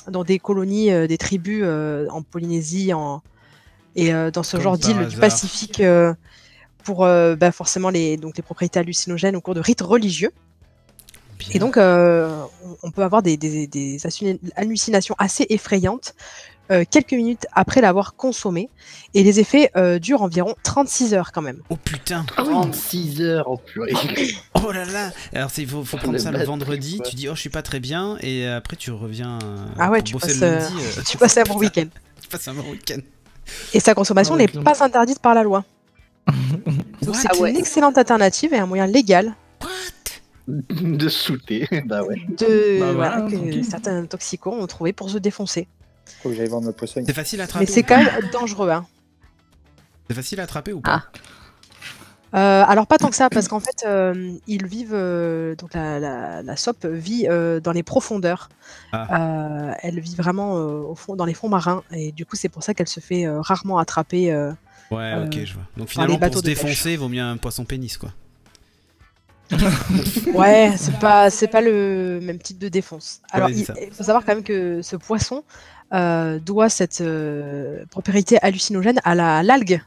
dans des colonies, euh, des tribus euh, en Polynésie en... et euh, dans ce
Comme
genre
par
d'île du
hasard.
Pacifique euh, pour euh, bah, forcément les, donc, les propriétés hallucinogènes au cours de rites religieux. Et donc euh, on- on peut avoir des, des- des hallucina- hallucinations assez effrayantes euh, quelques minutes après l'avoir consommé et les effets euh, durent environ 36 heures quand même.
Oh putain.
36 heures en purée.
Oh là là. Alors c'est- il faut, faut prendre
Le
ça le
bad
vendredi.
trip,
Tu dis oh je suis pas très bien et après tu reviens. euh,
Ah ouais,
pour
tu
bosser
passes,
le
euh,
lundi. euh,
Tu passes un bon week-end.
Tu passes un bon week-end.
Et sa consommation
Ah ouais,
n'est
clairement.
pas interdite par la loi. Donc c'est
Ah ouais.
une excellente alternative et un moyen légal
de shooter. bah ouais.
de
Bah
voilà,
voilà,
que
tranquille.
certains toxicos ont trouvé pour se défoncer.
Faut que j'aille vendre notre poisson.
C'est facile à attraper.
Mais c'est
ou
quand
pas
même dangereux. hein.
C'est facile à attraper ou pas
Euh, alors pas tant que ça, parce qu'en fait, euh, ils vivent, euh, donc la, la, la SOP vit euh, dans les profondeurs.
Ah.
Euh, elle vit vraiment euh, au fond, dans les fonds marins, et du coup c'est pour ça qu'elle se fait euh, rarement attraper. euh.
Ouais,
Euh,
ok, je vois. Donc
par les
finalement, pour
bateaux
se
de pêche.
défoncer, vaut mieux un poisson pénis, quoi.
Ouais, c'est pas c'est pas le même type de défense. Alors
Ouais,
il,
c'est ça.
il faut savoir quand même que ce poisson euh, doit cette euh, propriété hallucinogène à la à l'algue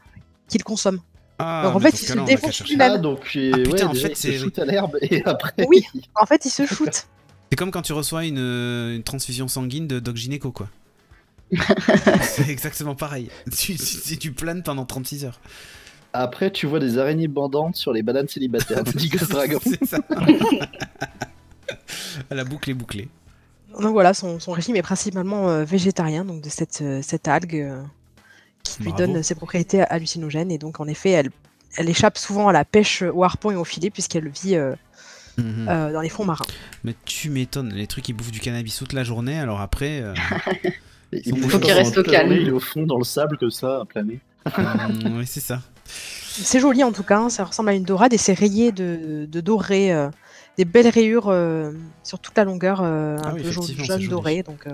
qu'il consomme.
Ah,
Donc, en
mais
fait,
dans ce cas-là, on va
il se
qu'à
défonce
chercher.
lui-même.
Ah, donc euh,
Ah, putain,
ouais,
en
déjà,
fait,
il se
c'est-
shoot à l'herbe et après.
Oui. En fait, il se shoot.
C'est comme quand tu reçois une, euh, une transfusion sanguine de Doc Gynéco, quoi. c'est exactement pareil. Tu, tu, tu- tu planes pendant 36 heures.
Après, tu vois des araignées bandantes sur les bananes célibataires de Digos Dragon.
C'est ça. La boucle est bouclée.
Donc voilà, son, son régime est principalement euh, végétarien, donc de cette euh, cette algue euh, qui lui
Bravo.
donne ses propriétés hallucinogènes et donc en effet elle elle échappe souvent à la pêche au harpon et au filet puisqu'elle vit euh,
Mhm.
euh, dans les fonds marins.
Mais tu m'étonnes, les trucs ils bouffent du cannabis toute la journée, alors après. euh,
Et
Faut qu'il
bouge pas
reste
pendant toute la
au calme.
journée, Il est au fond dans le sable comme ça, à planer.
euh, ouais, c'est ça.
C'est joli en tout cas, hein, ça ressemble à une dorade et c'est rayé de, de doré, euh, des belles rayures euh, sur toute la longueur, euh,
Ah
un
oui,
peu jaune,
effectivement,
jaune
c'est joli.
doré. Donc euh,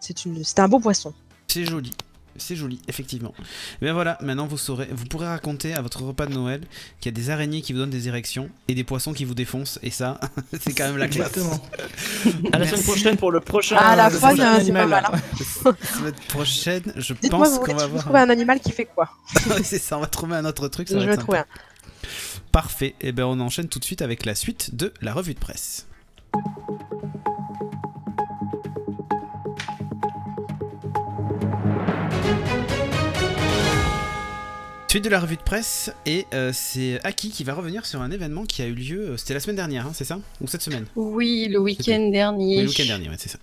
c'est une, c'est un beau poisson.
C'est joli. C'est joli, effectivement. Mais voilà, maintenant vous saurez, vous pourrez raconter à votre repas de Noël qu'il y a des araignées qui vous donnent des érections et des poissons qui vous défoncent, et ça, c'est quand même la classe.
Exactement. À la semaine
Merci.
prochaine pour le prochain.
Ah,
Euh,
la
le
faune,
prochain
hein, c'est
animal.
pas mal, hein.
La prochaine, je
Dites-moi,
pense
vous
qu'on
voulez
va
vous
voir.
trouver un animal qui fait quoi
Ouais, c'est ça, on va trouver un autre truc.
Je
Ça va
vais
être sympa.
trouver un.
Parfait. Et ben on enchaîne tout de suite avec la suite de la revue de presse. Suite de la revue de presse et euh, c'est Aki qui va revenir sur un événement qui a eu lieu. euh, C'était la semaine dernière, hein, c'est ça Ou cette semaine
Oui, le week-end
Oui,
dernier.
le week-end dernier, ouais, c'est ça.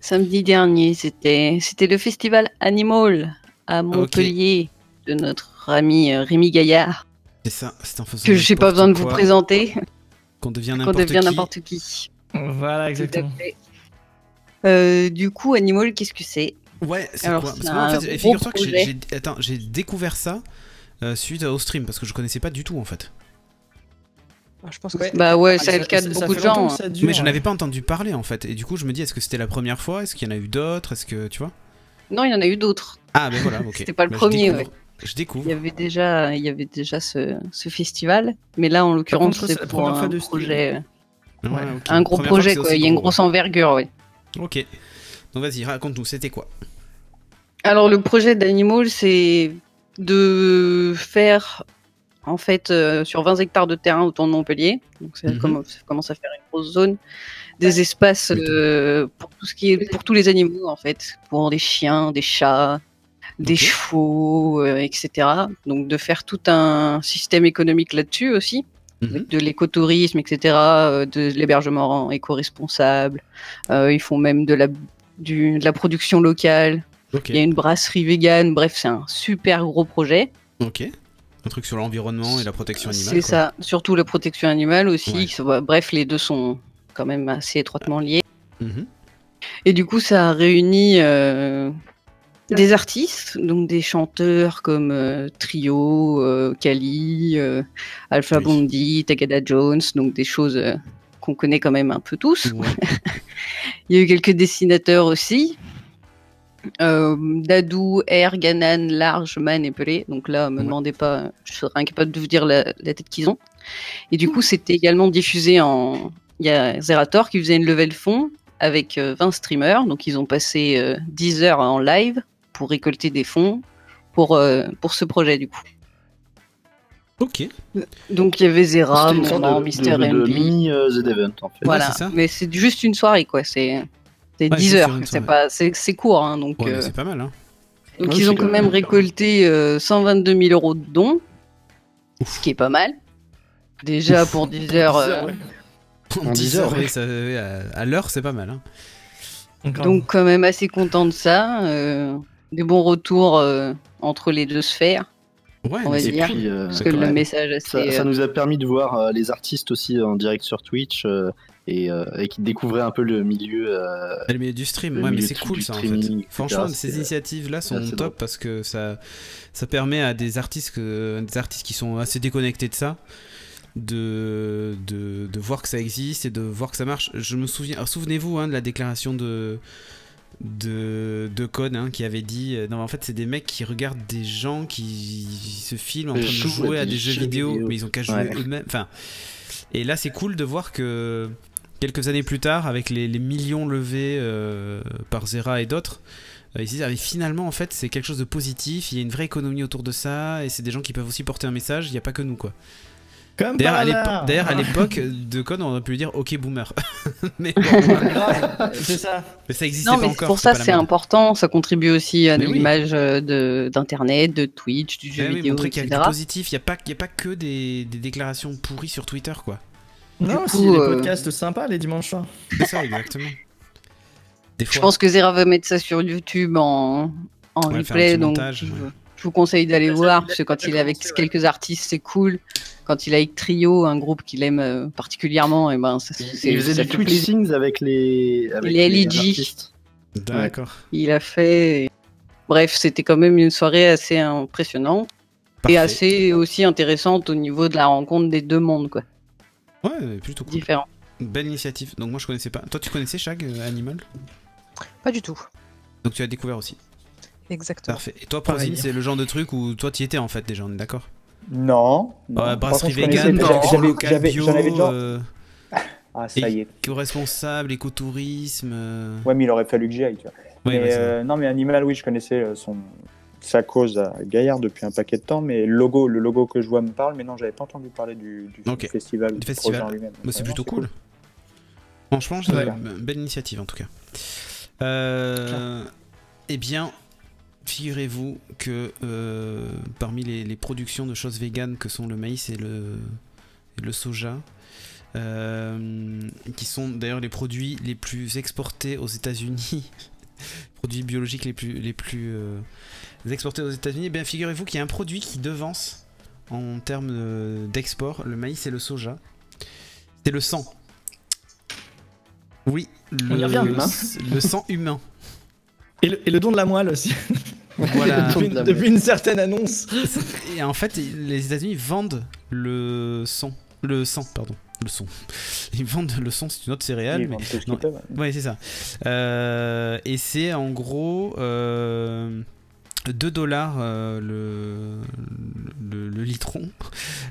Samedi dernier, c'était c'était le festival Animal à Montpellier de notre ami euh, Rémi Gaillard,
C'est ça. C'est en faisant
que je n'ai pas
n'importe
besoin de vous
quoi
présenter,
Qu'on devient
qu'on
n'importe
devient
qui.
n'importe qui.
hein.
Voilà, exactement.
Tout à fait. Euh, du coup, Animal, qu'est-ce que c'est
Ouais, c'est
Alors,
quoi Parce
c'est
que moi,
un
en fait,
gros
figure-toi que j'ai-
projet.
j'ai- attends, j'ai découvert ça euh, suite au stream parce que je connaissais pas du tout en fait.
Je pense que
Ouais.
Bah ouais,
Ah,
c'est le
ça-
cas
ça-
de
ça
beaucoup
fait
de
longtemps
gens. hein.
que ça dure. hein.
Mais j'en avais pas entendu parler en fait. Et du coup, je me dis, est-ce que c'était la première fois Est-ce qu'il y en a eu d'autres Est-ce que tu vois
hein. Non, il y en a eu d'autres.
Ah, ben voilà, ok.
C'était pas le
Bah, je
premier,
découvre. Je découvre.
Il y avait déjà, il y avait déjà ce, ce festival, mais là, en l'occurrence,
contre,
c'est
c'est la
pour
première
un
fois de style.
projet.
Ouais,
Ouais.
ok.
Un gros
Première fois
projet,
que
quoi.
c'est
Il y a une
aussi gros.
grosse envergure, oui.
Ok. Donc vas-y, raconte-nous, c'était quoi
Alors le projet d'Animal, c'est de faire en fait euh, sur 20 hectares de terrain autour de Montpellier, donc ça,
Mhm.
commence, ça commence à faire une grosse zone, des espaces euh, pour tout ce qui est pour tous les animaux en fait, pour des chiens, des chats, des
Ok.
chevaux, euh, etc. Donc de faire tout un système économique là-dessus aussi,
Mhm.
avec de l'écotourisme, etc., euh, de l'hébergement en éco-responsable. Euh, ils font même de la du- de la production locale.
Ok.
Il y a une brasserie végane, bref, c'est un super gros projet.
Ok. Un truc sur l'environnement et la protection animale.
C'est
quoi.
ça, surtout la protection animale aussi.
Ouais.
qui se voit- Bref, les deux sont quand même assez étroitement liés.
Mhm.
Et du coup, ça réunit euh, des artistes, donc des chanteurs comme euh, Trio, euh, Kali, euh, Alpha
Oui.
Bondi, Takeda Jones, donc des choses euh, qu'on connaît quand même un peu tous.
Ouais.
Il y a eu quelques dessinateurs aussi. Euh, Dadou, Air, Ganan, Large, Man et Pelé. Donc là, me
Ouais.
demandez pas, je serais incapable de vous dire la, la tête qu'ils ont. Et du coup, c'était également diffusé en. Il y a Zerator qui faisait une levée de fonds avec euh, 20 streamers. Donc ils ont passé euh, 10 heures en live pour récolter des fonds pour, euh, pour ce projet du coup.
Ok.
Donc il y avait Zera,
C'était une sorte
Moran,
de,
Ah, Mister
de- de
MD.
mini euh, The Event en fait.
Voilà,
Ah, c'est ça.
mais c'est juste une soirée quoi. C'est c'est
Ouais,
10
c'est
heures.
sur une
C'est
soirée.
pas- C'est c'est court hein, donc.
Ouais, mais
euh,
c'est pas mal, hein.
Donc
Ouais,
ils
c'est
ont quand
quand
même
même-
récolté euh, 122 000 euros de dons, ce qui est pas mal. Déjà pour 10 heures. euh,
En 10
10
heures,
heures,
oui, ça- oui, à à l'heure, c'est pas mal. Hein.
donc quand même assez content de ça. euh, des bons retours euh, entre les deux sphères.
Ouais,
On
mais
va
c'est
Et
dire.
cool.
puis, euh,
Parce
c'est
que
quand
le
même-
message
ça,
assez...
ça
euh,
nous a permis de voir euh, les artistes aussi en direct sur Twitch euh, et, euh, et qui découvraient un peu le milieu. euh,
Le milieu du stream,
Le
ouais, mais
milieu
c'est
du
cool ça en
streaming,
fait.
etc.,
Franchement,
c'est-
ces initiatives-là sont
assez
top
drôle.
parce que ça, ça permet à des artistes, que, des artistes qui sont assez déconnectés de ça de, de, de voir que ça existe et de voir que ça marche. Je me souviens, alors, souvenez-vous hein, de la déclaration de de, de Code hein, qui avait dit euh, non mais en fait c'est des mecs qui regardent des gens qui se filment en
Ils
train de
jouent à
jouer à
des
des jeux
jeux
vidéo,
vidéo.
mais ils ont qu'à jouer
Ouais.
eux-mêmes enfin et là c'est cool de voir que quelques années plus tard, avec les, les millions levés euh, par Zera et d'autres, euh, ils se disent ah, mais finalement en fait c'est quelque chose de positif, il y a une vraie économie autour de ça, et c'est des gens qui peuvent aussi porter un message, il n'y a pas que nous quoi.
Comme
D'ailleurs
par
à,
hasard.
l'épo- d'ailleurs, à l'époque de Con on aurait pu dire ok boomer, mais, bon,
C'est ça.
mais ça existait
Non,
pas
mais
encore.
pour
c'était
ça,
pas la
c'est
mode.
important. Ça contribue aussi à
Mais oui.
l'image euh, de- d'Internet, de, Twitch, du
Eh
jeu
oui,
vidéo,
montrer qu'il y a
etc.
du positif, il n'y a, pas- il y a pas que des, des déclarations pourries sur Twitter quoi.
Non,
Du
si,
coup,
les
euh,
podcasts sympas les dimanches soirs.
C'est ça exactement. Des fois.
Je pense que Zera va mettre ça sur YouTube en, en
Ouais, faire un
replay,
petit
donc
montage,
je,
ouais.
je vous conseille d'aller
Il a-
voir,
il a-
parce que quand
il a
il est avec
commencé, ouais.
quelques artistes, c'est cool. Quand il est avec Trio, un groupe qu'il aime euh, particulièrement, et ben ça, c'est-
Ils faisaient
ça
des
fait
Twitch
plaisir.
things avec les, avec
Les
les
LED.
artistes.
D'accord.
Il a fait. Bref, c'était quand même une soirée assez impressionnante
Parfait.
et assez aussi intéressante au niveau de la rencontre des deux mondes, quoi,
Ouais, plutôt cool.
différents.
Belle initiative. Donc moi je connaissais pas. Toi tu connaissais Shag euh, Animal
Pas du tout.
Donc tu as découvert aussi.
Exactement.
Parfait. Et toi
Pareil.
Prozine, c'est le genre de truc où toi tu y étais en fait déjà, on est d'accord
Non. non.
Euh,
Par
Brasserie
contre, je connaissais-
vegan,
j'avais-
production
j'avais-
locale
j'avais-
bio,
j'en avais déjà.
euh,
Ah, ça y est.
éco-responsable, écotourisme. euh,
Ouais, mais il aurait fallu que j'y aille, tu vois.
ouais,
mais,
bah, ça-
euh, non, mais Animal, oui, je connaissais euh, son, sa cause à Gaillard depuis un paquet de temps, mais le logo, le logo que je vois me parle, mais non, j'avais pas entendu parler du, du
Ok.
festival.
Du
du
festival.
projet en lui-même.
bah, c'est
Ouais,
plutôt
non,
cool. Franchement, c'est
Ouais.
une bah, belle initiative en tout cas. Euh, eh bien, figurez-vous que euh, parmi les, les productions de choses véganes que sont le maïs et le, et le soja, euh, qui sont d'ailleurs les produits les plus exportés aux États-Unis, produits biologiques les plus, les plus euh, exportés aux États-Unis, eh bien figurez-vous qu'il y a un produit qui devance en termes euh, d'export le maïs et le soja. C'est le sang. Oui,
On y revient,
le,
l'humain.
le sang humain.
Et le, et le don de la moelle aussi.
Voilà.
depuis,
de la
depuis une certaine annonce.
Et en fait, les États-Unis vendent le sang. Le sang, pardon. Le son. Ils vendent le son, c'est une autre
c'est cool.
céréale.
Ils vendent tout ce
non,
qu'ils peuvent.
mais- Ouais, c'est ça. Euh, et c'est en gros. euh, 2 dollars euh, le, le, le litron.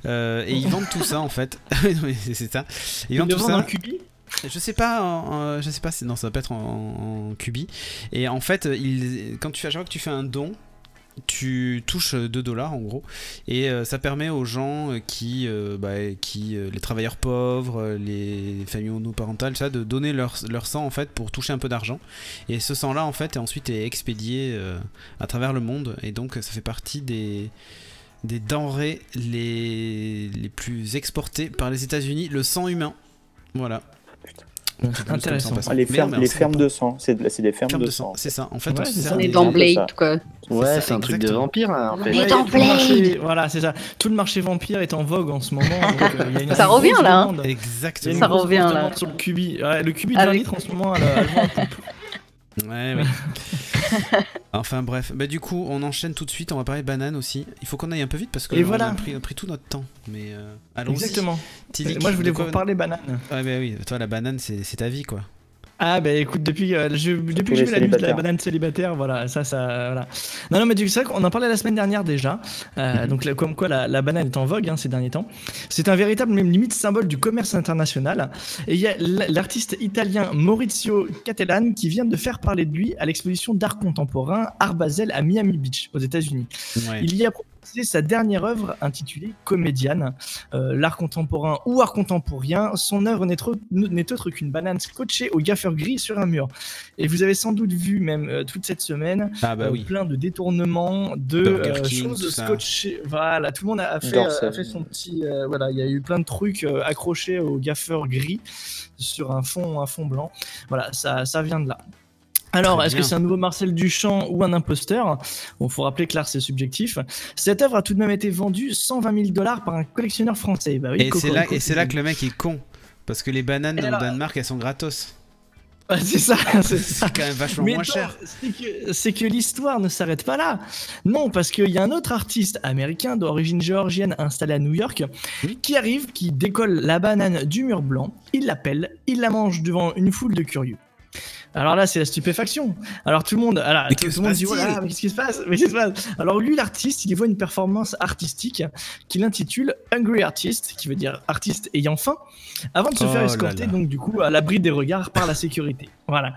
Euh, et ils vendent tout ça en fait. Non, mais c'est c'est ça. Ils vendent
le
tout
vend dans
ça.
le cubi
Je sais pas, en- en- je sais pas, c'est- non, ça va pas être en, en cubi. Et en fait, il, quand tu fais, à chaque fois que tu fais un don, tu touches 2 dollars en gros. Et euh, ça permet aux gens euh, qui, euh, bah, qui euh, les travailleurs pauvres, euh, les familles monoparentales, tout ça, de donner leur, leur sang en fait pour toucher un peu d'argent. Et ce sang-là en fait, est ensuite est expédié euh, à travers le monde. Et donc, ça fait partie des des denrées les, les plus exportées par les États-Unis, le sang humain. Voilà.
Intéressant.
Comme ça, on passe.
Ah, Les
Mais
fermes,
non, mais
les
c'est
fermes
pas-
de sang, c'est de- c'est des fermes,
fermes
de,
de
sang.
sang, c'est ça. En fait,
Ouais,
on
c'est
sert
ça.
On
des-
est
des-
dans
un peu ça.
Blade, quoi.
C'est
Ouais,
ça,
c'est un truc de
exactement.
vampire là, en
On
fait.
est dans
tout le marché-
Blade
Voilà, c'est ça. Tout le marché vampire est en vogue en ce moment. donc, euh, il y a une
Ça
grosse
revient, là, hein.
demande. Il y a
Exactement.
une
Ça
grosse
revient, là.
demande Sur le cubi. Ouais, le cubi de
Ah,
un
oui.
litre en ce moment. elle, elle vend.
Ouais, ouais. enfin bref, bah du coup, on enchaîne tout de suite. On va parler banane aussi. Il faut qu'on aille un peu vite parce que
Et
on
voilà.
a pris, on a pris tout notre temps. Mais euh, allons-y.
Exactement.
Tidic,
Moi, je voulais
de quoi-
vous parler banane.
Ouais, bah oui. Toi, la banane, c'est c'est ta vie, quoi.
Ah bah écoute, depuis, euh, je- depuis que
les
j'ai vu la news de la
célibataires.
banane célibataire, voilà, ça, ça, voilà. Non, non, mais du ça, on en parlait la semaine dernière déjà,
Mhm.
euh, donc là, comme quoi la, la banane est en vogue hein, ces derniers temps. C'est un véritable, même limite, symbole du commerce international. Et il y a l- l'artiste italien Maurizio Cattelan qui vient de faire parler de lui à l'exposition d'art contemporain Art Basel à Miami Beach, aux États-Unis.
Ouais.
Il y a proposé sa dernière œuvre intitulée Comédiane, Euh, l'art contemporain ou art contemporain. Son œuvre n'est trop- n'est autre qu'une banane scotchée au gaffeur gris sur un mur. Et vous avez sans doute vu même euh, toute cette semaine
Ah bah
euh,
oui.
plein de détournements, de
Burger
euh,
King, tout
choses
ça.
scotchées. Voilà, tout le monde a, a fait,
Dorsal.
euh, a fait son petit. euh, voilà, il y a eu plein de trucs euh, accrochés au gaffeur gris sur un fond, un fond blanc. Voilà, ça, ça vient de là. Alors,
Très
est-ce que
bien.
c'est un nouveau Marcel Duchamp ou un imposteur Bon, faut rappeler que l'art c'est subjectif. Cette œuvre a tout de même été vendue 120 000 dollars par un collectionneur français. Bah oui,
Et c'est
Cocorico,
là, et c'est là que le mec est con. Parce que les bananes
Et
au
alors-
Danemark, elles sont gratos.
Ah, c'est ça, c'est ça.
C'est quand même vachement moins
non,
cher.
c'est que- C'est que, l'histoire ne s'arrête pas là. Non, parce qu'il y a un autre artiste américain d'origine géorgienne installé à New York qui arrive, qui décolle la banane du mur blanc, il l'appelle, il la mange devant une foule de curieux. Alors là, c'est la stupéfaction. Alors tout le monde, alors,
Mais
tout,
que
tout
se
le monde dit
passe-t-il
voilà, mais qu'est-ce qui se passe Mais qu'est-ce qui se passe Alors lui, l'artiste, il y voit une performance artistique qu'il intitule Hungry Artist, qui veut dire artiste ayant faim, avant de se
Oh
faire
là
escorter
là.
donc du coup à l'abri des regards par la sécurité. Voilà.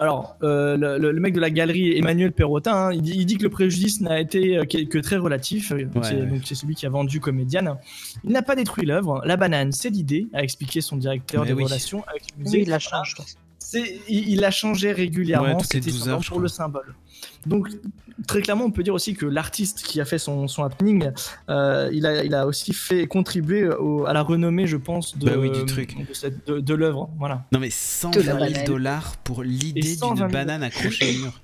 Alors, euh, le, le- le mec de la galerie, Emmanuel Perrotin, hein, il, dit, il dit que le préjudice n'a été euh, que, que très relatif. euh, donc
Ouais,
c'est
ouais.
donc c'est celui qui a vendu Comédiane. Il n'a pas détruit l'œuvre. La banane, c'est l'idée, a expliqué son directeur
Mais
des
oui.
relations avec le musée.
Oui, il la change.
C'est- il, il a changé
Ouais,
régulièrement.
toutes les
C'était
12
seulement
heures, je
pour le symbole. Donc, très clairement, on peut dire aussi que l'artiste qui a fait son, son happening, euh, il, a, il a aussi fait contribuer au- à la renommée, je pense, de,
Bah oui, du truc.
de, cette- de- de l'œuvre. Voilà.
Non mais 120 000
banane.
dollars pour
Et
l'idée
120
d'une
000.
banane accrochée au mur.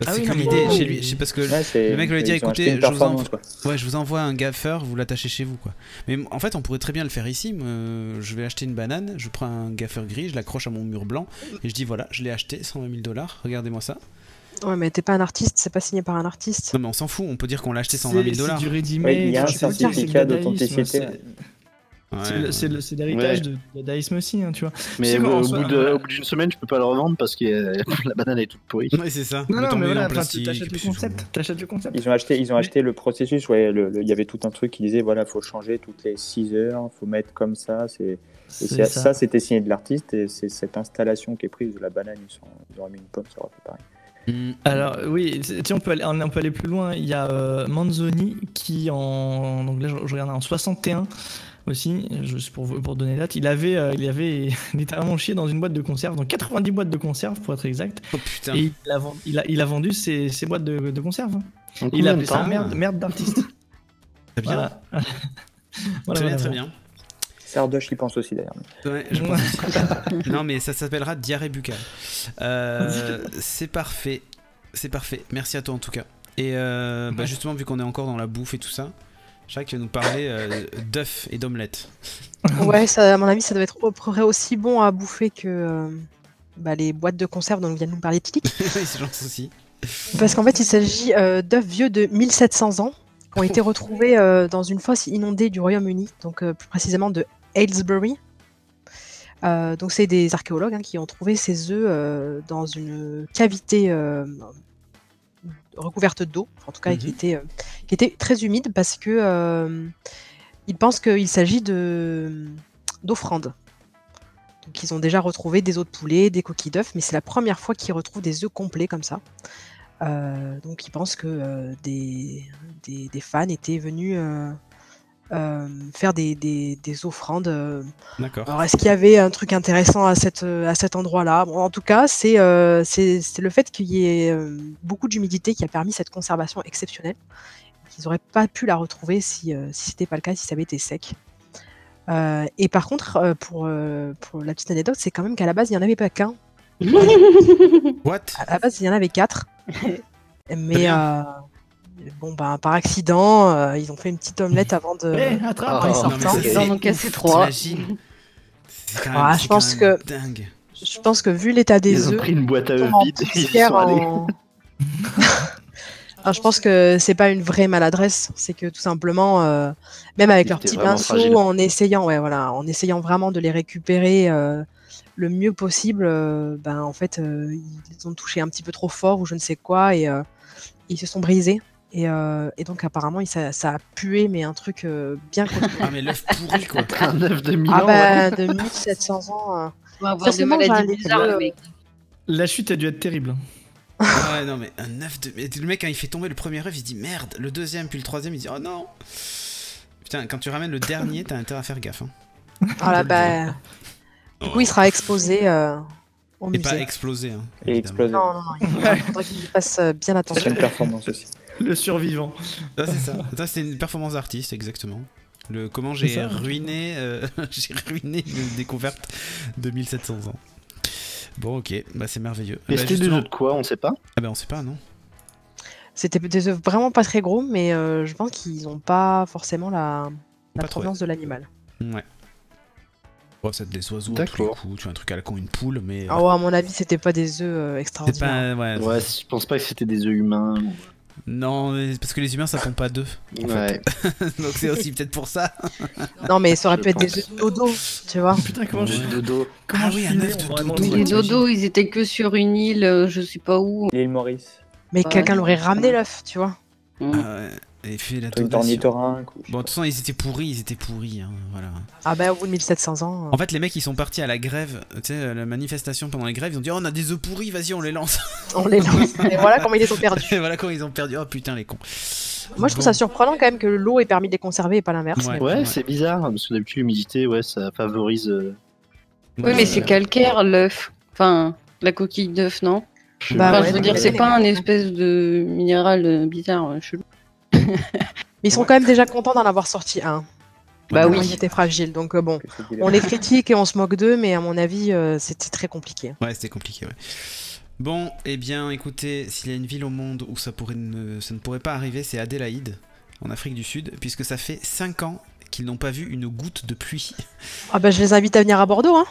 Parce
Ah
que
oui,
c'est que
non, mais-
l'idée
Oh.
chez lui, je sais pas ce que
Ouais, c'est-
Le mec lui a dit,
ils ont acheté
écoutez, je
une
vous en-
performance, quoi.
Ouais, je vous envoie un gaffeur, vous l'attachez chez vous, quoi. Mais m- en fait, on pourrait très bien le faire ici. me- Je vais acheter une banane, je prends un gaffeur gris, je l'accroche à mon mur blanc et je dis voilà, je l'ai acheté, 120 000 dollars. Regardez-moi ça.
Ouais, mais t'es pas un artiste, c'est pas signé par un artiste.
Non mais on s'en fout, on peut dire qu'on l'a acheté 120 000
C'est-
dollars.
C'est du ready-made,
Ouais, il y a un
c'est- c'est- c'est le
certificat
dadaïsme,
d'authenticité,
c'est-
ouais.
C'est le- c'est le- c'est l'héritage de- du dadaïsme aussi, hein, tu vois.
Mais
C'est
au,
quoi, en
au
soi,
bout de-
voilà.
au bout d'une semaine, je peux pas le revendre parce que euh, la banane est toute pourrie.
Ouais, c'est ça. Le
Non, non, mais
tomber en
voilà, enfin, tu
plastique,
t'achètes le
puis c'est tout.
concept. T'achètes le concept.
Ils ont acheté, ils ont acheté le processus. ouais, le- le- Il y avait tout un truc qui disait voilà, faut changer toutes les 6 heures, faut mettre comme ça. C'est et c'est-
C'est
ça,
ça.
c'était signé de l'artiste et c'est cette installation qui est prise de la banane. Ils, sont, ils auraient mis une pomme, ça aurait fait pareil.
Mm.
Alors oui, c'est- tiens, on peut aller, on peut aller plus loin. Il y a euh, Manzoni qui en donc là je, je regarde en 61 aussi, juste pour vous- pour donner date, il avait euh, il avait littéralement chié dans une boîte de conserve, dans 90 boîtes de conserve pour être exact,
Oh putain.
et il a, vend- il a- il a vendu ses, ses boîtes de, de conserve. hein.
En
Il a
combien de
appelé ça
temps
merde merde d'artiste.
Très bien.
Voilà.
très
Voilà,
bien, très
voilà, voilà.
bien.
Sardoche y pense aussi d'ailleurs.
Ouais, je pense aussi. non, mais ça s'appellera diarrhée buccale. Euh, c'est parfait. C'est parfait. Merci à toi en tout cas. Et euh, bah, justement, vu qu'on est encore dans la bouffe et tout ça, Jacques, tu vas nous parler euh, d'œufs et d'omelettes.
Ouais, ça, à mon avis, ça doit être au- près aussi bon à bouffer que euh, bah, les boîtes de conserve dont vient de nous parler Tilly.
Oui, c'est genre souci.
Parce qu'en fait, il s'agit euh, d'œufs vieux de 1700 ans qui ont été retrouvés euh, dans une fosse inondée du Royaume-Uni, donc euh, plus précisément de Aylesbury. Euh, donc, c'est des archéologues hein, qui ont trouvé ces œufs euh, dans une cavité euh, recouverte d'eau, en tout cas, et qui
Mhm.
était, euh, qui était très humide parce que euh, ils pensent qu'il s'agit de d'offrandes. Donc ils ont déjà retrouvé des os de poulet, des coquilles d'œufs, mais c'est la première fois qu'ils retrouvent des œufs complets comme ça. Euh, donc ils pensent que euh, des, des, des fans étaient venus euh, euh, faire des, des, des offrandes. euh.
D'accord.
Alors est-ce qu'il y avait un truc intéressant à, cette, à cet endroit-là Bon, En tout cas, c'est euh, c'est- c'est le fait qu'il y ait euh, beaucoup d'humidité qui a permis cette conservation exceptionnelle. Ils n'auraient pas pu la retrouver si, euh, si ce n'était pas le cas, si ça avait été sec. Euh, et par contre, euh, pour, euh, pour la petite anecdote, c'est quand même qu'à la base, il n'y en avait pas qu'un.
What
À la base, il y en avait quatre. Mais euh,
bien.
bon, bah, par accident, euh, ils ont fait une petite omelette avant de.
Eh, attrape
Ah,
en
non,
Non, mais
sortant.
ça,
Ils en
c'est
ont cassé
ouf,
trois.
t'imagines C'est quand même-
Ah,
c'est
je
quand
pense
même
que-
Dingue.
Je pense que vu l'état des
Ils ont
œufs,
pris une boîte à
ils
œufs
sont en
vide et ils
poussière
sont allés.
en- Alors, je pense que c'est pas une vraie maladresse, c'est que tout simplement, euh, même avec
Ils
leurs
étaient
petits
vraiment
pinceaux,
fragiles.
en essayant, ouais, voilà, en essayant vraiment de les récupérer euh, le mieux possible, euh, ben en fait, euh, ils ont touché un petit peu trop fort ou je ne sais quoi et euh, ils se sont brisés. Et, euh, et donc apparemment, il- ça, ça a pué, mais un truc euh, bien costaud.
Ah, mais l'œuf pourri, quoi.
Un œuf de Milan.
ah
ouais.
bah, de 1700 ans. euh,
On va avoir des
Ça, c'est bon, j'ai un
maladies
livre.
bizarres, le mec.
La chute a dû être terrible. hein.
Ah ouais, non, mais un œuf de. mais Le mec, quand il fait tomber le premier œuf, il se dit merde. Le deuxième, puis le troisième, il se dit oh non. Putain, quand tu ramènes le dernier, t'as intérêt à faire gaffe. Hein.
Voilà, bah, du coup, il sera exposé euh, au
Et
musée.
pas exploser. Hein,
Et
évidemment.
explosé.
Non, non, non, il faudrait qu'il fasse euh, bien
C'est
attention.
une performance aussi.
Le survivant.
Ah, c'est ça. Ça, c'est une performance d'artiste, exactement. Le, comment
C'est
j'ai
ça.
ruiné, euh, j'ai ruiné une découverte de 1700 ans. Bon, ok, bah c'est merveilleux.
Mais
Bah,
c'était des
justement-
œufs de quoi On sait pas.
Ah, bah on sait pas, non
C'était des œufs vraiment pas très gros, mais euh, je pense qu'ils n'ont pas forcément la, la
Pas trouvé.
provenance de l'animal.
Ouais. Bon, ça des oiseaux à tous les
D'accord.
coups. Tu as un truc à la con, une poule, mais. euh,
Ah ouais, à mon avis, c'était pas des œufs euh,
c'est
extraordinaires.
pas. Ouais.
Ouais, je pense pas que c'était des œufs humains.
Non, mais parce que les humains, ça tombe pas d'œufs. En fait.
Ouais.
Donc c'est aussi peut-être pour ça.
Non, mais ça aurait
Je
pu être
pense.
des œufs dodo, tu vois.
Putain, comment
Comment
je.
j'ai dodo
Comment
Ah
je
oui,
suis
un
né,
œuf de
vraiment,
dodo.
ouais.
Les dodos, ils étaient que sur une île, euh, je sais pas où.
L'île Maurice,
Mais
Ouais.
quelqu'un l'aurait ramené l'œuf, tu vois.
Mm.
Ah ouais, et fait la
truc
donation.
d'ornithorynque. ou je sais
Bon, de toute façon, ils étaient pourris, ils étaient pourris. hein, voilà.
Ah bah, au bout de 1700 ans. euh,
En fait, les mecs, ils sont partis à la grève, tu sais, à la manifestation pendant les grèves, ils ont dit Oh, on a des œufs pourris, vas-y, on les lance.
On les lance. Et voilà comment ils les ont perdus.
et voilà quand ils ont perdu. Oh putain, les cons.
Moi, je trouve
Bon.
ça surprenant quand même que l'eau ait permis de les conserver et pas l'inverse.
Ouais.
mais bon.
Ouais, c'est bizarre, parce que d'habitude l'humidité, ouais, ça favorise. euh,
Oui, mais c'est calcaire, l'œuf. Enfin, la coquille d'œuf, non
je sais
Bah
pas.
Enfin,
ouais,
je veux dire,
mais-
c'est pas un espèce de minéral euh, bizarre, euh, chelou.
Mais ils sont quand même déjà contents d'en avoir sorti un.
Bah
Ils
oui.
étaient fragiles, donc euh, bon.
plus, c'est
On les critique et on se moque d'eux, mais à mon avis, euh, c'était très compliqué.
Ouais, c'était compliqué, ouais. Bon, eh bien, écoutez, s'il y a une ville au monde où ça, pourrait ne... ça ne pourrait pas arriver, c'est Adélaïde, en Afrique du Sud, puisque ça fait 5 ans qu'ils n'ont pas vu une goutte de pluie.
Ah bah je les invite à venir à Bordeaux. Hein.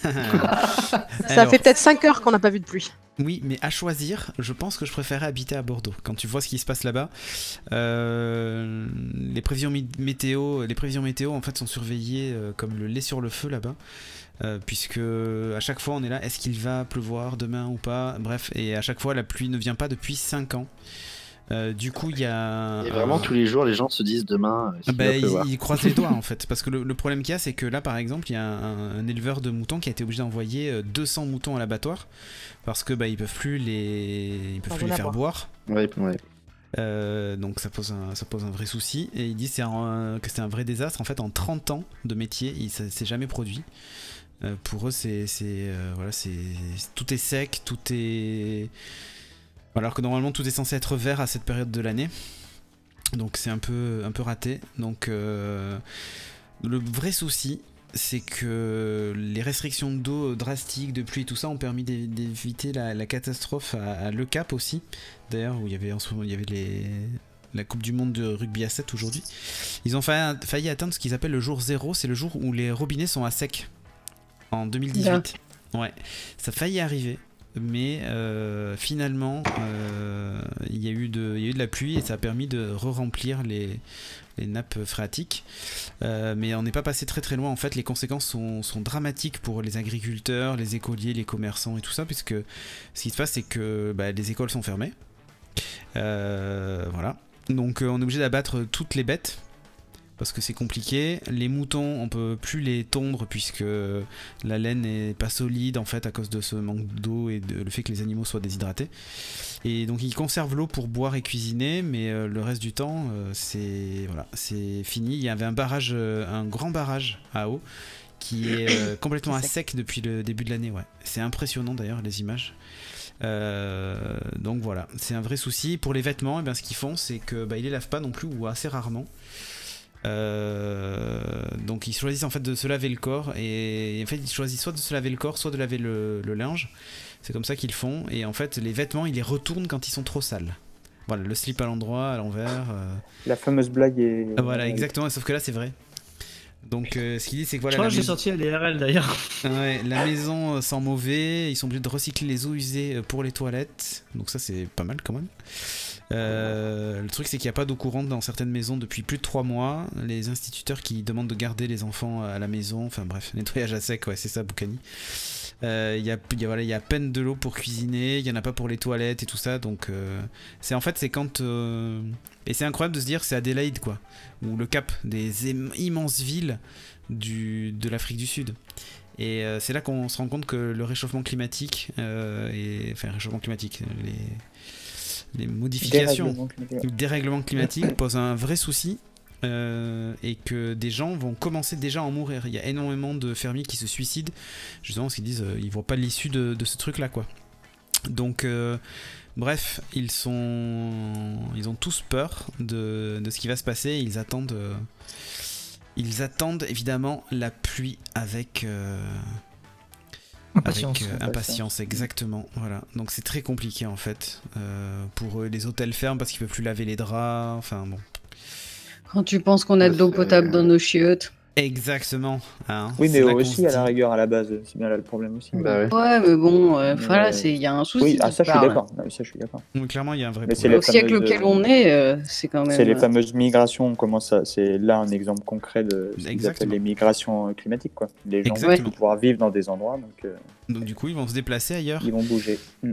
Ça
Alors,
fait peut-être 5 heures qu'on n'a pas vu de pluie.
Oui, mais à choisir, je pense que je préférais habiter à Bordeaux. Quand tu vois ce qui se passe là-bas, euh, les prévisions mi- météo, les prévisions météo en fait sont surveillées euh, comme le lait sur le feu là-bas, euh, puisque à chaque fois on est là, est-ce qu'il va pleuvoir demain ou pas Bref, et à chaque fois la pluie ne vient pas depuis 5 ans. Euh, du coup, il y a
Et vraiment, tous les jours, les gens se disent demain. euh, s'il
bah,
va
ils,
pleuvoir.
ils croisent les doigts en fait, parce que le, le problème qu'il y a, c'est que là par exemple, il y a un, un éleveur de moutons qui a été obligé d'envoyer euh, 200 moutons à l'abattoir parce que bah ils peuvent plus les, ils peuvent
Pas
plus les
bon à
faire
boire.
boire.
Ouais, ouais.
Euh, donc ça pose un, ça pose un vrai souci. Et il dit c'est un- que c'est un vrai désastre. En fait, en 30 ans de métier, il ça s'est jamais produit. Euh, pour eux, c'est c'est, euh, voilà, c'est tout est sec, tout est alors que normalement tout est censé être vert à cette période de l'année. Donc c'est un peu un peu raté. Donc euh, le vrai souci, c'est que les restrictions d'eau drastiques, de pluie, tout ça, ont permis d'é- d'éviter la, la catastrophe à, à Le Cap aussi. D'ailleurs, où il y avait en ce moment, il y avait les- la Coupe du Monde de rugby à 7 aujourd'hui. Ils ont fa- failli atteindre ce qu'ils appellent le jour zéro, c'est le jour où les robinets sont à sec. En 2018. Ouais, ça a failli arriver. Mais euh, finalement, euh, il y, a eu de- il y a eu de la pluie et ça a permis de re-remplir les, les nappes phréatiques. Euh, mais on n'est pas passé très très loin. En fait, les conséquences sont, sont dramatiques pour les agriculteurs, les écoliers, les commerçants et tout ça, puisque ce qui se passe, c'est que bah, les écoles sont fermées. Euh, voilà. Donc euh, on est obligé d'abattre toutes les bêtes parce que c'est compliqué. Les moutons, on peut plus les tondre puisque la laine n'est pas solide en fait à cause de ce manque d'eau et de, le fait que les animaux soient déshydratés. Et donc ils conservent l'eau pour boire et cuisiner, mais euh, le reste du temps euh, c'est voilà, c'est fini. Il y avait un barrage, euh, un grand barrage à eau qui est euh, complètement à sec depuis le début de l'année. Ouais, c'est impressionnant d'ailleurs les images. Euh, donc voilà, c'est un vrai souci. Pour les vêtements, eh bien, ce qu'ils font, c'est que bah, ils les lavent pas non plus ou assez rarement. Euh, donc ils choisissent en fait de se laver le corps et, et en fait ils choisissent soit de se laver le corps, soit de laver le, le linge. C'est comme ça qu'ils font. Et en fait, les vêtements, ils les retournent quand ils sont trop sales. Voilà, le slip à l'endroit, à l'envers. euh.
La fameuse blague est.
Ah, voilà,
euh,
exactement. Sauf que là, c'est vrai. Donc euh, ce qu'il dit, c'est que
Je
voilà.
crois
la
que j'ai
maison-
sorti à l'IRL d'ailleurs.
Ouais, la maison euh, sent mauvais, ils sont obligés de recycler les eaux usées euh, pour les toilettes, donc ça c'est pas mal quand même. Euh, le truc c'est qu'il n'y a pas d'eau courante dans certaines maisons depuis plus de 3 mois, les instituteurs qui demandent de garder les enfants à la maison, enfin bref, nettoyage à sec, ouais c'est ça Boukani. Euh, Il y, a, il y a- voilà, il y a à peine de l'eau pour cuisiner, il n'y en a pas pour les toilettes et tout ça, donc euh, c'est en fait c'est quand... euh, et c'est incroyable de se dire c'est Adélaïde quoi, ou le Cap, des im- immenses villes du, de l'Afrique du Sud. Et euh, c'est là qu'on se rend compte que le réchauffement climatique, euh, et, enfin réchauffement climatique, les, les modifications,
dérèglement climatique.
le dérèglement climatique pose un vrai souci euh, et que des gens vont commencer déjà à en mourir. Il y a énormément de fermiers qui se suicident, justement parce qu'ils disent euh, ils voient pas l'issue de, de ce truc-là, quoi. Donc, euh, bref, ils sont, ils ont tous peur de, de ce qui va se passer. Ils attendent, euh, ils attendent évidemment la pluie avec. euh,
Impatience.
avec, euh,
Impatience.
impatience, exactement. Voilà. Donc c'est très compliqué en fait euh, pour eux. Les hôtels ferment parce qu'ils peuvent plus laver les draps. Enfin bon.
Quand tu penses qu'on a de l'eau
euh,
C'est-
potable dans nos chiottes.
Exactement. hein.
Oui,
C'est
mais
là qu'on se
aussi à la
dit.
rigueur à la base, c'est bien là le problème aussi.
Bah ouais.
Ouais, mais bon, euh,
Mais-
voilà, c'est- il y a un souci.
Oui, ah,
quelque
ça je suis
part, là.
d'accord. Non, mais ça, je suis d'accord.
Donc, clairement, il y a un vrai
Mais c'est
problème.
les
Au siècle
fameuses,
auquel
euh,
on est, euh, c'est quand même.
C'est les
euh,
fameuses migrations, comment ça C'est là un exemple concret de ce qu'ils
Exactement.
appellent les migrations euh, climatiques, quoi. Les gens
Exactement.
vont pouvoir vivre dans des endroits, donc euh,
Donc du coup, ils vont se déplacer ailleurs.
ils vont bouger. Mm.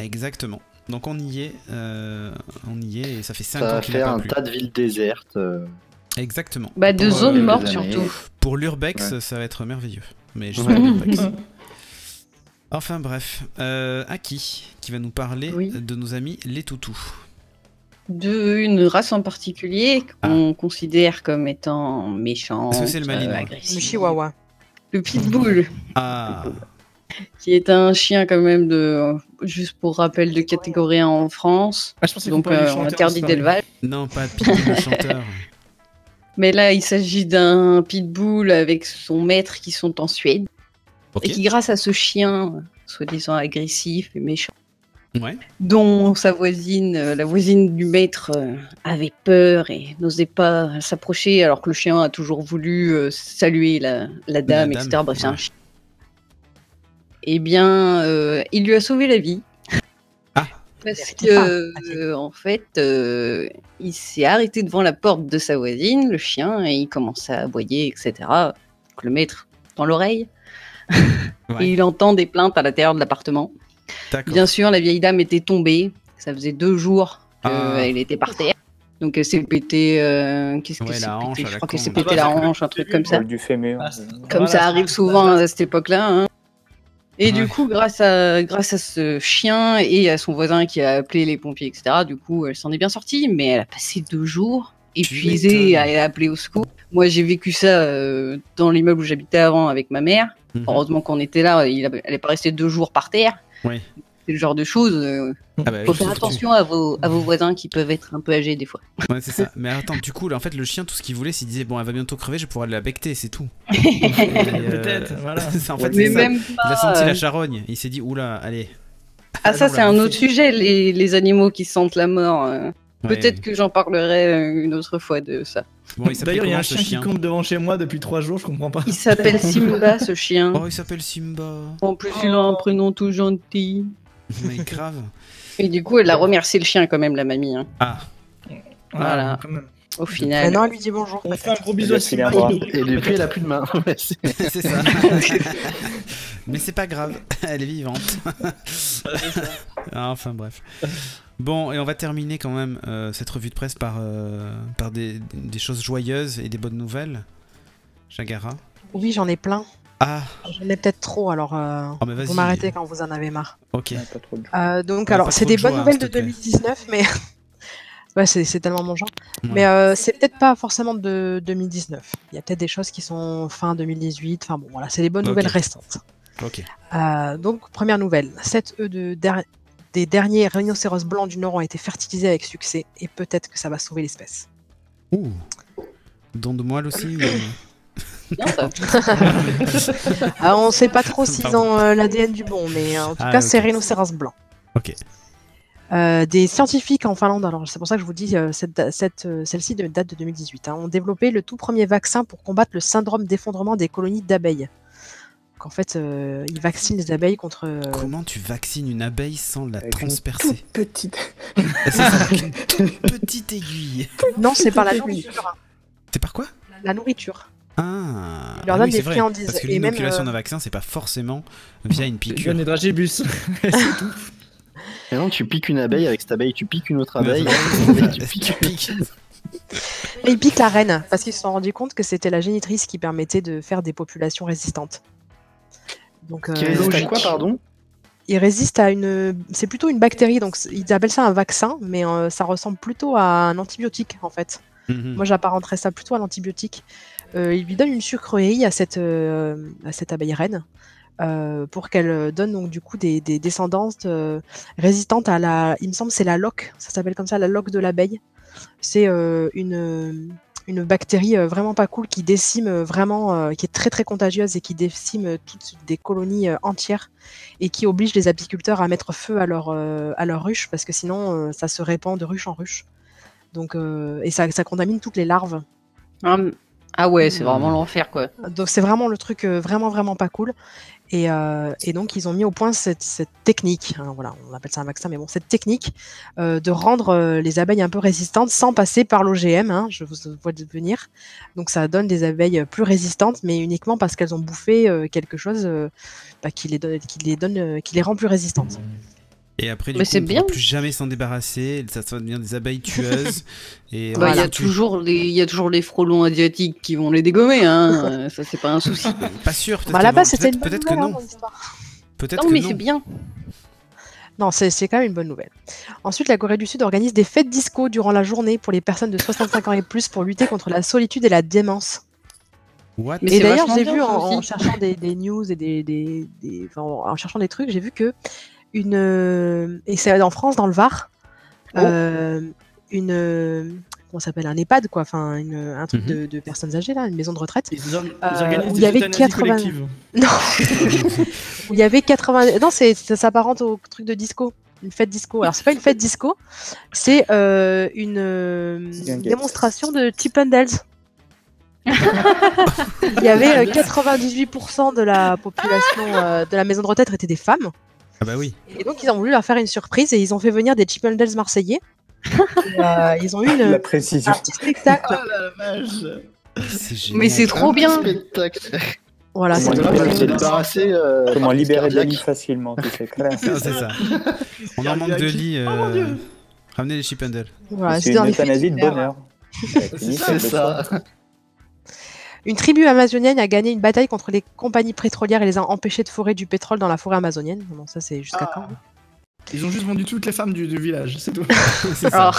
Exactement. Donc on y est, euh, on y est et ça fait 5
Ça
ans
va
qu'il n'a
faire
pas
un
plu.
tas de villes désertes. euh,
Exactement.
Bah,
Pour,
de
euh,
zones
les
mortes
années.
surtout.
Pour l'urbex, ça va être merveilleux. Mais je suis pas
Ouais.
l'urbex. Enfin bref, euh, Aki qui va nous parler
Oui.
de nos amis les toutous.
De une race en particulier
Ah.
qu'on considère comme étant méchante,
Est-ce que c'est le Malinois
euh,
Le
agressive.
chihuahua.
Le pitbull,
Ah,
qui est un chien quand même de, juste pour rappel, de catégorie 1 en France.
Ah, je pensais qu'on
Donc
parlait du
euh,
chanteur,
interdit
c'est pas
d'élevage.
non pas Pete le chanteur.
Mais là, il s'agit d'un pitbull avec son maître qui sont en Suède
Ok.
et qui, grâce à ce chien, euh, soi-disant agressif et méchant,
Ouais.
dont sa voisine, euh, la voisine du maître, euh, avait peur et n'osait pas s'approcher, alors que le chien a toujours voulu euh, saluer la, la dame,
dame,
etc. Bref, c'est
ouais.
un chien. Eh bien, euh, il lui a sauvé la vie.
Ah.
Parce
C'était pas
que, euh, en fait, euh, il s'est arrêté devant la porte de sa voisine, le chien, et il commence à aboyer, etc. Donc, le maître dans l'oreille.
Ouais.
Et il entend des plaintes à l'intérieur de l'appartement.
D'accord.
Bien sûr, la vieille dame était tombée. Ça faisait deux jours qu'elle
Ah.
était par terre. Donc elle s'est pété. euh, Qu'est-ce
Ouais, la
qu'elle s'est
hanche à
pété Je
la
crois qu'elle
con.
s'est
Ah
pété
bah,
la
c'est que
hanche, un
j'ai
truc
vu,
comme ça.
Paul Euh, du fémur.
Ah, c'est-
Comme
voilà,
ça
c'est-
arrive souvent à cette époque-là. hein. Et
Ouais.
du coup, grâce à, grâce à ce chien et à son voisin qui a appelé les pompiers, etc., du coup, elle s'en est bien sortie. Mais elle a passé deux jours épuisée
m'étonnes.
à appeler au secours. Moi, j'ai vécu ça euh, dans l'immeuble où j'habitais avant avec ma mère.
Mhm.
Heureusement qu'on était là, il a- elle n'est pas restée deux jours par terre.
Oui.
C'est le genre de choses. euh,
Ah bah,
faut
je
faire
suis foutu.
attention à vos, à vos voisins qui peuvent être un peu âgés des fois.
Ouais, c'est ça. Mais attends, du coup, là, en fait, le chien, tout ce qu'il voulait, c'est qu'il disait Bon, elle va bientôt crever, je vais pouvoir la becter, c'est tout. Et, euh,
Peut-être, voilà.
c'est- en fait,
Mais
Ah, c'est ça.
même
Il a
pas,
senti
euh,
la charogne. Il s'est dit Oula, allez.
Ah, ça,
Allons
c'est
la
un
bouffer.
autre sujet, les, les animaux qui sentent la mort. euh.
Ouais,
Peut-être
ouais.
que j'en parlerai euh, une autre fois de ça.
Bon, il s'appelle
D'ailleurs, il y a
comment,
un
ce
chien, qui compte devant chez moi depuis trois jours, je comprends pas.
Il s'appelle Simba, ce chien.
Oh, il s'appelle Simba. Oh,
En plus, il a un prénom tout gentil.
Mais grave.
Et du coup, elle a remercié le chien quand même, la mamie. hein.
Ah,
Voilà.
quand même.
au final.
Maintenant, elle lui dit bonjour.
On
peut-être.
fait un gros bisou à
Merci, bien,
Sylvain.
au
Et depuis, elle a plus de main. Ouais, c'est-
C'est ça. Mais c'est pas grave, elle est vivante. Ah, enfin bref. Bon, et on va terminer quand même euh, cette revue de presse par, euh, par des, des choses joyeuses et des bonnes nouvelles. Jagara.
Oui, j'en ai plein.
Ah,
J'en ai peut-être trop, alors euh,
oh, mais vas-y.
vous m'arrêtez quand vous en avez marre.
Ok.
Ouais, pas trop de-
Euh, donc,
Ouais, pas
alors,
trop
c'est
de
des
joie,
bonnes
hein,
nouvelles
s'il
de
te plaît.
2019, mais. ouais, c'est c'est tellement mon genre.
Ouais.
Mais euh, c'est peut-être pas forcément de 2019. Il y a peut-être des choses qui sont fin 2018. Enfin, bon, voilà, c'est des bonnes
Ok.
nouvelles restantes.
Ok.
Euh, donc, première nouvelle 7 œufs de der- des derniers rhinocéros blancs du Nord ont été fertilisés avec succès, et peut-être que ça va sauver l'espèce.
Ouh. Don de moelle aussi. euh,
Bien, ça.
Ah, on sait pas trop s'ils
Pardon.
ont euh, l'ADN du bon, mais euh, en tout
Ah,
cas,
ok.
c'est rhinocéros blanc.
Ok.
Euh, des scientifiques en Finlande, alors c'est pour ça que je vous dis, euh, cette, da- cette, euh, celle-ci de- date de 2018, hein, ont développé le tout premier vaccin pour combattre le syndrome d'effondrement des colonies d'abeilles. Donc en fait, euh, ils vaccinent les abeilles contre. euh,
Comment tu vaccines une abeille sans la
Avec une
transpercer
toute petite.
C'est ça, avec une toute petite aiguille.
Non, c'est par la nourriture. hein,
C'est par quoi
La nourriture.
Ah,
Il leur
ah
donne
oui,
des
c'est vrai,
friandises,
Parce que
et même,
l'inoculation
euh,
d'un vaccin, c'est pas forcément via une piqûre.
Lionel Dragibus.
Mais non, tu piques une abeille avec cette abeille, tu piques une autre
Bah,
abeille. hein,
Mais-
tu piques-
Tu piques.
Et ils piquent la reine, parce qu'ils se sont rendus compte que c'était la génitrice qui permettait de faire des populations résistantes. Donc, euh,
Qui résiste à
logique.
quoi, pardon
il résiste à une. C'est plutôt une bactérie, donc c- ils appellent ça un vaccin, mais euh, ça ressemble plutôt à un antibiotique en fait.
Mhm.
Moi, j'apparenterais ça plutôt à l'antibiotique. Euh, il lui donne une sucrerie à cette, euh, à cette abeille reine euh, pour qu'elle euh, donne donc du coup des, des descendantes euh, résistantes à la. Il me semble c'est la loque, ça s'appelle comme ça, la loque de l'abeille. C'est euh, une, euh, une bactérie euh, vraiment pas cool qui décime euh, vraiment, euh, qui est très très contagieuse et qui décime euh, toutes des colonies euh, entières et qui oblige les apiculteurs à mettre feu à leur, euh, à leur ruche parce que sinon euh, ça se répand de ruche en ruche. Donc, euh, et ça, ça contamine toutes les larves.
Hum, Ah ouais, c'est
Mm.
vraiment l'enfer quoi. Bah,
Donc c'est vraiment le truc euh, vraiment vraiment pas cool. Et, euh, et donc ils ont mis au point cette, cette technique, hein, voilà, on appelle ça un vaccin, mais bon, cette technique euh, de rendre euh, les abeilles un peu résistantes sans passer par l'OGM, hein, je vous vois de venir. Donc ça donne des abeilles plus résistantes, mais uniquement parce qu'elles ont bouffé euh, quelque chose euh, bah, qui, les donne, qui, les donne, euh, qui les rend plus résistantes.
Et après, du
Mais
coup,
c'est
on
bien.
pourra plus jamais s'en débarrasser. Ça ça devient des abeilles tueuses. et
Bah,
on
il y a
est foutu.
toujours les, il y a toujours les frelons asiatiques qui vont les dégommer. Hein. Euh, ça c'est pas un souci.
Pas sûr. peut-être
Bah, à la
qu'elles vont-
base c'était
peut-être- Peut-être que
une bonne nouvelle, hein,
non.
mon histoire.
Peut-être
Non
que
mais
non.
c'est bien.
Non, c'est c'est quand même une bonne nouvelle. Ensuite, la Corée du Sud organise des fêtes disco durant la journée pour les personnes de 65 ans et plus pour lutter contre la solitude et la démence.
What
Mais
et
c'est
d'ailleurs,
vachement
j'ai
bien,
vu
ça
en, en
aussi.
cherchant des, des news et des, des- des- enfin, en cherchant des trucs, j'ai vu que une euh, et c'est en France, dans le Var,
Oh.
euh, une euh, comment ça s'appelle un EHPAD quoi, enfin une- un truc
Mhm.
de, de personnes âgées là, une maison de retraite.
Ils, or- ils
Euh,
organisent
où
des
il y avait
euthanasies
80.
collectives.
Non. Où il y avait 80. Non, c'est ça s'apparente au truc de disco. Une fête disco. Alors c'est pas une fête disco, c'est euh, une euh,
C'est bien gay.
démonstration de Chip and Dale's. il y avait euh, 98% de la population euh, de la maison de retraite étaient des femmes.
Ah bah oui.
Et donc ils ont voulu leur faire une surprise et ils ont fait venir des Chip and Dale's marseillais. Et, euh, ils ont eu une-
La précision.
un petit spectacle.
C'est génial.
Mais c'est trop
Un petit
bien.
spectacle.
Voilà,
Comment
c'est
Ouais.
ils
tout.
peuvent se débarrasser. euh,
Comment
par les
libérer des
cardiaques.
lits facilement, tu sais, classe.
Ah, c'est ça. On en manque de lits. euh, Ramenez les chip handles.
Voilà,
c'est
c'était un
une
effet
euthanasie de
super.
bonheur.
C'est ça.
hein.
Une tribu amazonienne a gagné une bataille contre les compagnies pétrolières et les a empêchés de forer du pétrole dans la forêt amazonienne. Bon, ça c'est jusqu'à quand hein.
Ils ont juste vendu toutes les femmes du, du village, c'est tout.
C'est ça.
Alors,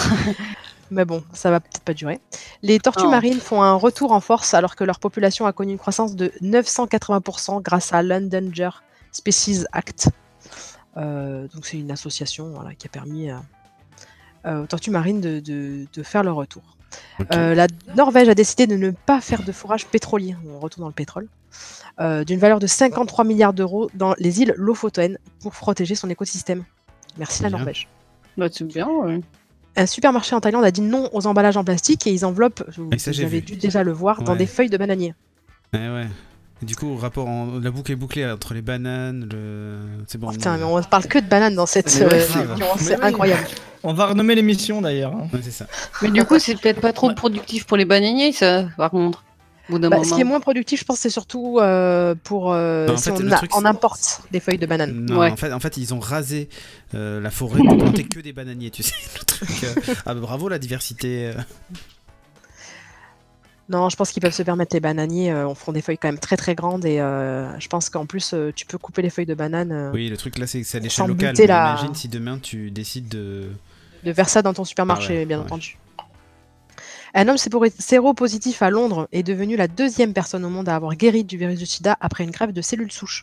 Mais bon, ça va peut-être pas durer. Les tortues
Non.
marines font un retour en force alors que leur population a connu une croissance de 980% grâce à l'Endanger Species Act. Euh, donc c'est une association voilà, qui a permis euh, euh, aux tortues marines de, de- de faire leur retour. Euh, la Norvège a décidé de ne pas faire de forage pétrolier, on retourne dans le pétrole, euh, d'une valeur de 53 milliards d'euros dans les îles Lofoten pour protéger son écosystème. Merci la
Bien.
Norvège.
bah, c'est bien. ouais.
Un supermarché en Thaïlande a dit non aux emballages en plastique et ils enveloppent, vous,
Ah, ça, j'ai
vous avez
vu.
dû déjà le voir, dans
Ouais.
des feuilles de bananier.
Eh Ouais, ouais. Et du coup, rapport en... la boucle est bouclée entre les bananes, le... c'est bon.
Oh, Putain,
on-
mais on parle que de bananes dans cette
Mais ouais,
euh,
grave.
émission,
Mais
c'est
oui.
incroyable.
On va renommer l'émission d'ailleurs. hein.
Ouais, c'est ça.
Mais du coup, c'est peut-être pas trop productif pour les bananiers, ça, par contre. Au bout d'un
Bah,
moment.
ce qui est moins productif, je pense, c'est surtout euh, pour euh,
Bah, en
si
fait,
on,
le
a-
truc,
on
c'est- Mm.
importe des feuilles de banane.
Non,
Ouais.
en, fait, en fait, ils ont rasé euh, la forêt pour planter que des bananiers, tu sais. Le truc, euh, Ah, bah, bravo la diversité. euh.
Non, je pense qu'ils peuvent se permettre les bananiers. euh, on font des feuilles quand même très très grandes et euh, je pense qu'en plus euh, tu peux couper les feuilles de banane, euh,
Oui, le truc là, c'est que c'est à
Sans
l'échelle locale.
buter
mais
la-
Imagine si demain tu décides de.
de faire ça dans ton supermarché,
Ah ouais,
bien
ouais.
entendu. Un homme sépo- séropositif à Londres est devenu la deuxième personne au monde à avoir guéri du virus du sida après une grève de cellules souches.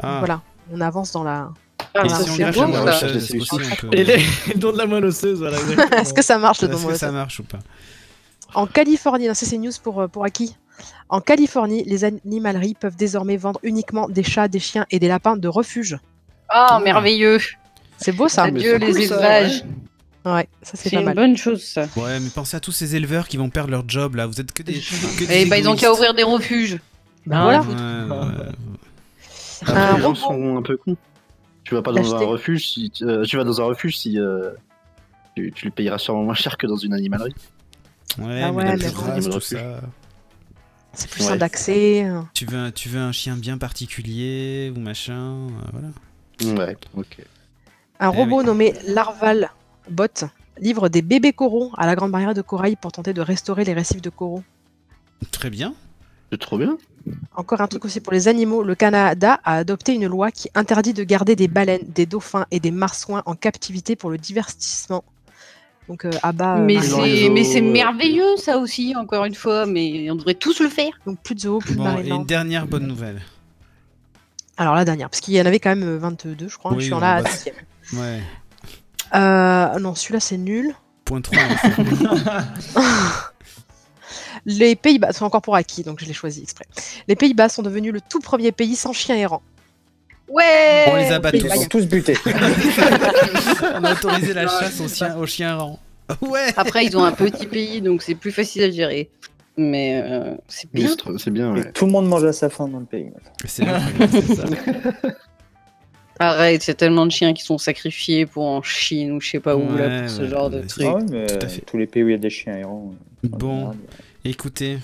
Donc
Ah,
Voilà, on avance dans la.
Ah,
et
ça,
si on
c'est
greffe
bon,
la
ça.
moelle osseuse,
ça.
c'est possible, on peut-
Et les... le don de la moelle osseuse, voilà. exactement.
Est-ce que ça marche le
Est-ce
domo
que ça marche ou pas
En Californie, non, ça c'est news pour, euh, pour acquis. En Californie, les animaleries peuvent désormais vendre uniquement des chats, des chiens et des lapins de refuge.
Ah, merveilleux.
C'est beau ça
mais
Adieu
c'est
les
cool, ça,
élevages.
Ouais, ça c'est
C'est
pas
une
mal.
bonne chose, ça.
Ouais, mais pensez à tous ces éleveurs qui vont perdre leur job là. Vous êtes que des. que des
Et bah, ils ont
égoïstes.
qu'à ouvrir des refuges.
Bah, voilà.
Ouais, ouais.
Après,
Un
Ah,
les gens
robot.
sont un peu cons. Tu vas pas dans
L'acheter.
un refuge si tu- euh, tu vas dans un refuge si euh, tu, tu le payeras sûrement moins cher que dans une animalerie.
Ouais,
Ah
mais
ouais,
la
mais
petite
bon.
race, tout ça.
C'est plus
Ouais.
simple d'accès. euh.
Tu veux, un, tu veux un chien bien particulier ou machin, euh, voilà.
Ouais, ok.
Un
Eh
robot
oui.
nommé Larval Bot livre des bébés coraux à la grande barrière de corail pour tenter de restaurer les récifs de coraux.
Très bien.
C'est trop bien.
Encore un truc aussi pour les animaux. Le Canada a adopté une loi qui interdit de garder des baleines, des dauphins et des marsouins en captivité pour le divertissement. Donc euh, à bas. euh,
Mais
dans
marine.
les
c'est
eaux,
mais c'est
euh,
merveilleux, ça aussi, encore une fois. Mais on devrait tous le faire.
euh, Donc plus de zoo, plus de
Bon, et
marine.
une dernière bonne nouvelle.
Alors la dernière, parce qu'il y en avait quand même euh, 22, je crois.
Oui, bah,
je suis
on
en la
va-
deuxième.
Ouais.
Euh, non, celui-là c'est nul.
Point 3. en fait.
Les Pays-Bas sont encore pour acquis, donc je l'ai choisi exprès. Les Pays-Bas sont devenus le tout premier pays sans chien errant.
Ouais
On les abat
Pays
tous.
de
Ils
la
sont tous butés.
On a autorisé la chasse aux chiens, aux chiens errants. Ouais.
Après, ils ont un petit pays, donc c'est plus facile à gérer. Mais euh, c'est
Mais
bien.
c'est trop- C'est bien.
Et
ouais.
Tout le monde mange à sa faim dans le pays. maintenant.
C'est incroyable, c'est ça.
Arrête, il y a tellement de chiens qui sont sacrifiés pour en Chine ou je sais pas où, là,
Ouais,
pour ce
ouais,
genre de
ouais,
truc.
c'est-
Ah ouais, mais
tout à fait.
tous les pays où il y a des chiens errants. en
Bon,
général,
écoutez,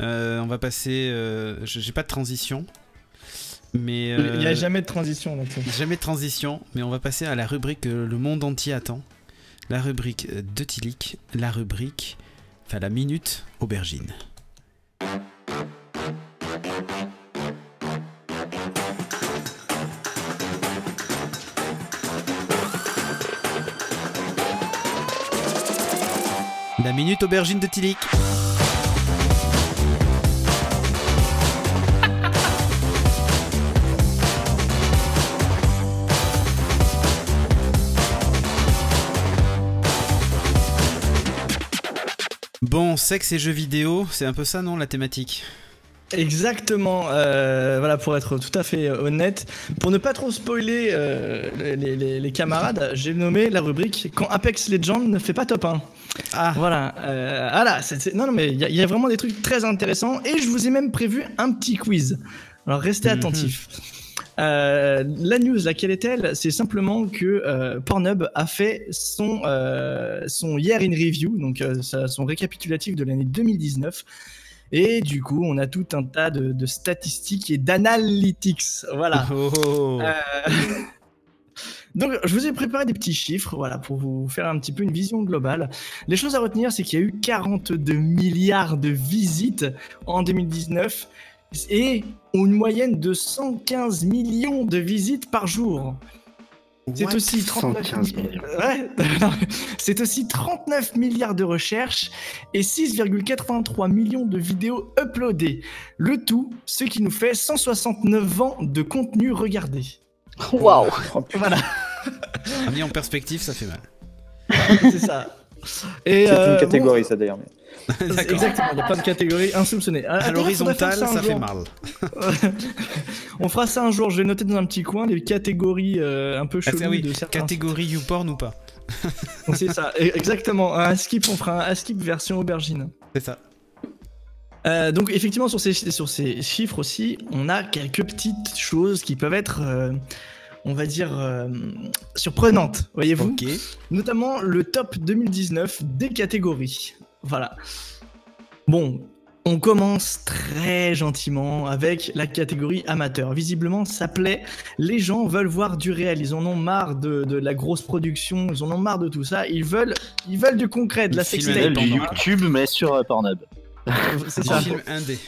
euh, on va passer. euh, je- J'ai pas de transition, mais
Il n'y a
euh,
jamais de transition. Donc... c'est-
jamais de transition, mais on va passer à la rubrique euh, le monde entier attend, la rubrique euh, de Tilik, la rubrique, enfin la minute aubergine. La minute aubergine de Tilik. Bon, sexe et jeux vidéo, c'est un peu ça, non, la thématique
Exactement. euh, voilà, pour être tout à fait honnête, pour ne pas trop spoiler euh, les, les- les camarades, j'ai nommé la rubrique Quand Apex Legends ne fait pas top 1.
Ah,
Voilà. euh, voilà c'est- c'est- non, non, mais il y, a- il y a vraiment des trucs très intéressants et je vous ai même prévu un petit quiz. Alors restez
Mhm.
attentifs. Euh, la news, laquelle est-elle C'est simplement que euh, Pornhub a fait son, euh, son Year in Review, donc euh, sa- son récapitulatif de l'année 2019. Et du coup, on a tout un tas de, de statistiques et d'analytics. Voilà. Euh,
Oh, oh, oh.
Donc, je vous ai préparé des petits chiffres, voilà, pour vous faire un petit peu une vision globale. Les choses à retenir, c'est qu'il y a eu 42 milliards de visites en 2019 et une moyenne de 115 millions de visites par jour. C'est
What
aussi 39
115 millions.
Ouais, non, c'est aussi 39 milliards de recherches et 6,83 millions de vidéos uploadées. Le tout, ce qui nous fait 169 ans de contenu regardé.
Waouh
Oh, putain,
Voilà.
Ah, Mis en perspective, ça fait mal.
C'est ça. Et
C'est
euh,
une catégorie, ça d'ailleurs. mais-
bon, c'est- exactement, il n'y a pas de catégorie insoupçonnée. À,
À
à
l'horizontale,
terme,
ça
faudrait faire
fait
un jour.
mal.
On fera ça un jour, je vais noter dans un petit coin les catégories euh, un peu
Ah,
cheloues
c'est- oui,
de certains. e-
Catégorie YouPorn ou pas
C'est ça, et- exactement. Un skip, on fera un skip version aubergine.
C'est ça.
Euh, donc effectivement sur ces, sur ces chiffres aussi, on a quelques petites choses qui peuvent être, euh, on va dire, euh, surprenantes, voyez-vous.
Ok.
Notamment le top 2019 des catégories. Voilà. Bon, on commence très gentiment avec la catégorie amateur. Visiblement, ça plaît. Les gens veulent voir du réel. Ils en ont marre de, de la grosse production. Ils en ont marre de tout ça. Ils veulent, ils veulent du concret, de la
Le film
sextape.
indépendant.
Du YouTube, mais sur euh, Pornhub.
C'est
Dans
ça.
film indé.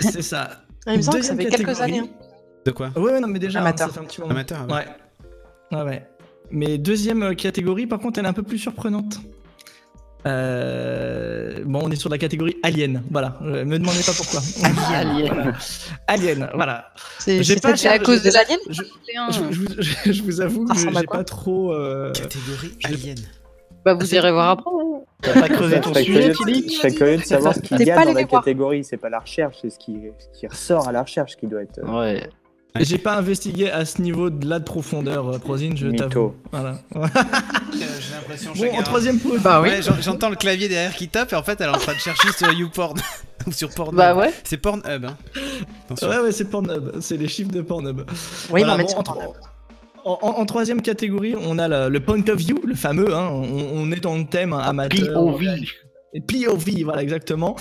C'est ça.
Ah, il me semble que ça
Deuxième
fait quelques
catégorie. Ah
années. hein.
De quoi
Ouais, ouais, non, mais déjà, hein,
Amateur.
ça fait un petit moment.
Amateur ah ouais.
Ouais. Ouais, ouais. Mais deuxième euh, catégorie, par contre, elle est un peu plus surprenante. Euh, Bon, on est sur la catégorie Alien. Voilà. Euh, Me demandez pas pourquoi. euh,
Alien.
Alien, voilà.
C'est
J'ai
c'est
pas
peut-être
cherché-
à cause des aliens
Je,
Tiens,
je- je vous, je- je vous avoue
Ça
que je-
ressemble à
j'ai
quoi
pas trop. euh,
Catégorie
Je-
alien.
bah, vous irez voir après. hein.
T'as pas crevé
Je
ton
serais
sujet,
curieux,
Tilly
je serais curieux de savoir ce qu'il
T'es
y
pas
a dans
allé
la
les voir.
catégorie. C'est pas la recherche, c'est ce qui, ce qui ressort à la recherche qui doit être. euh,
Ouais.
J'ai pas investigué à ce niveau de la de profondeur, euh, Prozine, je
Mytho.
t'avoue. Voilà.
Euh, J'ai l'impression
Bon, en troisième position.
Bah oui.
Ouais, j'en- j'entends le clavier derrière qui tape et en fait elle est en train de chercher sur YouPorn ou sur Pornhub.
Bah ouais.
C'est Pornhub. Hein. Attention.
Ouais, ouais, c'est Pornhub. C'est les chiffres de Pornhub.
Oui,
Voilà,
mais
bon,
en
en, tro- en- en- en troisième catégorie, on a la- le point of view, le fameux. hein, on, on est dans le thème amateur.
POV.
Et POV, voilà, exactement.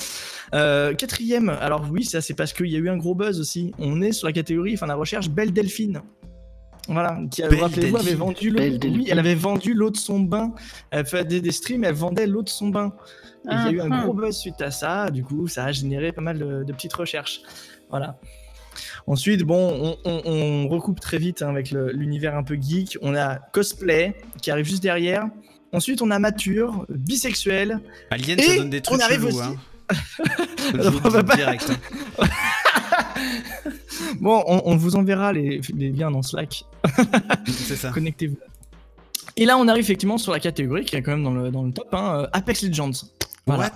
Euh, quatrième, alors oui, ça c'est parce qu'il y a eu un gros buzz aussi. On est sur la catégorie, enfin la recherche Belle Delphine. Voilà, qui
Belle
rappelez-vous, avait
Delphine.
vendu l'eau.
Belle
Oui,
Delphine.
elle avait vendu l'eau de son bain. Elle faisait des streams, elle vendait l'eau de son bain. Et Il y a eu un
Ah,
gros buzz suite à ça, du coup, ça a généré pas mal de, de petites recherches. Voilà. Ensuite, bon, on, on- on recoupe très vite hein, avec le- l'univers un peu geek. On a cosplay qui arrive juste derrière. Ensuite, on a mature, bisexuel.
Alien,
Et
ça donne des trucs
on arrive
chelous.
aussi-
Hein. Je
Alors,
vous
on va
le dis
pas-
direct. hein.
Bon, on, on vous enverra les, les liens dans Slack.
C'est ça.
Connectez-vous. Et là, on arrive effectivement sur la catégorie qui est quand même dans le, dans le top hein, euh, Apex Legends. Voilà.
What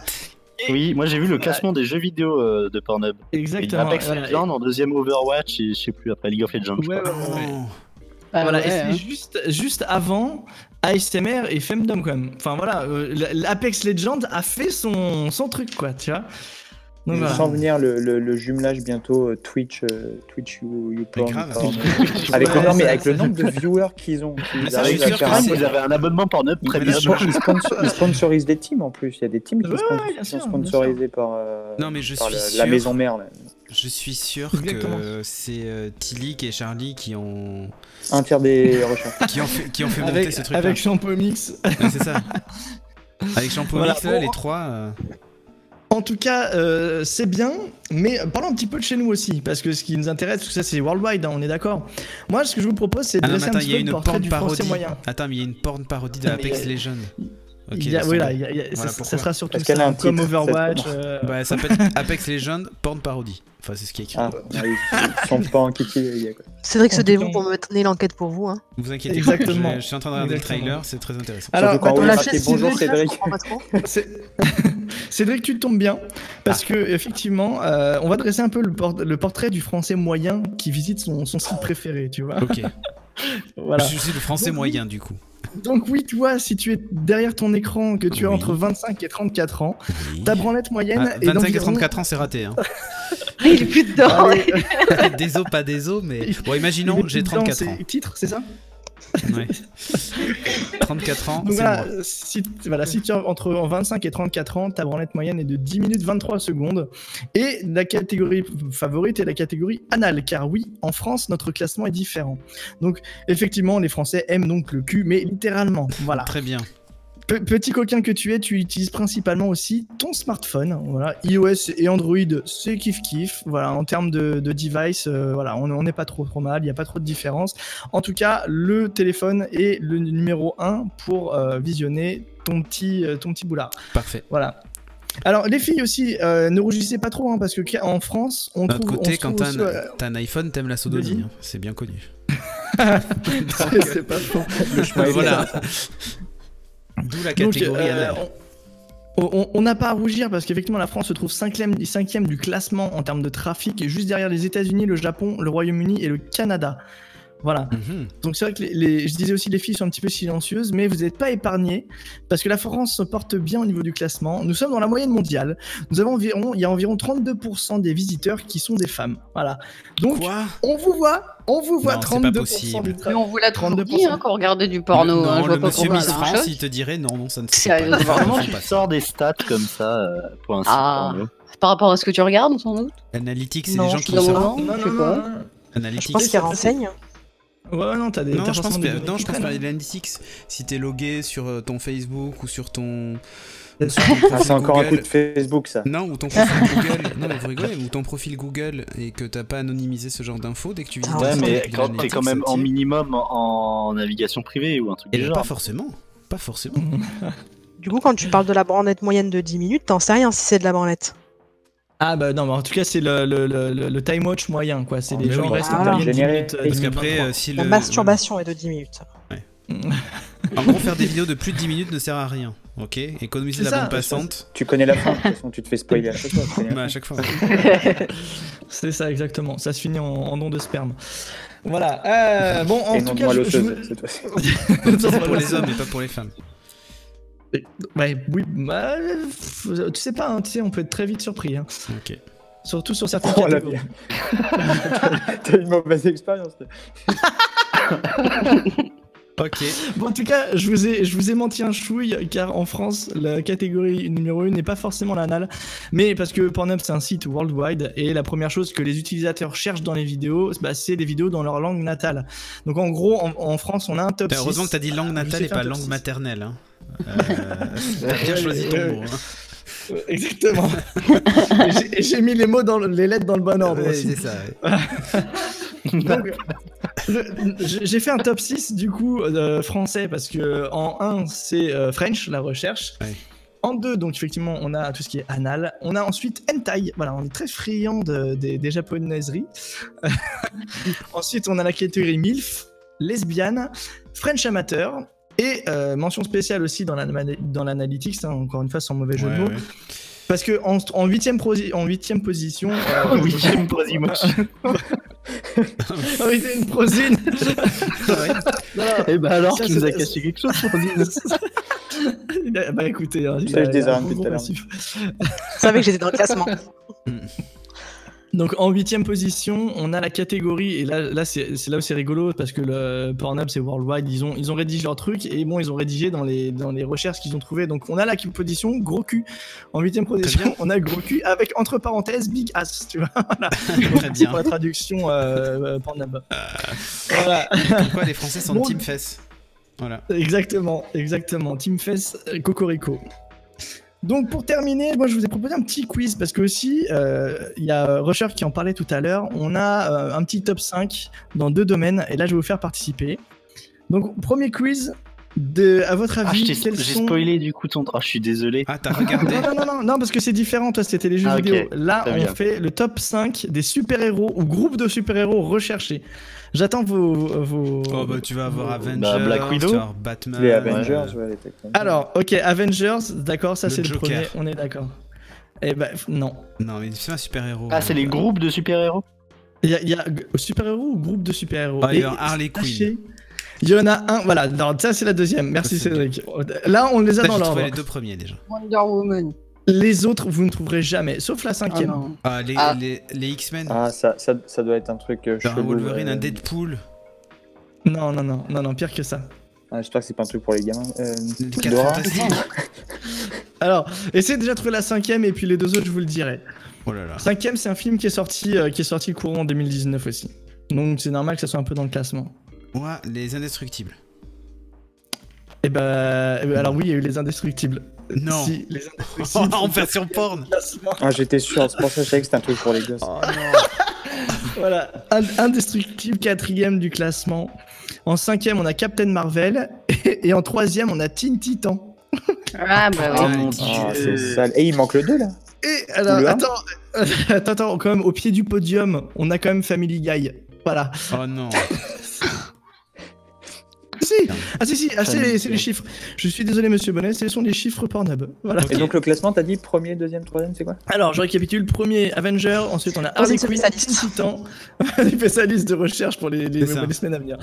Oui, moi j'ai vu le classement des jeux vidéo euh, de Pornhub. Et
Exactement.
Apex
voilà.
Legends, en deuxième Overwatch, et je sais plus, après League of Legends. je
Ouais,
crois.
ouais, ouais, ouais.
Oh.
bah
voilà,
ouais,
et c'est
hein.
juste, juste avant ASMR et Femdom quand même. Enfin voilà, euh, l- l'Apex Legends a fait son, son truc quoi, tu vois. Donc
Ils
voilà.
Sans venir le, le- le jumelage bientôt euh, Twitch, euh, Twitch You- YouPorn,
Mais grave.
Porn.
Ouais,
Avec, le, non,
ça-
mais avec le
ça-
nombre de viewers qu'ils ont, qu'ils
Mais ça,
arrivent
je suis sûr
à faire un
que
Vous
c'est-
avez un abonnement Pornhub très
Mais
bien.
là,
Ils, ils sponsor- ils sponsorisent des teams en plus. Il y a des teams qui,
Ouais,
spon-
ouais, bien
qui sont
sûr, bien
sponsorisées par, euh,
Non, mais je
par
suis
le-
sûr.
la maison mère. là.
Je suis sûr
Exactement.
que c'est euh, Tilly et Charlie qui ont
Un tiers des recherches.
qui ont fait, qui ont fait monter
Avec,
ce truc.
avec Champomix.
c'est ça. Avec Shampoo
Voilà,
Mix, là,
bon.
les trois. euh,
En tout cas, euh, c'est bien, mais parlons un petit peu de chez nous aussi, parce que ce qui nous intéresse, tout ça, c'est worldwide, hein, on est d'accord. Moi, ce que je vous propose, c'est de
Ah non, mais
dresser un
attends, il
petit
y a
peu
une
le portrait
porn
du français
parodie.
moyen.
Attends, mais il y a une porn parodie de
Non, mais
Apex
il y a-
Legends. Ok,
Il y a-
laisse
voilà,
tomber.
il y a- il y a- ça,
Voilà
ça
pourquoi.
sera surtout
Parce qu'elle
ça,
a un
comme
titre,
Overwatch.
c'est
euh,
Bah, ça s'appelle Apex Legends, porn parodie. Enfin, c'est ce qui est écrit.
Ah, oui, ils sont pas en kiki. il y a quoi.
Cédric se
En tout cas,
dévoue pour me tenir l'enquête pour vous. Hein.
Vous inquiétez
Exactement.
pas. je- Je suis en train de regarder
Exactement.
le trailer, c'est très intéressant.
Alors,
Surtout quand
attends,
on
la
a
je-
marqué
chaîne
bonjour
Cédric, là, je
Cédric.
comprends pas trop.
bah, C'est- Cédric, tu tombes bien parce que
Ah.
effectivement, euh, on va dresser un peu le, por- le portrait du Français moyen qui visite son, son site préféré, tu vois.
Ok.
Voilà.
Je suis le français moyen du coup.
Donc oui, toi, si tu es derrière ton écran, que tu as
Oui.
entre 25 et 34 ans,
Oui.
ta branlette moyenne
Ah,
est
25 et
d'environ-
34 ans, c'est raté. Hein.
Il est plus dedans.
Ah oui,
désolé, pas désolé, mais. Bon,
il
imaginons,
est
j'ai
dedans,
34
c'est-
ans.
Titre, c'est ça
Ouais. 34 ans,
Donc
c'est
voilà,
moi.
euh, si, voilà, si tu as entre 25 et 34 ans, ta branlette moyenne est de 10 minutes 23 secondes. Et la catégorie favorite est la catégorie anale, car oui, en France, notre classement est différent. Donc effectivement, les Français aiment donc le cul, mais littéralement. Voilà.
Très bien.
Pe- petit coquin que tu es, tu utilises principalement aussi ton smartphone. hein, Voilà, iOS et Android, c'est kiff kiff. Voilà, en termes de, de device, euh, voilà, on on n'est pas trop trop mal, il n'y a pas trop de différence. En tout cas, le téléphone est le numéro 1 pour euh, visionner ton petit, euh, ton petit boulard.
Parfait.
Voilà. Alors les filles aussi, euh, ne rougissez pas trop, hein, parce que ca- en France, on
D'un autre
trouve, on
côté,
se trouve
quand t'as
aussi,
un,
euh,
t'as un iPhone, t'aimes la sodomie.
Vas-y.
hein. C'est bien connu.
c'est pas faux.
voilà. D'où la
Donc,
catégorie
euh,
anale.
on- on on n'a pas à rougir parce qu'effectivement la France se trouve cinquième, cinquième du classement en termes de trafic, et juste derrière les États-Unis, le Japon, le Royaume-Uni et le Canada. Voilà.
Mhm.
Donc c'est vrai que les, les- je disais aussi les filles sont un petit peu silencieuses, mais vous n'êtes pas épargnés parce que la France se porte bien au niveau du classement. Nous sommes dans la moyenne mondiale. Nous avons environ, il y a environ 32% des visiteurs qui sont des femmes. Voilà. Donc
Quoi
on vous voit, on vous voit
Non, c'est pas
32%
possible.
des
Mais on vous l'a toujours
32%.
dit hein, qu'on regardait du porno.
Le-
hein,
non,
je vois
le
pas
monsieur
pourquoi
Miss
la
France,
chose.
il te dirait non, non, ça ne se
Sérieux,
fait pas. ça
vraiment,
ne
Comment
se
tu
fait pas.
sors des stats comme ça euh, pour un site
Ah.
porno
Par rapport à ce que tu regardes, sans doute.
Analytics, c'est
Non,
des gens
je
qui
Non,
sortent.
non, je sais pas.
Je
Analytics.
pense qu'il
ça, c'est-
renseigne.
Ouais, non, t'as des.
Non,
t'as
je pense,
forcément
que-
des données
non, je
qui
pense
prennent.
pas l'analytics. Si t'es logué sur euh, ton Facebook ou sur ton.
C'est
sur ton
Ah,
profil
c'est encore un coup
Google-
de Facebook, ça.
Non, ou ton profil Google. Non, mais vous rigolez, ou ton profil Google et que t'as pas anonymisé ce genre d'infos dès que tu visites
Ah,
un
Ouais,
c'est
site
mais
avec
quand t'es
l'analytics,
quand même
ça
en
tire.
minimum en, en navigation privée ou un truc
Et
du
ben,
genre.
pas forcément. Pas forcément.
Du coup, quand tu parles de la branlette moyenne de 10 minutes, t'en sais rien si c'est de la branlette.
Ah bah non, mais en tout cas c'est le, le, le, le- le time watch moyen quoi. C'est
Ah,
les
mais
gens
oui.
ils restent
Ah,
en moyenne dix
généré.
minutes, euh,
Parce
dix minutes
qu'après,
vingt-trois.
euh, si
La
le.
masturbation est de 10 minutes.
En gros, faire des vidéos de plus de 10 minutes ne sert à rien. Ok Économiser
C'est
la
ça,
bande
je
passante.
Tu connais la fin, de toute façon, tu te fais spoiler à chaque fois. tu connais la
Bah, à
fin.
chaque fois.
C'est ça exactement. Ça se finit en, en nom de sperme. Voilà. Euh, bon en
Et
tout
non de
cas
moi
je, je
l'osseuse,
vous-
cette fois-ci.
C'est pour les hommes et pas pour les femmes.
Ouais, oui, bah, euh, tu sais pas, hein, tu sais, on peut être très vite surpris. hein.
Ok.
Surtout sur certaines
Oh, la
catégories.
merde. T'as eu une mauvaise expérience. toi.
Ok.
Bon, en tout cas, je vous, ai, je vous ai menti un chouille, car en France, la catégorie numéro 1 n'est pas forcément l'anal, mais parce que Pornhub, c'est un site worldwide, et la première chose que les utilisateurs cherchent dans les vidéos, bah, c'est des vidéos dans leur langue natale. Donc en gros, en, en France, on a un top
Putain,
6.
Ben, heureusement que t'as dit langue natale
sais
et
faire
pas
top
langue
six.
maternelle. Hein. Euh, t'as bien
Ouais,
choisi ton
ouais,
mot. hein.
Euh, Exactement. Et j'ai- et j'ai mis les mots dans le- les lettres dans le bon ordre
Ouais,
aussi.
c'est ça. ouais.
Donc, le- j'ai j'ai fait un top 6 du coup euh, français parce que en 1 c'est euh, French la recherche.
Ouais.
En 2 donc effectivement on a tout ce qui est anal. On a ensuite hentai. Voilà, on est très friand de- des, des japonaiseries. ensuite on a la catégorie MILF, lesbienne, French amateur. Et euh, mention spéciale aussi dans la- dans l'analytics, hein, encore une fois sans mauvais jeu de
Ouais,
mots,
ouais.
parce que en, en, huitième prosi- en huitième position, euh,
Oui, j'aime Quasimodo.
en huitième prosine,
Eh ben alors,
Ça,
tu nous
c'est-
as caché quelque
Ah,
chose, Quasimodo.
bah écoutez, hein, il
Ça, je
a- il a un
désarme
gros
tout à l'heure.
passif.
Je savais que j'étais dans le classement.
Ah
Donc en huitième position, on a la catégorie et là, là c'est c'est là où c'est rigolo parce que le Pornhub c'est worldwide, ils ont ils ont rédigé leur truc et bon ils ont rédigé dans les dans les recherches qu'ils ont trouvées. Donc on a la position gros cul. En huitième position,
bien.
on a gros cul avec entre parenthèses big ass, tu vois. Voilà.
Très bien.
Pour la traduction euh, euh, Pornhub. Voilà.
Pourquoi les Français sont
Bon.
team fesses Voilà.
Exactement, exactement. Team Fess, euh, Cocorico. Donc pour terminer, moi je vous ai proposé un petit quiz parce que aussi euh, il y a euh, Rusher qui en parlait tout à l'heure. On a euh, un petit top 5 dans deux domaines et là je vais vous faire participer. Donc premier quiz de à votre
Ah, je
avis
t'ai-
quels
j'ai
sont-
spoilé du coup ton. Ah, je suis désolé.
Ah, t'as regardé
Non, non, non, non, non, parce que c'est différent, toi, c'était les jeux
Ah, ok.
vidéo. Là,
Très
on
bien.
fait le top 5 des super-héros ou groupes de super-héros recherchés. J'attends vos, vos...
Oh, bah tu vas avoir Avengers,
Bah, Black Widow.
tu vas avoir Batman.
Les Avengers,
euh,
ouais, les techniques.
Alors, ok, Avengers, d'accord, ça
Le
c'est le
Joker.
premier, on est d'accord. Eh ben, f- non.
Non, mais c'est un super-héros.
Ah, c'est les groupes de super-héros
Il y a, il y a g- super-héros ou groupe de super-héros
Ah, il y a
Et
Harley
sachez- Il y en a un, voilà, non, ça c'est la deuxième, merci
Ça, c'est
Cédric. Là, on les a
Putain,
dans
j'ai trouvé
l'ordre.
les deux premiers déjà.
Wonder Woman.
Les autres, vous ne trouverez jamais, sauf la
Ah,
cinquième.
non.
Ah, les,
Ah.
les, les X-Men.
Ah, ça, ça, ça doit être un truc. euh,
Genre un
chelou,
Wolverine,
euh,
un Deadpool,
non, non, non, non, non, pire que ça.
ah, J'espère que c'est pas un truc pour les gamins. Euh,
les 4
Dora.
Fantastiques.
Alors, essayez déjà de trouver la cinquième et puis les deux autres, je vous le dirai.
Oh là là.
Cinquième, c'est un film qui est sorti, euh, qui est sorti courant en 2019 aussi. Donc c'est normal que ça soit un peu dans le classement.
Moi, les Indestructibles.
Eh ben, eh ben, alors oui, il y a eu les indestructibles.
Non.
Si, les
Oh,
indestructibles.
en version porn
Classement.
Ah, j'étais sûr, c'est pour ça que je savais que c'était un truc pour les gosses.
Oh non
Voilà, Ind- indestructible quatrième du classement. En cinquième, on a Captain Marvel et, et en troisième, on a Teen Titan.
Ah, bah
Oh
oui.
mon
Ah,
dieu.
c'est sale. Et il manque le 2 là
Et alors,
Oula.
attends, euh, attends, attends, quand même, au pied du podium, on a quand même Family Guy. Voilà.
Oh non
si Ah si, si, ah, c'est les- c'est les chiffres. Je suis désolé, monsieur Bonnet, ce sont les chiffres Pornhub. Voilà.
Et donc le classement, t'as dit premier, deuxième, troisième, c'est quoi
Alors, je récapitule. Premier, Avenger. Ensuite, on a
Dans
Harley
une
Quinn,
spécialiste.
Teen Titan. Il fait sa liste de recherche pour les, les-
C'est ça.
les semaines à venir.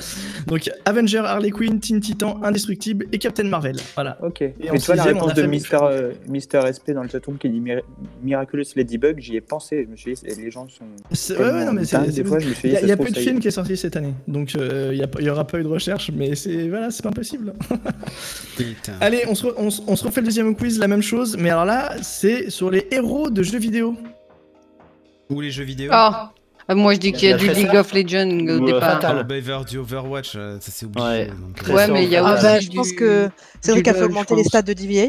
Donc, Avenger, Harley Quinn, Teen Titan, Indestructible et Captain Marvel. Voilà.
Ok. Et
en
tu vois la
sixième, on
réponse
a
de
Family
Mister, euh, Mister SP dans le chatroom qui dit Mir- Miraculous Ladybug, j'y ai pensé. Je me suis dit, c'est- les gens sont.
C'est- Ouais,
tellement
ouais, non, mais
dingues,
c'est. c'est
Des fois, je me suis
Il
dit,
y a,
ça
il y a
se
peu
trouve,
de
ça y est.
films qui est sorti cette année, donc euh, il y, a pas- il y aura pas eu de recherche, mais c'est voilà, c'est pas impossible.
Ah. Putain.
Allez, on se, re- on se- on se refait le deuxième quiz, la même chose, mais alors là, c'est sur les héros de jeux vidéo.
Ou les jeux vidéo.
Ah, Ah, moi je dis qu'il y a du League of Legends au
Ou, euh,
départ.
Fatal.
Pearl Diver du Overwatch, euh, ça c'est obligé.
Ouais.
donc,
Très
euh,
Ouais, mais il y a
Ah
aussi.
bah,
je
du-
pense que c'est vrai
du
qu'elle fait
LOL, je
augmenter les
pense.
stats de DVA,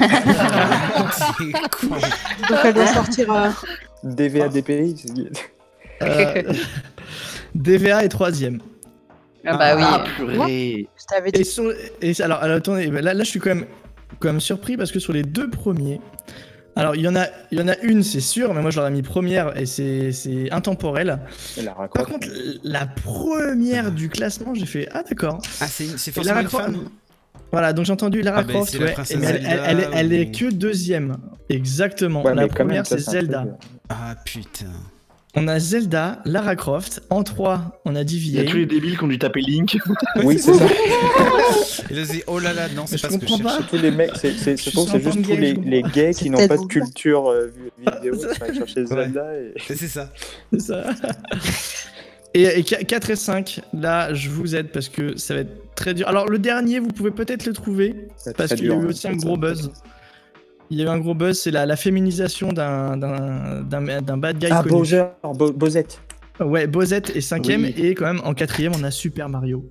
Ah
c'est con.
donc elle doit
Ah.
sortir. euh,
Ah.
DVADPI. c'est-
Euh, DVA est troisième.
Ah bah oui.
Ah, purée.
je t'avais
Et
dit.
sur- et alors, alors, attendez, bah là, là je suis quand même, quand même surpris parce que sur les deux premiers, alors il y en a, il y en a une c'est sûr, mais moi je l'aurais mis première et c'est, c'est intemporel.
Elle a
Par
raccroché.
contre, la première du classement, j'ai fait ah d'accord.
Ah, c'est c'est
Et Lara
forcément une
Croft-
femme.
Voilà, donc j'ai entendu Lara
Ah bah,
Croft,
c'est la
ouais,
princesse
mais elle,
Zelda
elle- elle- elle est
ou-
que deuxième, exactement.
Ouais,
la
mais quand même,
première
ça,
c'est
un truc,
Zelda.
euh,
Ah putain.
On a Zelda, Lara Croft. En 3, on a
Il y a
DVA.
tous les débiles qui ont dû taper Link.
Oui, c'est ça.
Et là, c'est oh là là, non, c'est
Mais je
pas ce que je
comprends
cherche.
pas.
Tous les mecs, c'est c'est-
Je
je pense que c'est
suis
juste
en
tous les,
gays,
les gays qui
C'est
n'ont pas de
peut-être
culture euh, vi- vidéo, qui vont chercher Zelda. Et...
C'est- C'est ça.
C'est ça. Et, et qu- 4 et 5, là, je vous aide parce que ça va être très dur. Alors, le dernier, vous pouvez peut-être le trouver
C'est
parce
très
qu'il y a
dur,
eu
hein,
aussi un
c'est
gros
ça.
buzz. Il y a eu un gros buzz, c'est la, la féminisation d'un- d'un d'un- d'un bad guy
Ah,
connu.
Bowser, Bo- Bowsette.
Ouais, Bozette est cinquième
Oui.
et quand même en quatrième, on a Super Mario.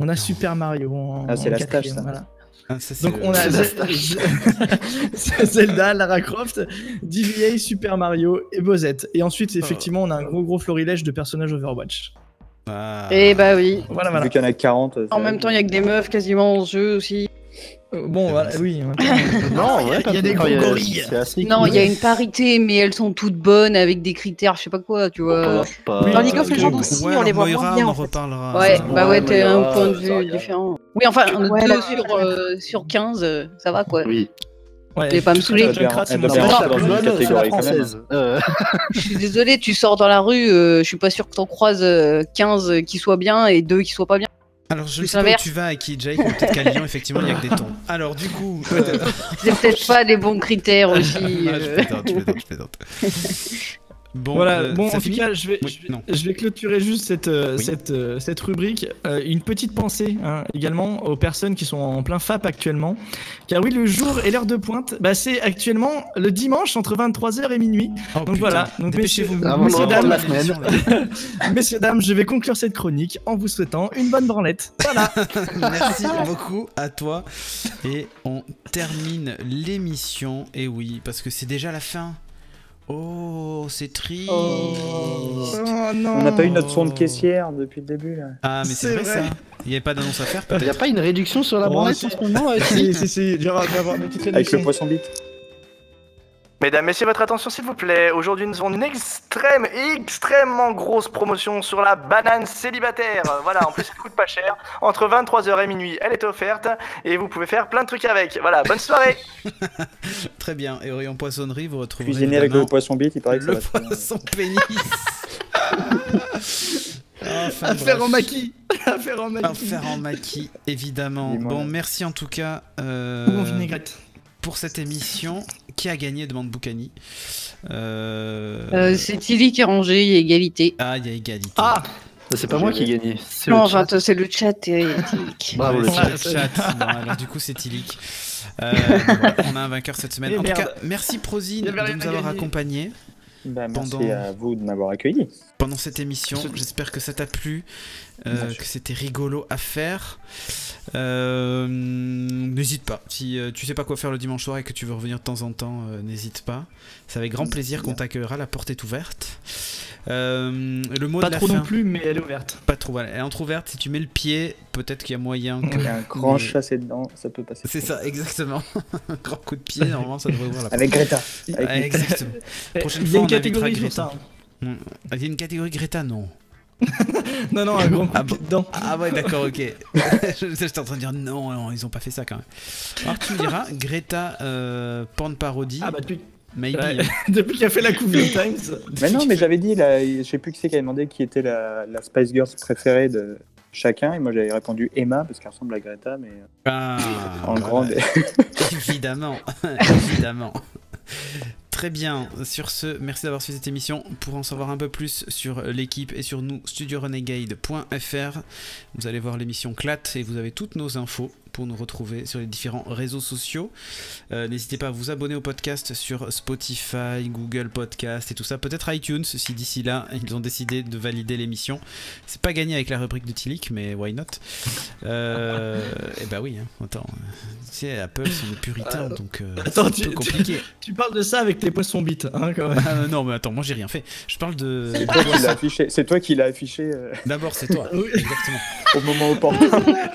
On a Super Mario en,
Ah, c'est
en
la
quatrième,
stache, ça.
voilà.
Ah, ça, c'est
Donc
le-
on a
C'est
Ze-
la stache.
Ze- Zelda, Lara Croft, DVA, Super Mario et Bozette. Et ensuite, effectivement, on a un gros gros florilège de personnages Overwatch.
Ah.
Eh bah oui.
Voilà, voilà.
Vu qu'il y en a 40.
En même temps, il y a que des meufs quasiment en jeu aussi.
Euh, Bon, voilà, oui. hein.
Non, il
y a des gros gorilles.
C'est assez
Non, il y a une parité, mais elles sont toutes bonnes avec des critères, je sais pas quoi, tu vois.
Oui,
Dans
Dans League of Legends
aussi,
ouais,
on les voit
Moira,
moins bien,
On en
en fait.
reparlera.
Ouais,
Ah,
bah ouais,
ouais,
t'as
Moira,
un point de vue
Zarya.
différent. Oui, enfin,
Ouais,
deux
la-
sur, euh, sur 15, euh, ça va quoi.
Oui,
Ouais,
Je vais pas me saouler.
Jean Kratz,
Elle
mon
doit bien
enfant.
rentrer dans une catégorie quand même.
Euh,
Je suis désolée, tu sors dans la rue, euh, je suis pas sûr que t'en croises euh, 15 qui soient bien et 2 qui soient pas bien.
Alors, je ne
Plus
sais pas où
l'inverse.
tu vas avec Jake, mais peut-être qu'à Lyon, effectivement, il y a que des tons. Alors, du coup. euh,
C'est peut-être pas les bons critères aussi.
ah, je
euh.
plaisante, je plaisante, je plaisante. Bon,
Voilà,
euh,
bon,
ça
en tout
finit
cas, je vais,
Oui,
je,
non.
vais, je vais clôturer juste cette, euh,
Oui.
cette, euh, cette rubrique. Euh, une petite pensée hein, également aux personnes qui sont en plein FAP actuellement. Car oui, le jour et l'heure de pointe, bah, c'est actuellement le dimanche entre 23h et minuit.
Oh,
donc voilà, donc
dépêchez-vous.
messieurs-
Avant de
messieurs,
reprendre
dames,
la semaine.
Messieurs, dames, je vais conclure cette chronique en vous souhaitant une bonne branlette. Voilà.
Merci beaucoup à toi. Et on termine l'émission. Et oui, parce que c'est déjà la fin. Oh, c'est triste. Oh,
non.
On n'a pas eu notre
Oh.
sonde caissière depuis le début. Là.
Ah, mais c'est
C'est
vrai,
vrai.
ça. Il n'y avait pas d'annonce à faire.
Il n'y Euh, a pas une réduction sur la
Oh,
branlette
si.
en ce moment euh,
Si, si, si, je vais avoir une petite
Avec
réduction.
le poisson bite.
Mesdames, messieurs, votre attention s'il vous plaît. Aujourd'hui, nous avons une extrême, extrêmement grosse promotion sur la banane célibataire. Voilà, en plus, elle coûte pas cher. Entre 23h et minuit, elle est offerte et vous pouvez faire plein de trucs avec. Voilà, bonne soirée.
Très bien. Et Orion Poissonnerie, vous retrouverez.
Cuisiner avec le
évidemment
poisson bite, il paraît que ça
le
va très bien.
poisson pénis. Enfin, bref.
maquis. Affaire en
À faire en maquis, évidemment.
Dis-moi.
Bon, merci en tout cas euh,
Ou en vinaigrette.
pour cette émission. Qui a gagné demande Boukani. Euh,
Euh, c'est Tilly qui est rangé, il y a égalité.
Ah, il y a égalité.
Ah,
C'est pas moi qui ai gagné. c'est le
Non,
chat.
enfin, toi, c'est le chat. et-
Bravo le
Ouais,
chat.
c'est le chat. Non, alors du coup, c'est Illic. Euh, voilà, on a un vainqueur cette semaine.
Et
en tout
Eh,
cas,
merde.
merci Prozine
Il y
de
avait rien
nous
à
avoir
gagner.
accompagnés
Bah, merci
Pendant-
à vous de m'avoir accueilli.
pendant cette émission. J'espère que ça t'a plu, euh,
Bien sûr.
que c'était rigolo à faire. Euh, n'hésite pas. Si euh, tu sais pas quoi faire le dimanche soir et que tu veux revenir de temps en temps, euh, n'hésite pas. C'est avec grand plaisir qu'on t'accueillera. La porte est ouverte. Euh, le mot
pas
de la
trop
fin.
non plus, mais elle est ouverte.
Pas trop. voilà. Elle est entrouverte. Si tu mets le pied, peut-être qu'il y a moyen. que-
Il y a un grand
Mais-
chassé dedans, ça peut passer.
C'est ça, exactement. Un grand coup de pied, normalement, ça devrait ouvrir la porte.
Avec Greta. Avec-
Ouais, exactement. Prochaine
Il y a
fois, on
une
invitera
catégorie sur
Greta.
ça.
Il y a une catégorie Greta, non
Non, non, un grand coup
Ah
de
bon
pied dedans.
Ah ouais, d'accord, ok. Je- J'étais en train de dire non, non, ils ont pas fait ça quand même. Alors tu me diras, Greta euh, Porn Parody,
Ah bah tu...
maybe.
Ouais.
hein.
Depuis qu'elle fait la Coupe de Times.
Mais non, mais j'avais dit, là, je sais plus qui c'est qui avait demandé qui était la, la Spice Girls préférée de chacun. Et moi, j'avais répondu Emma, parce qu'elle ressemble à Greta, mais
Ah,
en
voilà.
grande.
euh, Évidemment, évidemment. Très bien, sur ce, merci d'avoir suivi cette émission. Pour en savoir un peu plus sur l'équipe et sur nous, studiorenegade.fr. Vous allez voir l'émission CLAT et vous avez toutes nos infos pour nous retrouver sur les différents réseaux sociaux. Euh, N'hésitez pas à vous abonner au podcast sur Spotify, Google Podcast et tout ça. Peut-être iTunes, si d'ici là, ils ont décidé de valider l'émission. C'est pas gagné avec la rubrique de Tilik, mais why not euh, Eh bah oui, hein, attends. Tu sais, Apple sont des puritains, donc euh,
Attends,
c'est
tu-
un peu compliqué.
Tu parles de ça avec tes poissons bites, hein, quand même.
Ah, non, mais attends, moi j'ai rien fait. Je parle de.
C'est toi qui l'as affiché, c'est toi qui l'as affiché euh,
D'abord, c'est toi.
Oui.
Exactement.
au moment opportun.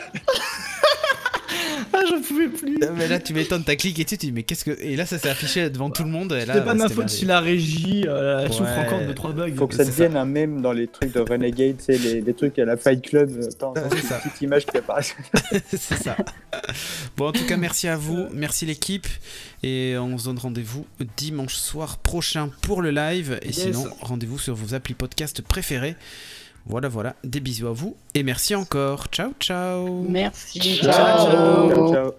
Ah, j'en pouvais plus.
Non, mais là, tu m'étonnes, t'as cliqué dessus, tu dis, mais qu'est-ce que. Et là, ça s'est affiché devant tout le monde. et là,
C'était pas
ouais,
ma
c'était
faute
merveilleux.
si la régie euh, elle souffre
Ouais.
encore de trois bugs.
Faut que ça
C'est ça.
devienne un mème dans les trucs de Renegade, tu sais, les, les trucs à la Fight Club. euh, Attends,
Ah,
attends,
c'est
c'est
ça.
une petite image qui apparaît.
c'est ça. Bon, en tout cas, merci à vous, merci l'équipe, et on se donne rendez-vous dimanche soir prochain pour le live, et
Yes.
sinon, rendez-vous sur vos applis podcast préférés. Voilà, voilà, des bisous à vous, et merci encore. Ciao, ciao.
Merci.
Ciao.
ciao. ciao.